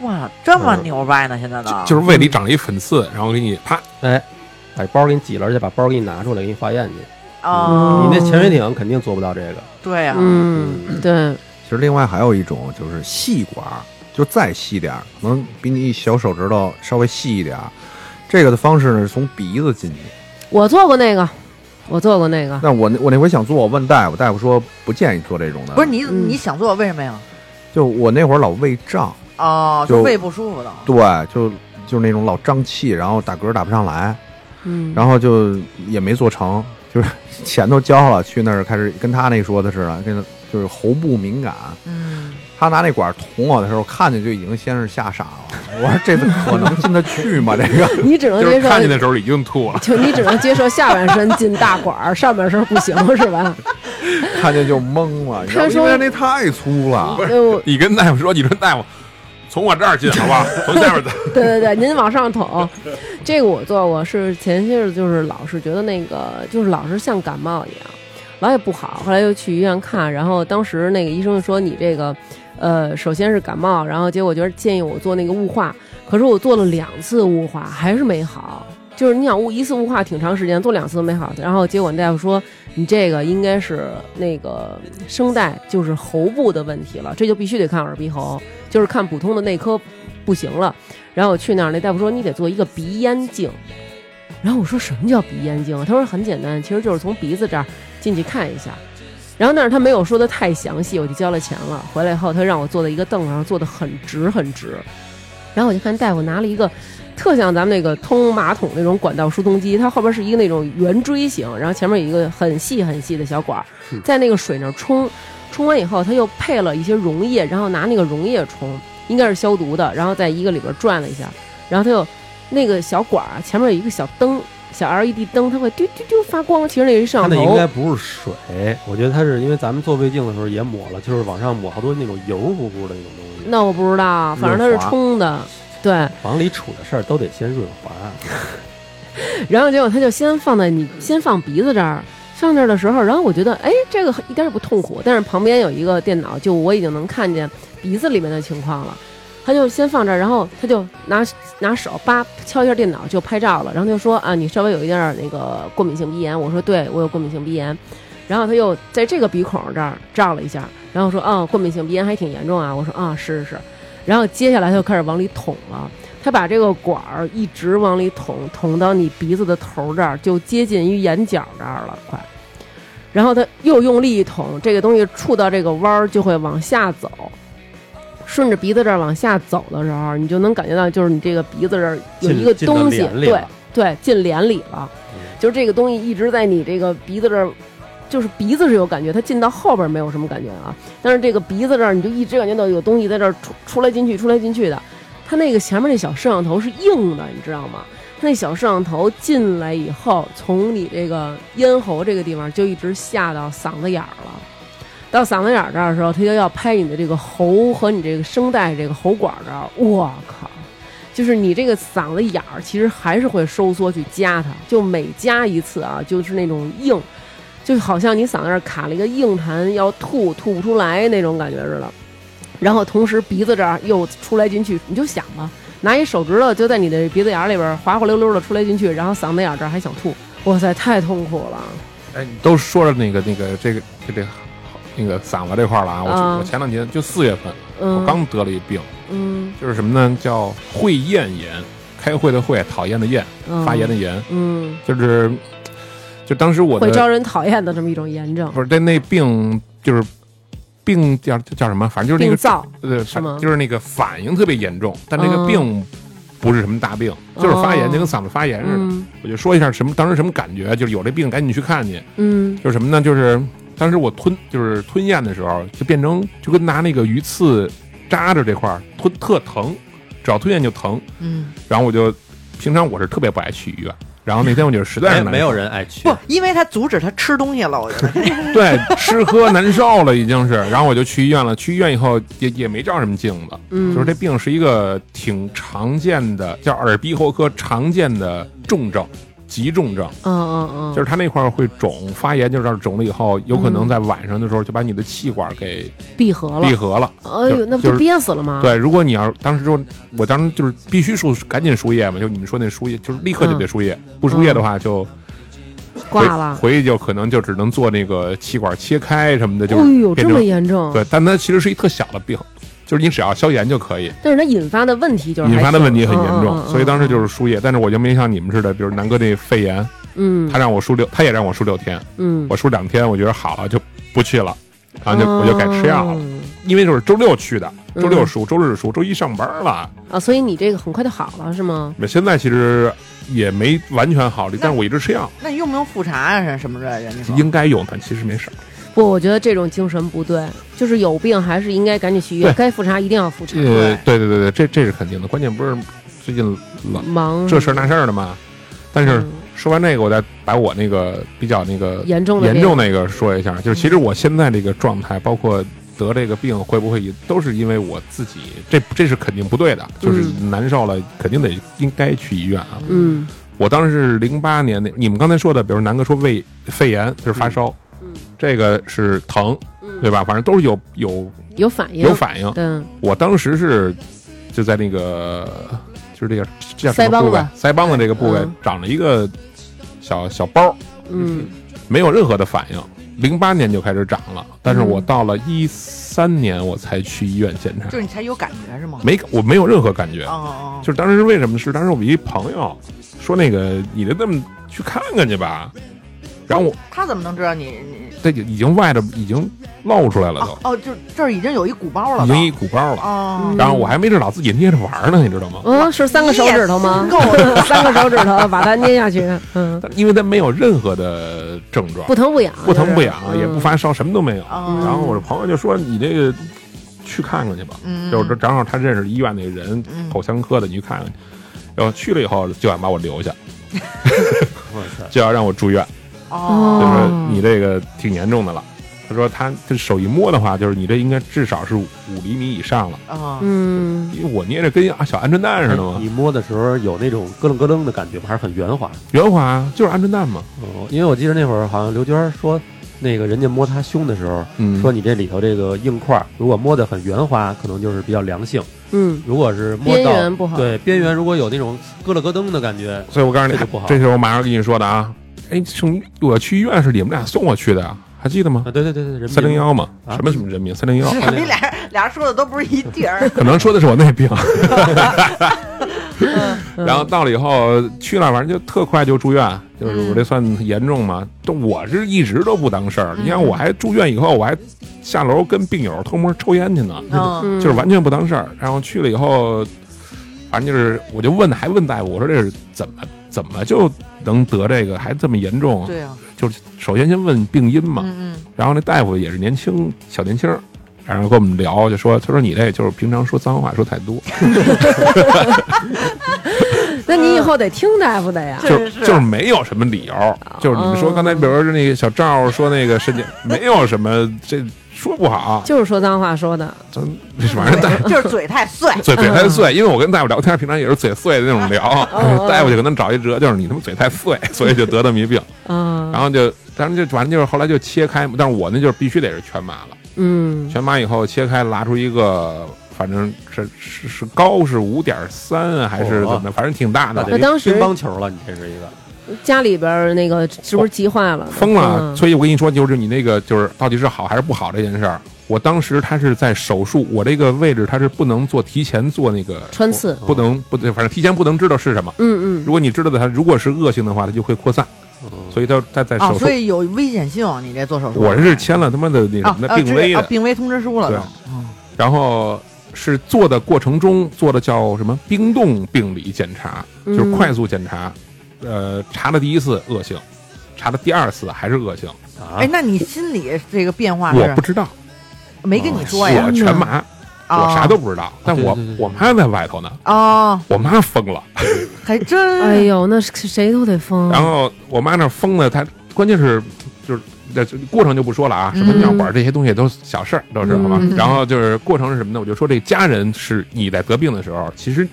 哇，这么牛掰呢？现在都
就就是胃里长了一粉刺，然后给你啪，
哎，把包给你挤了，而且把包给你拿出来给你化验去。
哦
你那潜水艇肯定做不到这个。
对啊呀，
嗯，对，
其实另外还有一种就是细管儿，就再细点儿，可能比你小手指头稍微细一点儿。这个的方式呢是从鼻子进去。
我做过那个，我做过那个，
那我那我那回想做，我问大夫，大夫说不建议做这种的。
不是，你
嗯
你想做为什么呀？
就我那会儿老胃胀，
哦，
就
就胃不舒服的，
对，就就是那种老胀气，然后打嗝打不上来，
嗯，
然后就也没做成，就是 钱都交了，去那儿开始跟他那说的似的，跟他就是喉部敏感。
嗯，
他拿那管儿捅我的时候，看见就已经先是吓傻了。 我说这可能进得去吗？这个
你只能
就
接
是
受，
看见的时候已经吐了。
就你只能接受下半身进大管儿，上半身不行是吧？
看见就懵了，你知道
他
吗
说
因为那太粗了
不。
哎呦
是，你跟大夫说，你说大夫，从我这儿进好不好？从下边走。
对 对对，您往上捅，这个我做过，是前些日子就是老是觉得那个就是老是像感冒一样，老也不好，后来又去医院看，然后当时那个医生说你这个，呃，首先是感冒，然后结果觉得建议我做那个雾化，可是我做了两次雾化还是没好，就是你想雾一次雾化挺长时间，做两次都没好，然后结果那大夫说你这个应该是那个声带就是喉部的问题了，这就必须得看耳鼻喉，就是看普通的内科不行了。然后我去那儿，那大夫说你得做一个鼻咽镜。然后我说什么叫鼻咽镜啊？他说很简单，其实就是从鼻子这儿进去看一下。然后但是他没有说的太详细，我就交了钱了。回来以后，他让我坐在一个凳子上，坐的很直很直。然后我就看大夫拿了一个特像咱们那个通马桶那种管道疏通机，它后边是一个那种圆锥形，然后前面有一个很细很细的小管儿
嗯，
在那个水那儿冲，冲完以后，他又配了一些溶液，然后拿那个溶液冲，应该是消毒的，然后在一个里边转了一下，然后他又那个小管儿啊前面有一个小灯，小 LED 灯，它会丢丢丢发光，其实那是一摄
它
像
那
头，
应该不是水，我觉得它是因为咱们做胃镜的时候也抹了，就是往上抹好多那种油乎乎的那种东西。
那我不知道，反正它是
润滑
冲的，对。
往里杵的事儿都得先润滑，
然后结果他就先放在你先放鼻子这儿，上这儿的时候，然后我觉得哎，这个一点也不痛苦，但是旁边有一个电脑，就我已经能看见鼻子里面的情况了。他就先放这儿，然后他就拿拿手叭敲一下电脑就拍照了，然后就说啊，你稍微有一点儿那个过敏性鼻炎。我说对，我有过敏性鼻炎。然后他又在这个鼻孔这儿照了一下，然后说啊，过敏性鼻炎还挺严重啊。我说啊，是是是。然后接下来他就开始往里捅了。他把这个管儿一直往里捅，捅到你鼻子的头这儿，就接近于眼角这儿了，快。然后他又用力一捅，这个东西触到这个弯儿就会往下走，顺着鼻子这儿往下走的时候，你就能感觉到，就是你这个鼻子这儿有
进
一个
进到
东西，
脸里
对
了
对，进脸里了，就是这个东西一直在你这个鼻子这儿。就是鼻子是有感觉，它进到后边没有什么感觉啊，但是这个鼻子这儿你就一直感觉到有东西在这儿出出来进去出来进去的，它那个前面那小摄像头是硬的，你知道吗？它那小摄像头进来以后，从你这个咽喉这个地方就一直下到嗓子眼儿了。到嗓子眼儿这儿的时候，它就要拍你的这个喉和你这个声带这个喉管儿这儿。我靠！就是你这个嗓子眼儿，其实还是会收缩去夹它，就每夹一次啊，就是那种硬，就好像你嗓子那儿卡了一个硬痰，要吐吐不出来那种感觉似的。然后同时鼻子这儿又出来进去，你就想吧，拿一手指头就在你的鼻子眼儿里边儿滑滑溜溜的出来进去，然后嗓子眼儿这儿还想吐，哇塞，太痛苦了。
哎，你都说了那个那个这个这这那个嗓子这块儿了啊，我、
啊
我前两天就四月份，
嗯，
我刚得了一病，
嗯
就是什么呢？叫会厌炎，开会的会，讨厌的厌，
嗯
发炎的炎，
嗯，
就是就当时我
会招
的
人讨厌的这么一种炎症，
不是在那病就是病叫叫什么，反正就是那
病
个
灶。
呃，
是吗
就是那个反应特别严重，但那
嗯
个病不是什么大病，就是发炎，
哦
就跟嗓子发炎似的。
嗯
我就说一下什么当时什么感觉，就是有这病赶紧去看去。
嗯
就是什么呢？就是当时我吞就是吞咽的时候，就变成就跟拿那个鱼刺扎着这块儿吞特疼，只要吞咽就疼。
嗯，
然后我就平常我是特别不爱去医院，然后那天我就实在是
没
难
哎没有
受
人爱去
不。，因为他阻止他吃东西了，我觉得
对吃喝难受了已经是，然后我就去医院了。去医院以后也也没照什么镜子，
嗯，
就是这病是一个挺常见的，叫耳鼻喉科常见的重症，急重症，
嗯嗯嗯，
就是它那块儿会肿发炎，就是这儿肿了以后，有可能在晚上的时候就把你的气管给
闭合了嗯
闭。合了。
哎
就
呦，那不
就
就是憋死了吗？
对，如果你要当时就，我当时就是必须输，赶紧输液嘛，就你们说那输液，就是立刻就得输液，不输液的话就回
嗯挂了。
回去就可能就只能做那个气管切开什么的，就
哎呦，这
是变
么
成
严重！
对，但它其实是一特小的病，就是你只要消炎就可以。
但是它引发的问题就是
引
还
发的
挺
问题很严
嗯
重
嗯，嗯
所以当时就是输液，但是我就没像你们似的，比如南哥那肺炎，
嗯
他让我输六，他也让我输六天，
嗯，
我输两天，我觉得好了就不去了，然后就我就改吃药了，
嗯
因为就是周六去的，
嗯
周六输，周日输，周一上班了。
啊，所以你这个很快就好了是吗？
那现在其实也没完全好，但是我一直吃药，
那用不用复查啊？什什么之类的？你说
应该有的，其实没事儿。
不，我觉得这种精神不对，就是有病还是应该赶紧去医院，
对
该复查一定要复查。
呃，对对对对，这这是肯定的，关键不是最近老
忙
这事儿那事儿的嘛。但是
嗯
说完这个，我再把我那个比较那个
严重的
严
这
重
个
那个说一下，就是其实我现在这个状态，包括得这个病，会不会也都是因为我自己？这这是肯定不对的，就是难受了，肯定得应该去医院啊。
嗯
我当时是零八年那，你们刚才说的，比如南哥说胃肺炎就是发烧，
嗯
这个是疼，
嗯，
对吧？反正都是有有
有反应
有反应。
嗯
我当时是就在那个就是这个这叫什
腮
么
帮
部位
子？
腮帮子这个部位
嗯
长了一个小小包儿。
嗯
没有任何的反应。零八年就开始长了，但是我到了一三年我才去医院检查
就，是你才有感觉是吗？
没我没有任何感觉。
哦哦，
就是当时是为什么？是当时我一朋友说那个你就这么去看看去吧，然后我
他怎么能知道你你？
这就已经外头已经露出来了
哦
都，
哦，就是这儿已经有一鼓包了
已
都，
经一鼓包了。
哦，
然后我还没知道自己捏着玩儿呢，你知道吗？
嗯，是三个手指头吗
你也？
三个手指头把它捏下去，嗯，
但因为它没有任何的症状
不，疼不痒，
不疼不痒嗯
就，是
也不。发烧，什么都没有。
哦
然后我的朋友就说：“你这个去看看去吧。”
嗯
就是正好他认识医院那个人
嗯，
口腔科的，你去看看去。然后去了以后，就想把我留下，
哇塞，
就要让我住院，就
哦，
说你这个挺严重的了。他说他这手一摸的话，就是你这应该至少是五厘米以上了，
哦，
嗯，
因为我捏着跟啊小鹌鹑蛋似的嘛
哎你，摸的时候有那种咯楞咯楞的感觉吗？还是很圆滑？
圆滑就是鹌鹑蛋嘛。
哦，因为我记得那会儿好像刘娟说，那个人家摸她胸的时候，
嗯，
说你这里头这个硬块儿，如果摸得很圆滑，可能就是比较良性；
嗯，
如果是摸
边
到
缘不好
对边缘如果有那种咯了咯噔的感觉，
所以我告诉你
这就不好，
这是我马上跟你说的啊。哎，送我去医院是你们俩送我去的啊，还记得吗
啊，？对对对对，人
三零幺嘛，
啊
什么什么人民三零幺，
你们俩俩人说的都不是一地 儿，
可能说的是我那病。然后到了以后去那儿，反正就特快就住院，就是我这算严重嘛？这我是一直都不当事儿，你看我还住院以后，我还下楼跟病友偷摸抽烟去呢，
嗯，
嗯
就是完全不当事儿。然后去了以后，反正就是我就问，还问大夫，我说这是怎么怎么就能得这个，还这么严重啊？
对啊，
就是首先先问病因嘛，
嗯
然后那大夫也是年轻小年轻儿，然后跟我们聊，就说他说你这就是平常说脏话说太多，
那你以后得听大夫的呀。
就
真是
就是没有什么理由，就是你们说
哦
刚才比如说那个小赵说那个 神经没有什么这说不好，
就是说脏话说的，
真 反正大
嗯，就是嘴太碎，
嘴嘴太碎，因为我跟大夫聊天，平常也是嘴碎的那种聊，
哦
大夫就可能找一辙，就是你他妈嘴 太碎，所以就得这么一病，
嗯，
然后就当然就反正就是后来就切开嘛，但是我那就是必须得是全麻了。
嗯，
全麻以后切开，拿出一个，反正是是是高是五点三还是怎么着，反正挺
哦
大
啊那
的，
得
那当时
乒乓球了，你这是一个
家里边儿那个是不是急坏了？
疯了。
嗯
所以我跟你说，就是你那个就是到底是好还是不好这件事儿。我当时他是在手术，我这个位置他是不能做提前做那个
穿刺
不能不对，反正提前不能知道是什么。
嗯嗯
如果你知道的，它如果是恶性的话，它就会扩散，
嗯
所以它它在
啊，
手术
所。以有危险性，你这做手术，
我是签了他妈的那什
啊
么的
啊
病
知
危
啊
的，
病危通知书了
对啊
都，
然后是做的过程中做的叫什么冰冻病理检查，
嗯
就是快速检查，呃，查了第一次恶性，查了第二次还是恶性，
啊
哎，，那你心里这个变化
我
啊是
不知道，
没跟你说呀
我？全麻，
啊
我啥都不知道，但我
对对对对
我妈在外头呢，
哦，
我妈疯了，
还真
哎呦，那是谁都得疯。
然后我妈那疯的，她关键是就是。这这过程就不说了啊，什么尿管这些东西都小事儿，都是好吧
嗯？
然后就是过程是什么呢？我就说这家人是你在得病的时候，其实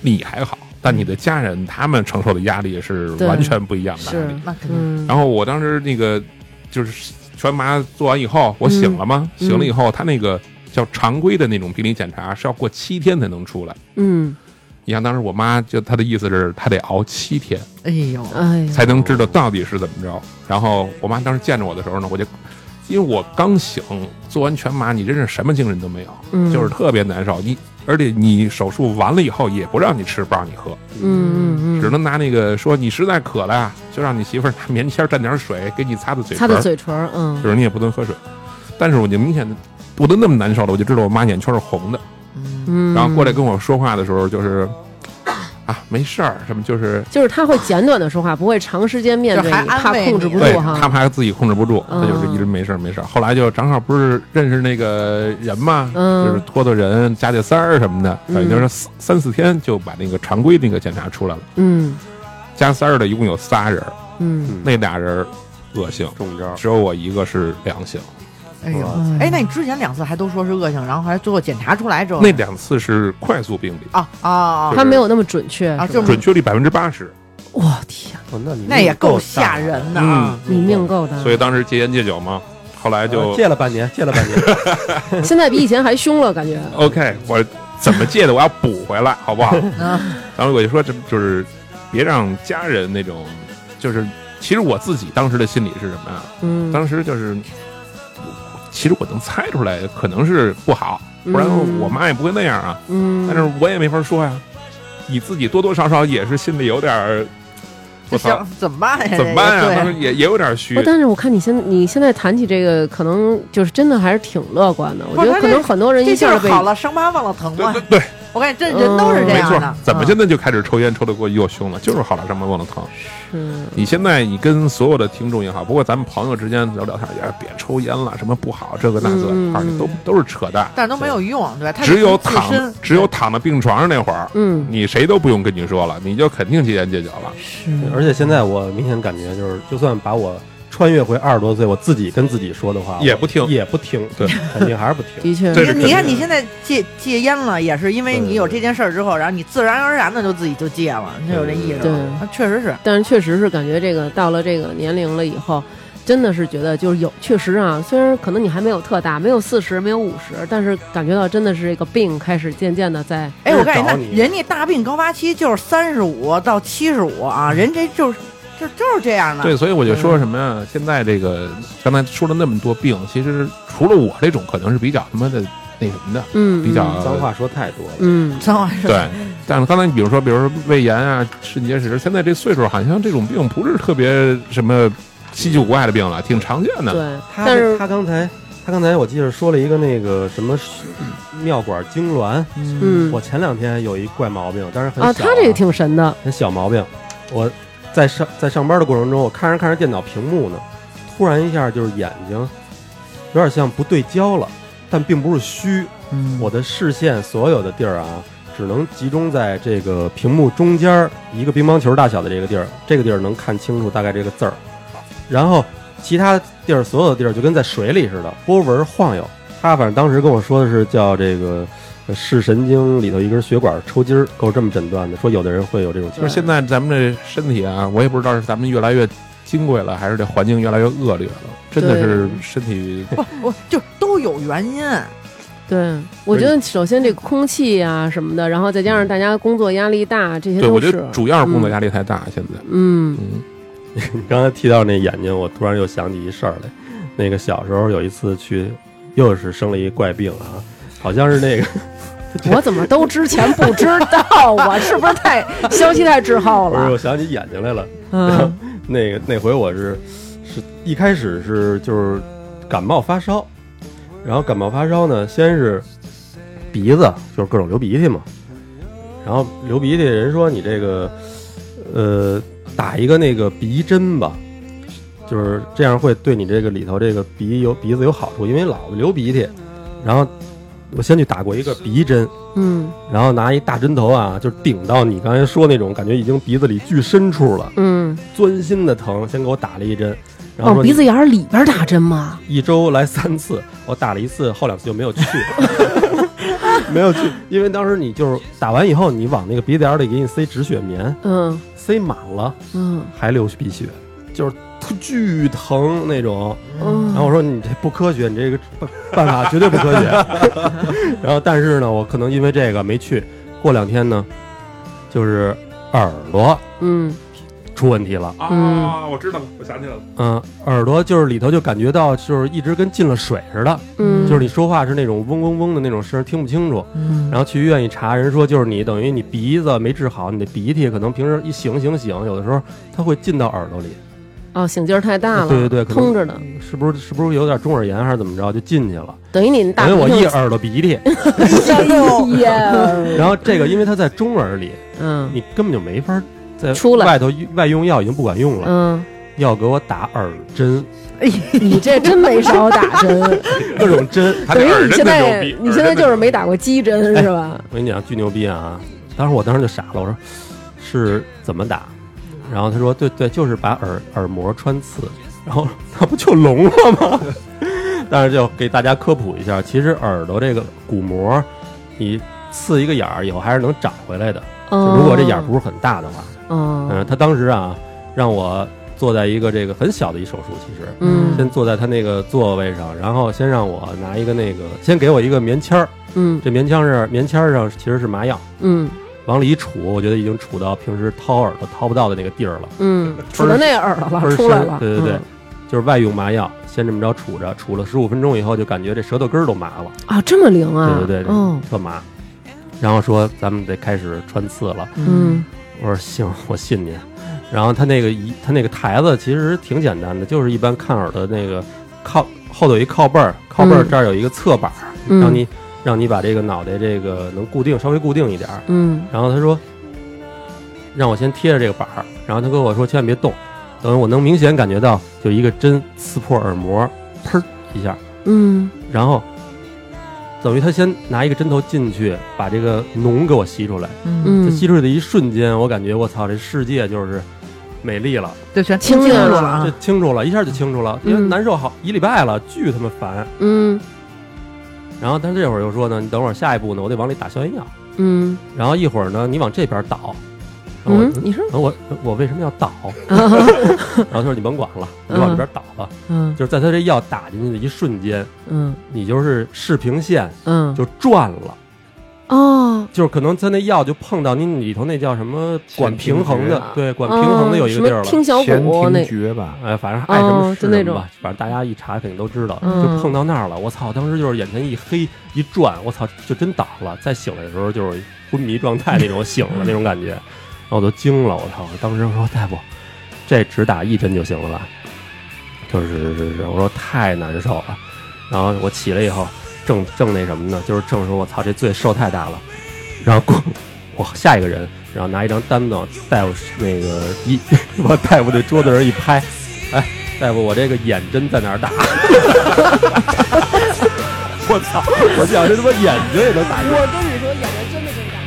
你还好，但你的家人他们承受的压力是
对
完全不一样的压力
是。
那肯定
嗯，
然后我当时那个就是全麻做完以后，我醒了嘛，
嗯
醒了以后，他那个叫常规的那种病理检查是要过七天才能出来。
嗯，
你像当时我妈就她的意思是，她得熬七天
哎呦，
哎呀，
才能知道到底是怎么着。然后我妈当时见着我的时候呢，我就因为我刚醒，做完全麻，你真是什么精神都没有，
嗯
就是特别难受。你而且你手术完了以后也不让你吃，不让你喝，
嗯嗯
只能拿那个说你实在渴了呀，就让你媳妇儿拿棉签儿蘸点水给你擦擦
嗯，
嘴
擦
唇
擦
儿，
嘴唇儿，嗯
就是你也不能喝水。但是我就明显的，我都那么难受了，我就知道我妈眼圈是红的。
嗯，
嗯，
然后过来跟我说话的时候，就是啊没事儿，什么就是
就是他会简短的说话，不会长时间面对
就是还
你，
安
怕
慰
控制
你
不
对
住
他
哈。
怕自己控制不住，
嗯
他就是一直没事儿没事儿。后来就正好不是认识那个人嘛，
嗯
就是托托人、加加塞儿什么的，
嗯
反正就是四三四天就把那个常规那个检查出来了。
嗯
加塞儿的一共有仨人儿，
嗯，
那俩人儿恶性，
中招，
只有我一个是良性。
哎呦，
嗯
哎，那你之前两次还都说是恶性，然后还最后检查出来
哦
之后呢，
那两次是快速病理，
啊啊啊
就，
他没有那么准确
啊
是吧
就
准确率百分之八十。
我天，
哦那你
那也够
够
吓人的
嗯
啊！
你命够大。
所以当时戒烟戒酒嘛，后来
大，
就
呃戒了半年，戒了半年，
现在比以前还凶了，感觉。
OK，我怎么戒的，我要补回来， 好不好？
嗯
然后我就说，这就是别让家人那种，就是其实我自己当时的心理是什么呀？
嗯
当时就是，其实我能猜出来，可能是不好，不然
嗯
我妈也不会那样啊。
嗯，
但是我也没法说呀，你自己多多少少也是心里有点儿，我
这
操
想，怎么办呀？
怎么办
这
呀？
个
当
对
时也也有点虚
不，。哦但是我看你现你现在谈起这个，可能就是真的还是挺乐观的。我
不
觉得
是
可能很多人一
这就
下
是
就被
好了，伤疤忘了疼
对
嘛
对。对，
我感觉这人都是这
没
样
错
的。，
怎么
嗯
现在就开始抽烟抽的过又凶了？就是好了，上班忘了疼。
嗯
你现在你跟所有的听众也好，包括咱们朋友之间聊聊天，也别抽烟了，什么不好，这个那个
嗯，
告诉你都都是扯淡。
但是都没有用，对吧？他
只有
自
躺
身，
只有躺在病床上那会儿，
嗯，
你谁都不用跟你说了，你就肯定戒烟戒酒了。
而且现在我明显感觉就是，就算把我穿越回二十多岁，我自己跟自己说的
嗯
话
也不听
我也不听，
对，
肯定还是不 听。
的确
这是
你你
肯定
看
的
你现在戒戒烟了，也是因为
嗯
你有这件事儿之后，然后你自然而然的就自己就戒了，你就有这意识
对
了。啊确实是，
但是确实是感觉这个到了这个年龄了以后，真的是觉得就是有确实啊，虽然可能你还没有特大，没有四十，没有五十，但是感觉到真的是这个病开始渐渐的在
哎，我告诉你，
找
那
你
人家大病高发期就是三十五到七十五啊，人这就是就就是这样的。
对，所以我就说什么呀？现在这个刚才说了那么多病，其实除了我这种，可能是比较他妈的那什么的，
嗯
比较
脏话说太多了，
嗯
脏话是
对。但是刚才你比如说，比如说胃炎啊、肾结石，现在这岁数好像这种病不是特别什么稀奇古怪的病了，挺常见的。
对，
他
但是
他刚才他刚才我记得说了一个那个什么尿管痉挛，
嗯
我前两天有一怪毛病，但是很小、
啊，他这个挺神的，
很小毛病。我在上在上班的过程中，我看着看着电脑屏幕呢，突然一下就是眼睛有点像不对焦了，但并不是虚。我的视线所有的地儿啊，只能集中在这个屏幕中间儿一个乒乓球大小的这个地儿，这个地儿能看清楚大概这个字儿，然后其他地儿所有的地儿就跟在水里似的，波纹晃悠。他反正当时跟我说的是叫这个呃视神经里头一根血管抽筋儿，给我这么诊断的，说有的人会有这种情
就是现在咱们这身体啊，我也不知道是咱们越来越金贵了，还是这环境越来越恶劣了，真的是身体
不不就都有原因。
对，我觉得首先这空气啊什么的，然后再加上大家工作压力大，这些
对，
都
我觉
是
得主要是工作压力太大。现在，
嗯
嗯，
你刚才提到那眼睛，我突然又想起一事儿来。那个小时候有一次去，又是生了一怪病啊，好像是那个，
我怎么都之前不知道啊？是不是太消息太滞后
不是，
了？
我想起眼睛来了。
嗯
那个那回我是是一开始是就是感冒发烧，然后感冒发烧呢，先是鼻子就是各种流鼻涕嘛，然后流鼻涕人说你这个呃打一个那个鼻针吧，就是这样会对你这个里头这个鼻有鼻子有好处，因为老流鼻涕，然后我先去打过一个鼻针，
嗯
然后拿一大针头啊，就是顶到你刚才说那种感觉已经鼻子里巨深处了。
嗯，
钻心的疼，先给我打了一针，然
往
后说
哦鼻子眼儿里边打针吗？
一周来三次，我打了一次，后两次 就没有去，没有去，因为当时你就是打完以后，你往那个鼻子眼儿里给你塞止血棉，
嗯
塞满了
嗯
还流鼻血，就是特巨疼那种。然后
嗯
我说你这不科学，你这个办法绝对不 科学。然后但是呢，我可能因为这个没去，过两天呢，就是耳朵
嗯
出问题了。
嗯，
我知道了，我想起来了，
嗯，耳朵就是里头就感觉到就是一直跟进了水似的，
嗯，
就是你说话是那种嗡嗡嗡的那种声，听不清楚。然后去医院一查，人说就是你等于你鼻子没治好，你的鼻涕可能平时一擤擤擤，有的时候它会进到耳朵里，
哦，醒劲儿太大了，
对对对可能
通着呢，
是不是是不是有点中耳炎还是怎么着就进去了？
等于你大
等于我一哎
一
耳朵鼻 涕，
呀，
然后这个因为它在中耳里，
嗯
你根本就没法在
出来
外头外用药已经不管用了，
嗯，
要给我打耳针，
你这真没少打针，
各种针。
他
等
这
于
耳
你
针
现
真
在
牛逼，
你现在就是没打过鸡针
哎
是吧？
我跟你讲，巨牛逼啊！当时我当时就傻了，我说是怎么打？然后他说对对，就是把耳耳膜穿刺，然后 那不就聋了吗？ 但是就给大家科普一下，其实耳朵这个鼓膜，你刺一个眼儿以后还是能长回来的，
哦
就如果这眼儿不是很大的话。嗯，
嗯
他当时啊让我坐在一个这个很小的一手术，其实
嗯
先坐在他那个座位上，然后先让我拿一个那个，先给我一个棉签儿，
嗯
这棉签儿是棉签儿上其实是麻药。
嗯
往里一杵，我觉得已经杵到平时掏耳朵掏不到的那个地儿了，
嗯，
倍
杵
儿
到那耳朵
倍
了，
儿
出来
深
了，嗯
对对对，就是外用麻药，先这么着杵着，杵了十五分钟以后，就感觉这舌头根儿都麻了，
嗯啊，这么灵啊，
对对对，
嗯
特麻。然后说咱们得开始穿刺了，
嗯
我说行，我信你。然后他那个一他那个台子其实挺简单的，就是一般看耳的那个靠后头有一靠背儿，靠背儿
嗯
这儿有一个侧板儿，
嗯
让你让你把这个脑袋这个能固定稍微固定一点儿。
嗯
然后他说让我先贴着这个板儿，然后他跟我说千万别动，等我能明显感觉到就一个针刺破耳膜，砰一下，
嗯
然后等于他先拿一个针头进去把这个脓给我吸出来。
嗯
这，吸出来的一瞬间，我感觉我操，这世界就是美丽了，
对，全
清
听
静
清楚
了
了啊
这。清楚了，一下就清楚了，因为
嗯
难受好一礼拜了，巨他妈烦。
嗯
然后他这会儿又说呢，你等会儿下一步呢，我得往里打消炎药，
嗯
然后一会儿呢，你往这边倒。然后我
嗯，你说
然后我我为什么要倒？然后他说你甭管了，你就往这边倒吧。
嗯
就是在他这药打进去的一瞬间，
嗯
你就是视平线
嗯
就转了，
哦，
就是可能他那药就碰到你里头那叫什么管平衡啊的
前庭觉，
对，管平衡的有一个地儿
哦
了
什么。听小
前
鼓那
庭觉吧，
嗯
哎，反正爱什么
哦
是
就
什
那
么
种
吧，反正大家一查肯定都知道，
嗯
就碰到那儿了。我操，当时就是眼前一黑一转，我操，就真倒了。再醒来的时候就是昏迷状态那种 醒了那种感觉，然后我都惊了，我操！当时我说大夫，这只打一针就行了吧？就是是是是，我说太难受了。然后我起来以后，正正那什么呢，就是正说我操，这罪受太大了。然后过我下一个人，然后拿一张单子往大夫那个一 往大夫那桌子上一拍，哎，大夫，我这个眼针在哪儿打？ 我操！我想这他妈眼睛也能打针。
我跟你说，演员真的真敢。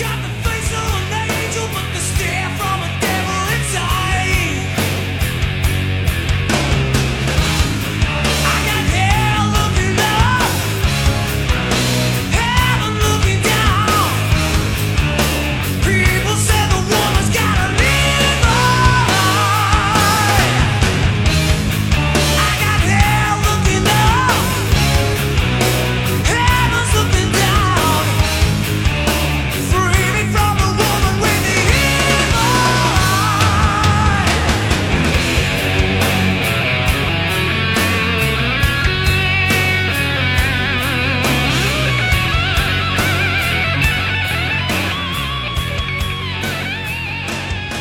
Got the face of an angel, but the stare from a devil inside. I got hell looking up, heaven looking down. People said the woman's got a mean mind. I got hell looking up, heaven's looking down. Free me from the woman with the evil eye.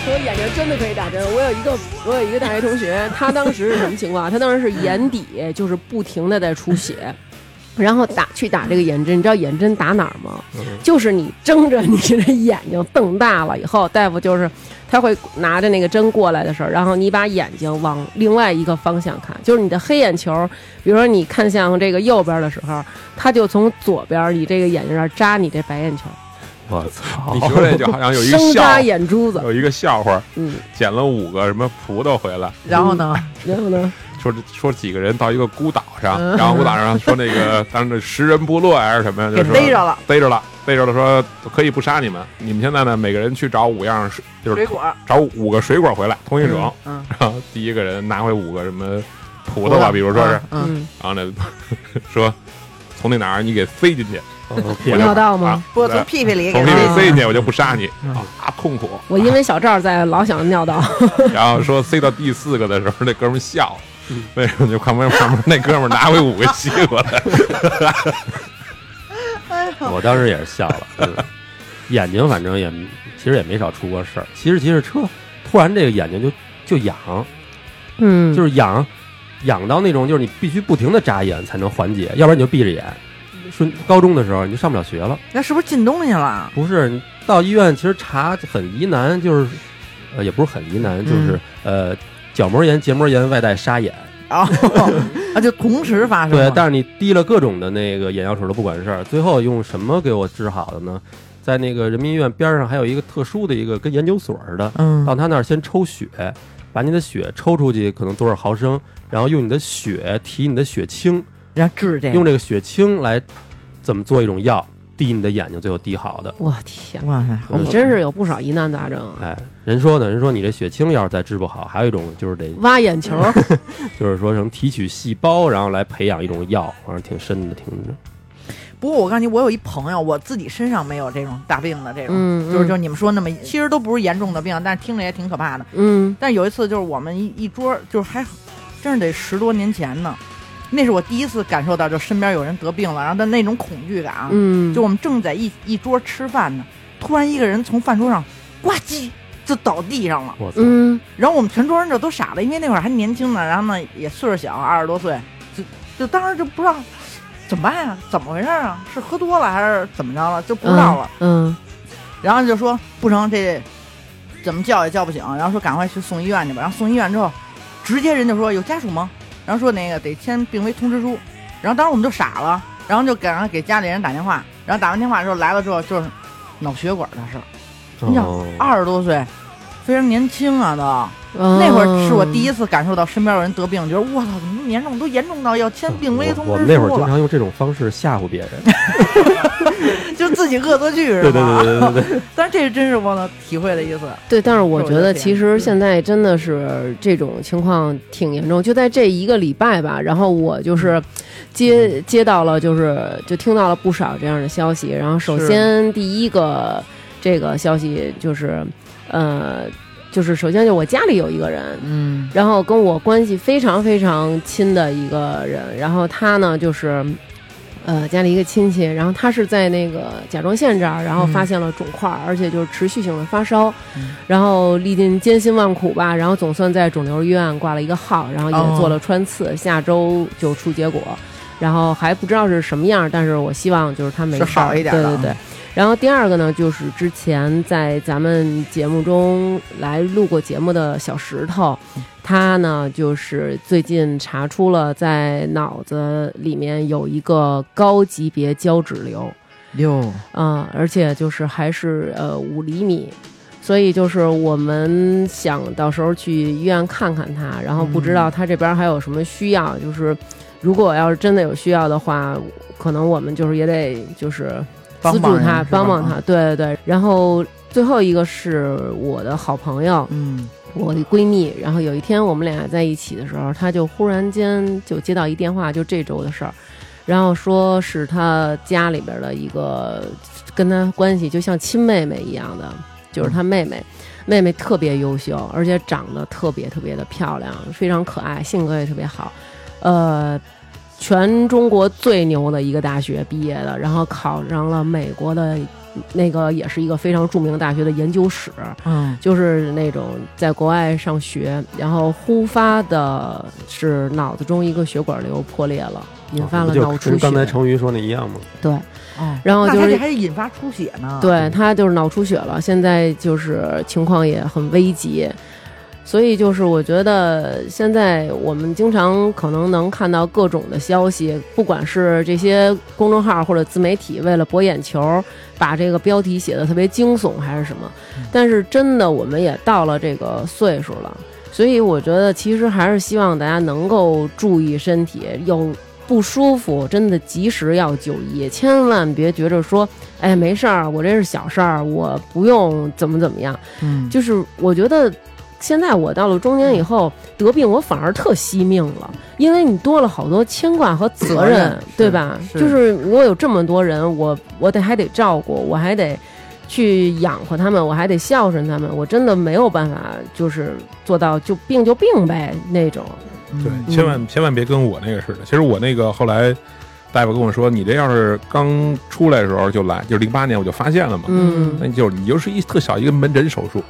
说眼睛真的可以打针。我有一个我有一个大学同学，他当时是什么情况？他当时是眼底就是不停的在出血。 然后打去打这个眼针，你知道眼针打哪儿吗？就是你睁着你的眼睛瞪大了以后，大夫就是他会拿着那个针过来的时候，然后你把眼睛往另外一个方向看，就是你的黑眼球，比如说你看向这个右边的时候，他就从左边你这个眼睛那儿扎你这白眼球，
我操！
你说这就好像有一 个
生
笑
扎眼珠子，
有一个笑话，
嗯，
捡了五个什么葡萄回来，
然后呢，
然后呢？
说说几个人到一个孤岛上，然后孤岛上说那个当时食人部落还是什么呀，就
给
是
逮着了
逮着了，逮着了，说可以不杀你们，你们现在呢，每个人去找五样，就是
水果，
找五个水果回来，通一种，
嗯，
然后 第一个人拿回五个什么葡萄吧，比如说是，
嗯，嗯，
嗯，
然后呢 说从那哪儿你给塞进去，
我
我
骗
就
尿道吗
啊
不
对
从屁屁里
从
给
屁
它
股塞进去，我就不杀你啊，痛苦。
我因为小赵在，老想尿 道。
然后说塞到第四个的时候，那哥们儿笑了，为什么？就看旁边旁边那哥们儿拿回五个西瓜来，
哎
我当时也是笑了，嗯眼睛反正也其实也没少出过事儿。骑着骑着车，突然这个眼睛就就痒，
嗯，
就是痒，痒到那种就是你必须不停的眨眼才能缓解，要不然你就闭着眼。顺高中的时候你就上不了学了，
那是不是进东西
啊
了？
不是你到医院其实查很疑难，就是呃也不是很疑难，就是、呃角膜炎、结膜炎外带沙眼。
哦，啊，就同时发生
对
了。，
但是你滴了各种的那个眼药水都不管事儿，最后用什么给我治好的呢？在那个人民医院边上还有一个特殊的一个跟研究所似的，
嗯，
到他那儿先抽血，把你的血抽出去可能多少毫升，然后用你的血提你的血清，
然后治这
用
个，
这个血清来怎么做一种药滴你的眼睛，最后滴好的。
我天，
哇塞，好
你真是有不少疑难杂症啊！
哎，人说呢，人说你这血清要是再治不好，还有一种就是得
挖眼球，
就是说什么提取细胞，然后来培养一种药，反正挺深的，挺
不过我告诉你，我有一朋友，我自己身上没有这种大病的这 种，
嗯
就是
嗯
就是你们说那么，其实都不是严重的病，但是听着也挺可怕的。
嗯
但是有一次就是我们一一桌儿，就是还真是得十多年前呢，那是我第一次感受到，就身边有人得病了，然后的那种恐惧感啊。
嗯，
就我们正在一一桌吃饭呢，突然一个人从饭桌上呱唧就倒地上了，
我操，
嗯
然后我们全桌人就都傻了，因为那会儿还年轻呢，然后呢也岁数小，二十多岁，就就当时就不知道怎么办呀、怎么回事啊？是喝多了还是怎么着了？就不知道了。
嗯
然后就说不成，这怎么叫也叫不醒，然后说赶快去送医院去吧。然后送医院之后，直接人就说有家属吗？然后说那个得签病危通知书。然后当时我们就傻了，然后就赶快给家里人打电话。然后打完电话之后来了之后就是脑血管的事儿，你想
哦
二十多岁，非常年轻啊都。
嗯，
那会儿是我第
一
一次感受到身边有人得病，觉得我操，怎么严重都严重到要签病危通
我我
知
们那会儿
书
经
了，
常用这种方式吓唬别 人，
就自己恶作剧是吧？
对对对对对对对，
但是这真是我能体会的意思。
对，但是我觉
是我
得
的
其
天
实现在真的是这种情况挺严重，就在这一个礼拜吧，然后我就是接接到了，就是就听到了不少这样的消息。然后首
是
先第一个这个消息就是，呃，就是首先就我家里有一个人，
嗯
然后跟我关系非常非常亲的一个人，然后他呢就是，呃，家里一个亲戚，然后他是在那个甲状腺这儿，然后发现了肿块，而且就是持续性的发烧，
嗯
然后历尽艰辛万苦吧，然后总算在肿瘤医院挂了一个号，然后也
哦
做了穿刺，下周就出结果，然后还不知道是什么样，但是我希望就是他没
是
事儿
好一点
对
的
对对。然后第二个呢，就是之前在咱们节目中来录过节目的小石头，
嗯
他呢就是最近查出了在脑子里面有一个高级别胶质瘤，
哟，
啊、而且就是还是呃五厘米，所以就是我们想到时候去医院看看他，然后不知道他这边还有什么需要，就是如果要是真的有需要的话，可能我们就是也得就是
帮
资
帮
助
人
他，
是吧
帮帮他，对对对。然后最后一个是我的好朋友，
嗯。
我的闺蜜，然后有一天我们俩在一起的时候，她就忽然间就接到一电话，就这周的事儿，然后说是她家里边的一个跟她关系就像亲妹妹一样的，就是她妹妹，妹妹特别优秀，而且长得特别特别的漂亮，非常可爱，性格也特别好，呃。全中国最牛的一个大学毕业的，然后考上了美国的那个也是一个非常著名大学的研究室，
嗯
就是那种在国外上学，然后忽发的是脑子中一个血管瘤破裂了，引发了
哦不就
脑出
跟刚
血。
才成瑜说那一样吗？
对，
哦，
然后
那
就
他这
是
还是引发出血呢。，
对他就是脑出血了，现在就是情况也很危急。所以就是，我觉得现在我们经常可能能看到各种的消息，不管是这些公众号或者自媒体为了博眼球，把这个标题写的特别惊悚还是什么，但是真的我们也到了这个岁数了，所以我觉得其实还是希望大家能够注意身体，有不舒服真的及时要就医，千万别觉着说哎，没事儿，我这是小事儿，我不用怎么怎么样。
嗯，
就是我觉得，现在我到了中年以后得病，我反而特惜命了，因为你多了好多牵挂和责
责
任
任，
对
是
吧？
是
就是我有这么多人，我我得还得照顾，我还得去养活他们，我还得孝顺他们，我真的没有办法，就是做到就病就病呗那种。
嗯
对， 千万千万别跟我那个似的。其实我那个后来大夫跟我说，你这要是刚出来的时候就来，就是零八年我就发现了嘛，
嗯，
那就是你就是一特小一个门诊手术。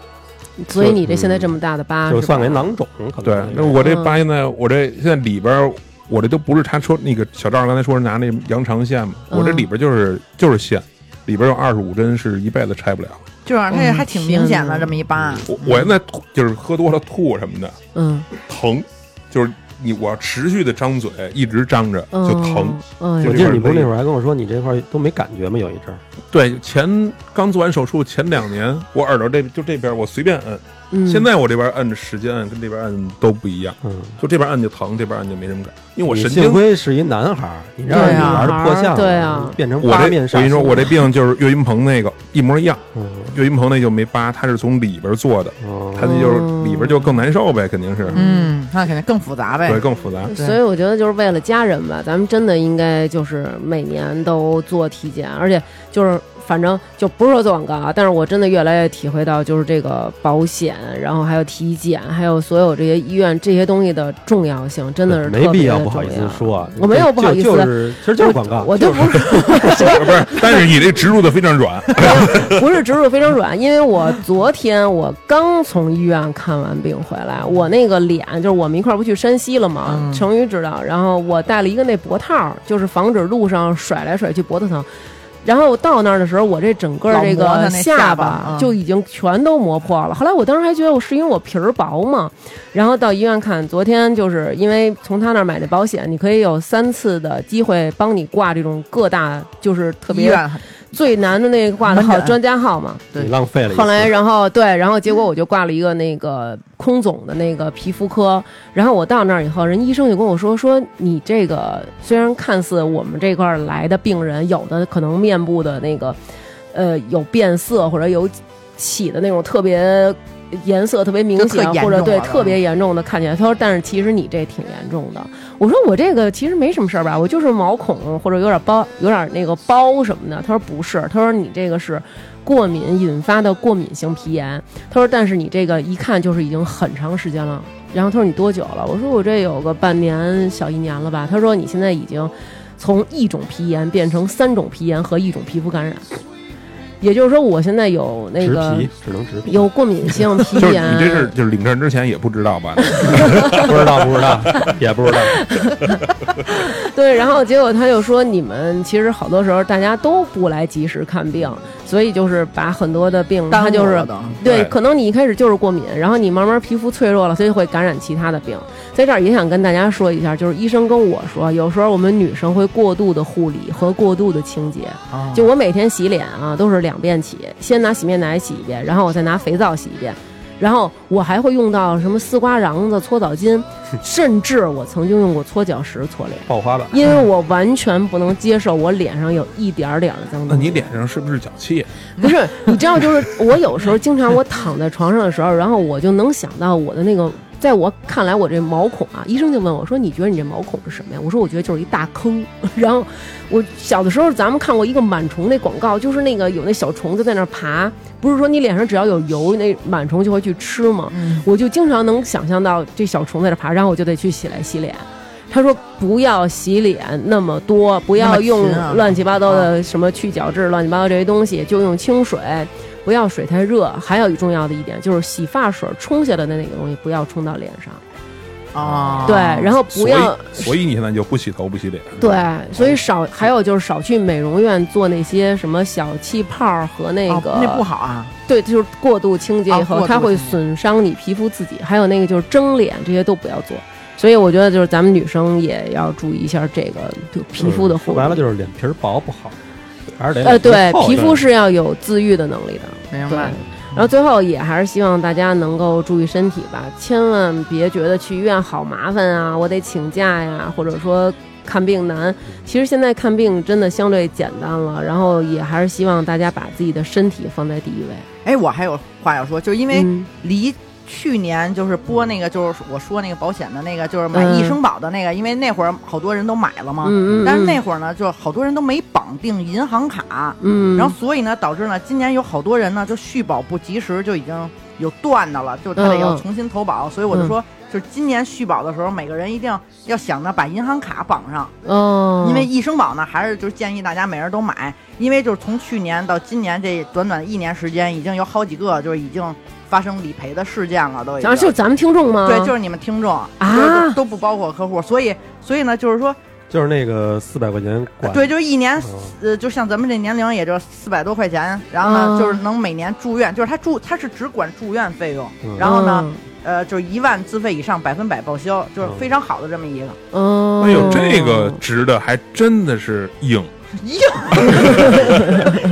所以你这
嗯
现在这么大的疤，
就是
啊吧
算给囊肿，可能
对，那我这疤现在我这现在里边儿我这都不是他说那个小赵刚才说是拿那羊肠线嘛，
嗯
我这里边就是就是线。里边有二十五针，是一辈子拆不了。
就是他这还挺明显的
嗯
这么一疤。
我我现在吐就是喝多了吐什么的
嗯
疼，就是你我持续的张嘴，一直张着
嗯
就疼。，
嗯
就
我记
这
得你不是那会儿还跟我说你这块儿都没感觉吗？有一阵儿，
对，前刚做完手术前两年，我耳朵这就这边我随便摁，
嗯
现在我这边按时间按跟这边按都不一样，
嗯，
就这边按就疼，这边按就没什么感，因为我
你
神
幸
经。
亏是一男孩儿，你让
对
女
啊
孩儿破相了，
对啊
变成
我
八
这
面
我
煞。
跟你说，我这病就是岳云鹏那个一模一样。
嗯，
岳云鹏那就没疤，他是从里边做的，
哦
他那就是里边就更难受呗，肯定是，
嗯，那肯定更复杂呗
对，。更复杂。
对
所以我觉得就是为了家人吧，咱们真的应该就是每年都做体检，而且就是反正就不是说做广告啊，但是我真的越来越体会到就是这个保险，然后还有体检，还有所有这些医院这些东西的重要性，真的是
没必要
特别地
不好意
重
思
要
说，啊
我没有不好意
就就
思。
是其实就是广告，
我就不是
呃不是， 但是你这植入的非常软，
不是植入非常软，因为我昨天我刚从医院看完病回来，我那个脸就是我们一块儿不去山西了吗？
嗯
成宇知道，然后我戴了一个那脖套，就是防止路上甩来甩去脖子疼。然后我到那儿的时候，我这整个这
老磨
个
它那下巴
巴
嗯
就已经全都磨破了。后来我当时还觉得我是因为我皮儿薄嘛，然后到医院看，昨天就是因为从他那儿买的保险，你可以有三次的机会帮你挂这种各大就是特
医
别
院
最难的那个挂的
门诊
号专家号嘛。
对
你浪费了一次。
后来，然后对，然后结果我就挂了一个那个空总的那个皮肤科，然后我到那儿以后，人医生就跟我说说你这个虽然看似我们这块儿来的病人有的可能面部的那个呃有变色或者有起的那种特别颜色特别明
就特
显
严重啊嗯
或者对
了
特别严重的看起来，他说但是其实你这挺严重的。我说我这个其实没什么事儿吧，我就是毛孔或者有点包有点那个包什么的。他说不是，他说你这个是。过敏引发的过敏性皮炎。他说，但是你这个一看就是已经很长时间了。然后他说你多久了？我说我这有个半年小一年了吧。他说你现在已经从一种皮炎变成三种皮炎和一种皮肤感染，也就是说我现在有那
植
个
皮只能植皮，
有过敏 性皮
就是
炎。
你这是就是领证之前也不知 道吧？
不知道不知道也不知道，
对，然后结果他就说，你们其实好多时候大家都不来及时看病，所以就是把很多的病，
嗯耽误
他就是
了都
对，
对
可能你一开始就是过敏，然后你慢慢皮肤脆弱了，所以会感染其他的病。在这儿也想跟大家说一下，就是医生跟我说，有时候我们女生会过度的护理和过度的清洁。
哦
就我每天洗脸啊，都是两遍洗，先拿洗面奶洗一遍，然后我再拿肥皂洗一遍，然后我还会用到什么丝瓜瓤子、搓澡 巾，甚至我曾经用过搓脚石搓脸。
爆花吧。
因
嗯
为我完全不能接受我脸上有一点儿点儿的脏东西。
那啊你脸上是不是脚气？
不是，你知道，就是我有时候经常我躺在床上的时候，然后我就能想到我的那个，在我看来我这毛孔啊，医生就问我说：“你觉得你这毛孔是什么呀？”我说：“我觉得就是一大坑。”然后我小的时候咱们看过一个螨虫那广告，就是那个有那小虫子在那儿爬，不是说你脸上只要有油，那螨虫就会去吃吗？
嗯
我就经常能想象到这小虫在这爬，然后我就得去洗来洗脸。他说不要洗脸那么多，不
那
要
么勤
用
啊
乱七八糟的什么去角质、乱七八糟这些东西，就用清水，不要水太热。还有重要的一点就是洗发水冲下来的那个东西不要冲到脸上，
啊，
哦对，然后不
所
要呃
以所以你现在就不洗头不洗脸？
对，
嗯
所以少还有就是少去美容院做那些什么小气泡和那
哦
个、
那不好啊，
对，就是过度清洁以
啊
后，
过度
它会
清洁
损伤你皮肤自己，还有那个就是蒸脸，这些都不要做。所以我觉得就是咱们女生也要注意一下这个就皮肤的护
说
理。
白了就是脸皮儿薄不好，还是得
呃，对，皮肤
是
是要有自愈的能力的。
明
对，
白
然。后最后也还是希望大家能够注意身体吧，千万别觉得去医院好麻烦啊，我得请假呀，或者说看病难。其实现在看病真的相对简单了，然后也还是希望大家把自己的身体放在第一位。
哎，我还有话要说，就是因为
嗯
离去年就是播那个，就是我说那个保险的那个，就是买
嗯
易生保的那个，因为那会儿好多人都买了嘛，
嗯嗯，
啊但是那
嗯
会儿呢，就是好多人都没绑定银行卡，
嗯，
然后所以呢，导致呢，今年有好多人呢就续保不及时，就已经有断的了，就他得
嗯
要
嗯
重新投保，所以我就
嗯
说，就是今年续保的时候，每个人一定要想着把银行卡绑上，
哦，
因为易生保呢，还是就是建议大家每人都买，因为就是从去年到今年这短短一年时间，已经有好几个就是已经发生理赔的事件了，都已
咱
经。
就咱们听众吗？
对，就是你们听众啊
啊
都不包括客户，所以所以呢，就是说，
就是那个四百块钱管
对，就是一年
嗯
呃，就像咱们这年龄，也就四百多块钱，然后呢，
嗯
就是能每年住院，就是他住他是只管住院费用，
嗯
然后呢，呃，就是一万自费以上百分百报销，
嗯
就是非常好的这 么一个。
嗯，哦，
哎呦，这个值的还真的是硬，
硬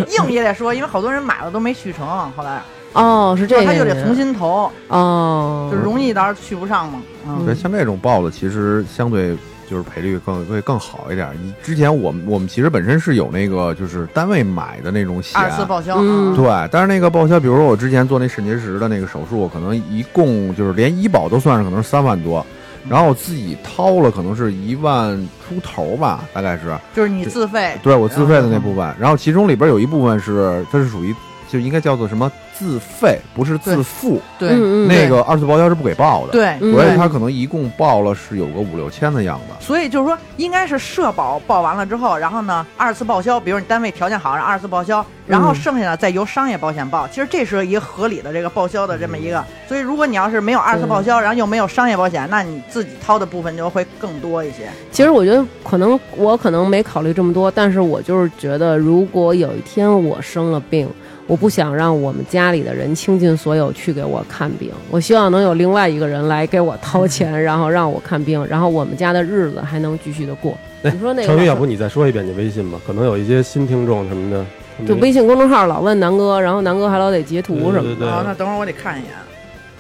硬也得说，因为好多人买了都没续成，后来
哦，是这
就
个，
他又得重新投，
哦，
嗯
就容易到时候去不上嘛。嗯，
对，像这种豹子其实相对就是赔率更会更好一点。你之前我们我们其实本身是有那个就是单位买的那种险，
二次报销。
嗯
对，但是那个报销，比如说我之前做那肾结石的那个手术，可能一共就是连医保都算上，可能是三万多，然后我自己掏了可能是一万出头吧，大概是
就是你自费，
对我自费的那部分，然后其中里边有一部分是它是属于就应该叫做什么自费，不是自
对
付，
对
嗯嗯，
那个二次报销是不给报的，
对
嗯
所以他可能一共报了是有个五六千的样子。
所以就是说，应该是社保报完了之后，然后呢，二次报销，比如你单位条件好，让二次报销，然后剩下的再由商业保险报。其实这是一个合理的这个报销的这么一个。所以如果你要是没有二次报销，然后又没有商业保险，那你自己掏的部分就会更多一些。
其实我觉得可能我可能没考虑这么多，但是我就是觉得，如果有一天我生了病，我不想让我们家里的人倾尽所有去给我看病，我希望能有另外一个人来给我掏 钱，然后让我看病，然后我们家的日子还能继续的过。
哎
你说那个
成宇，要不你再说一遍你微信吧？可能有一些新听众什么的，他们
就微信公众号老问南哥，然后南哥还老得截图什么
对
的。啊
对
哦，那等会儿我得看一眼。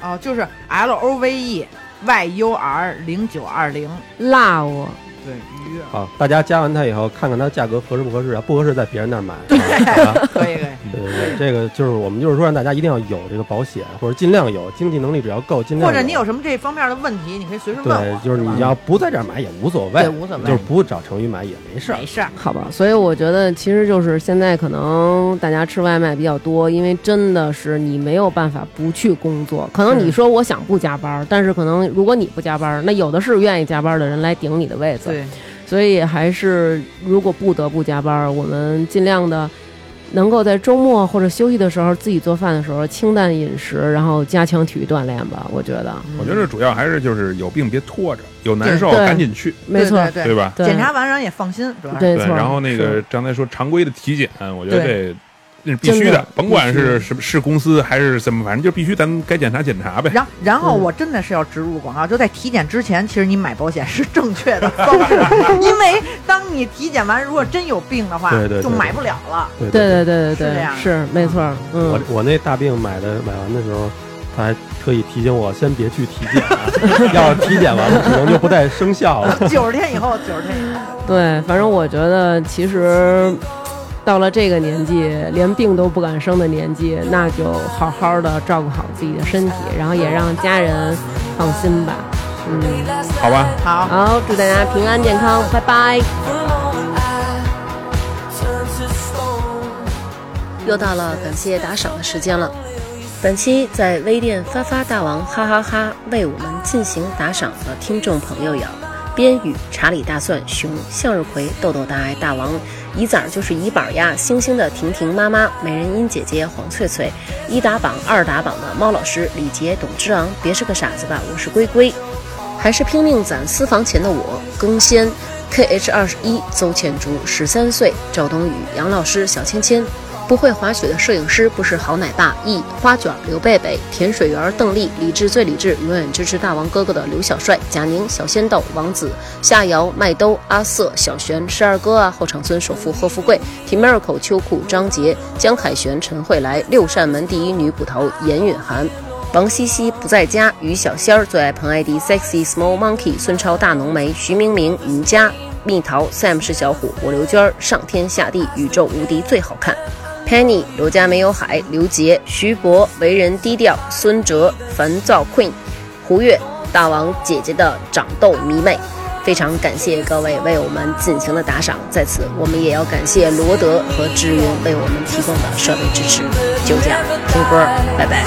哦，就是 L O V E Y U R 零九二零，
辣我，
对，鱼
好，大家加完它以后，看看它价格合适不合适啊，不合适在别人那儿买。 好吧
可以可以。
对对对，这个就是我们就是说让大家一定要有这个保险，或者尽量有，经济能力只要够，尽量
或者你有什么这方面的问题，你可以随时问
对
我，，
就是
吧
你要不在这儿买也无所谓，
对无所谓哎
就是不找成宇买也没事儿
没。事儿。
好吧，所以我觉得其实就是现在可能大家吃外卖比较多，因为真的是你没有办法不去工作。可能你说我想不加班儿，但是可能如果你不加班儿，那有的是愿意加班儿的人来顶你的位子。
对，
所以还是如果不得不加班儿，我们尽量的能够在周末或者休息的时候自己做饭的时候清淡饮食，然后加强体育锻炼吧。我觉得
我觉得主要还是就是有病别拖着，有难受
对
赶紧去，
没错，
对
对
对
吧？
对
检查完然后也放心，主要是
对
对。
错。
然后那
是
个刚才说常规的体检，我觉得
对
这那是必须
真
的
的，
甭管是什么是公司还是怎么，反正就必须咱们该检查检查呗。
然然后
嗯
我真的是要植入广告，就在体检之前，其实你买保险是正确 的方式，因为当你体检完，如果真有病的话，
对对对
就买不了了。
对
对对对对
是这
对
样，的
是没错。嗯，
我我那大病买的买完的时候，他还特意提醒我先别去体检、 啊，要是体检完了可能就不再生效了。
九十天以后，九十天以后，
对，反正我觉得其实到了这个年纪，连病都不敢生的年纪，那就好好的照顾好自己的身体，然后也让家人放心吧。嗯，
好吧，
好。
好，祝大家平安健康，拜拜。
又到了感谢打赏的时间了。本期在微店发发大王哈哈哈为我们进行打赏的听众朋友有：边宇、查理大蒜、熊、向日葵、豆豆大爱大王、乙崽儿就是乙宝呀、星星的婷婷妈妈、美人音姐姐、黄翠翠、一打榜二打榜的猫老师、李杰、董之昂，别是个傻子吧，我是龟龟。还是拼命攒私房钱的我，更先 K H 二十一、邹倩竹、十三岁、赵冬雨、杨老师、小芊芊，不会滑雪的摄影师不是好奶爸 E 花卷、刘贝贝、甜水员、邓丽、理智最理智、永远支持大王哥哥的刘小帅、贾宁、小仙豆、王子、夏瑶、麦兜、阿瑟、小璇、十二哥啊、后场村首富贺富贵、T Miracle 秋裤、张杰、江凯旋、陈慧来、六扇门第一女捕头严允涵。王西西不在家，于小仙儿最爱彭艾迪，Sexy Small Monkey，孙超大浓眉，徐明明，云佳，蜜桃，Sam 是小虎，我刘娟儿，上天下地，宇宙无敌最好看。Penny，刘家没有海，刘杰，徐博，为人低调，孙哲，烦躁 Queen，胡月，大王姐姐的长痘迷妹。非常感谢各位为我们进行的打赏，在此我们也要感谢罗德和志云为我们提供的设备支持。就这样，听歌，拜拜。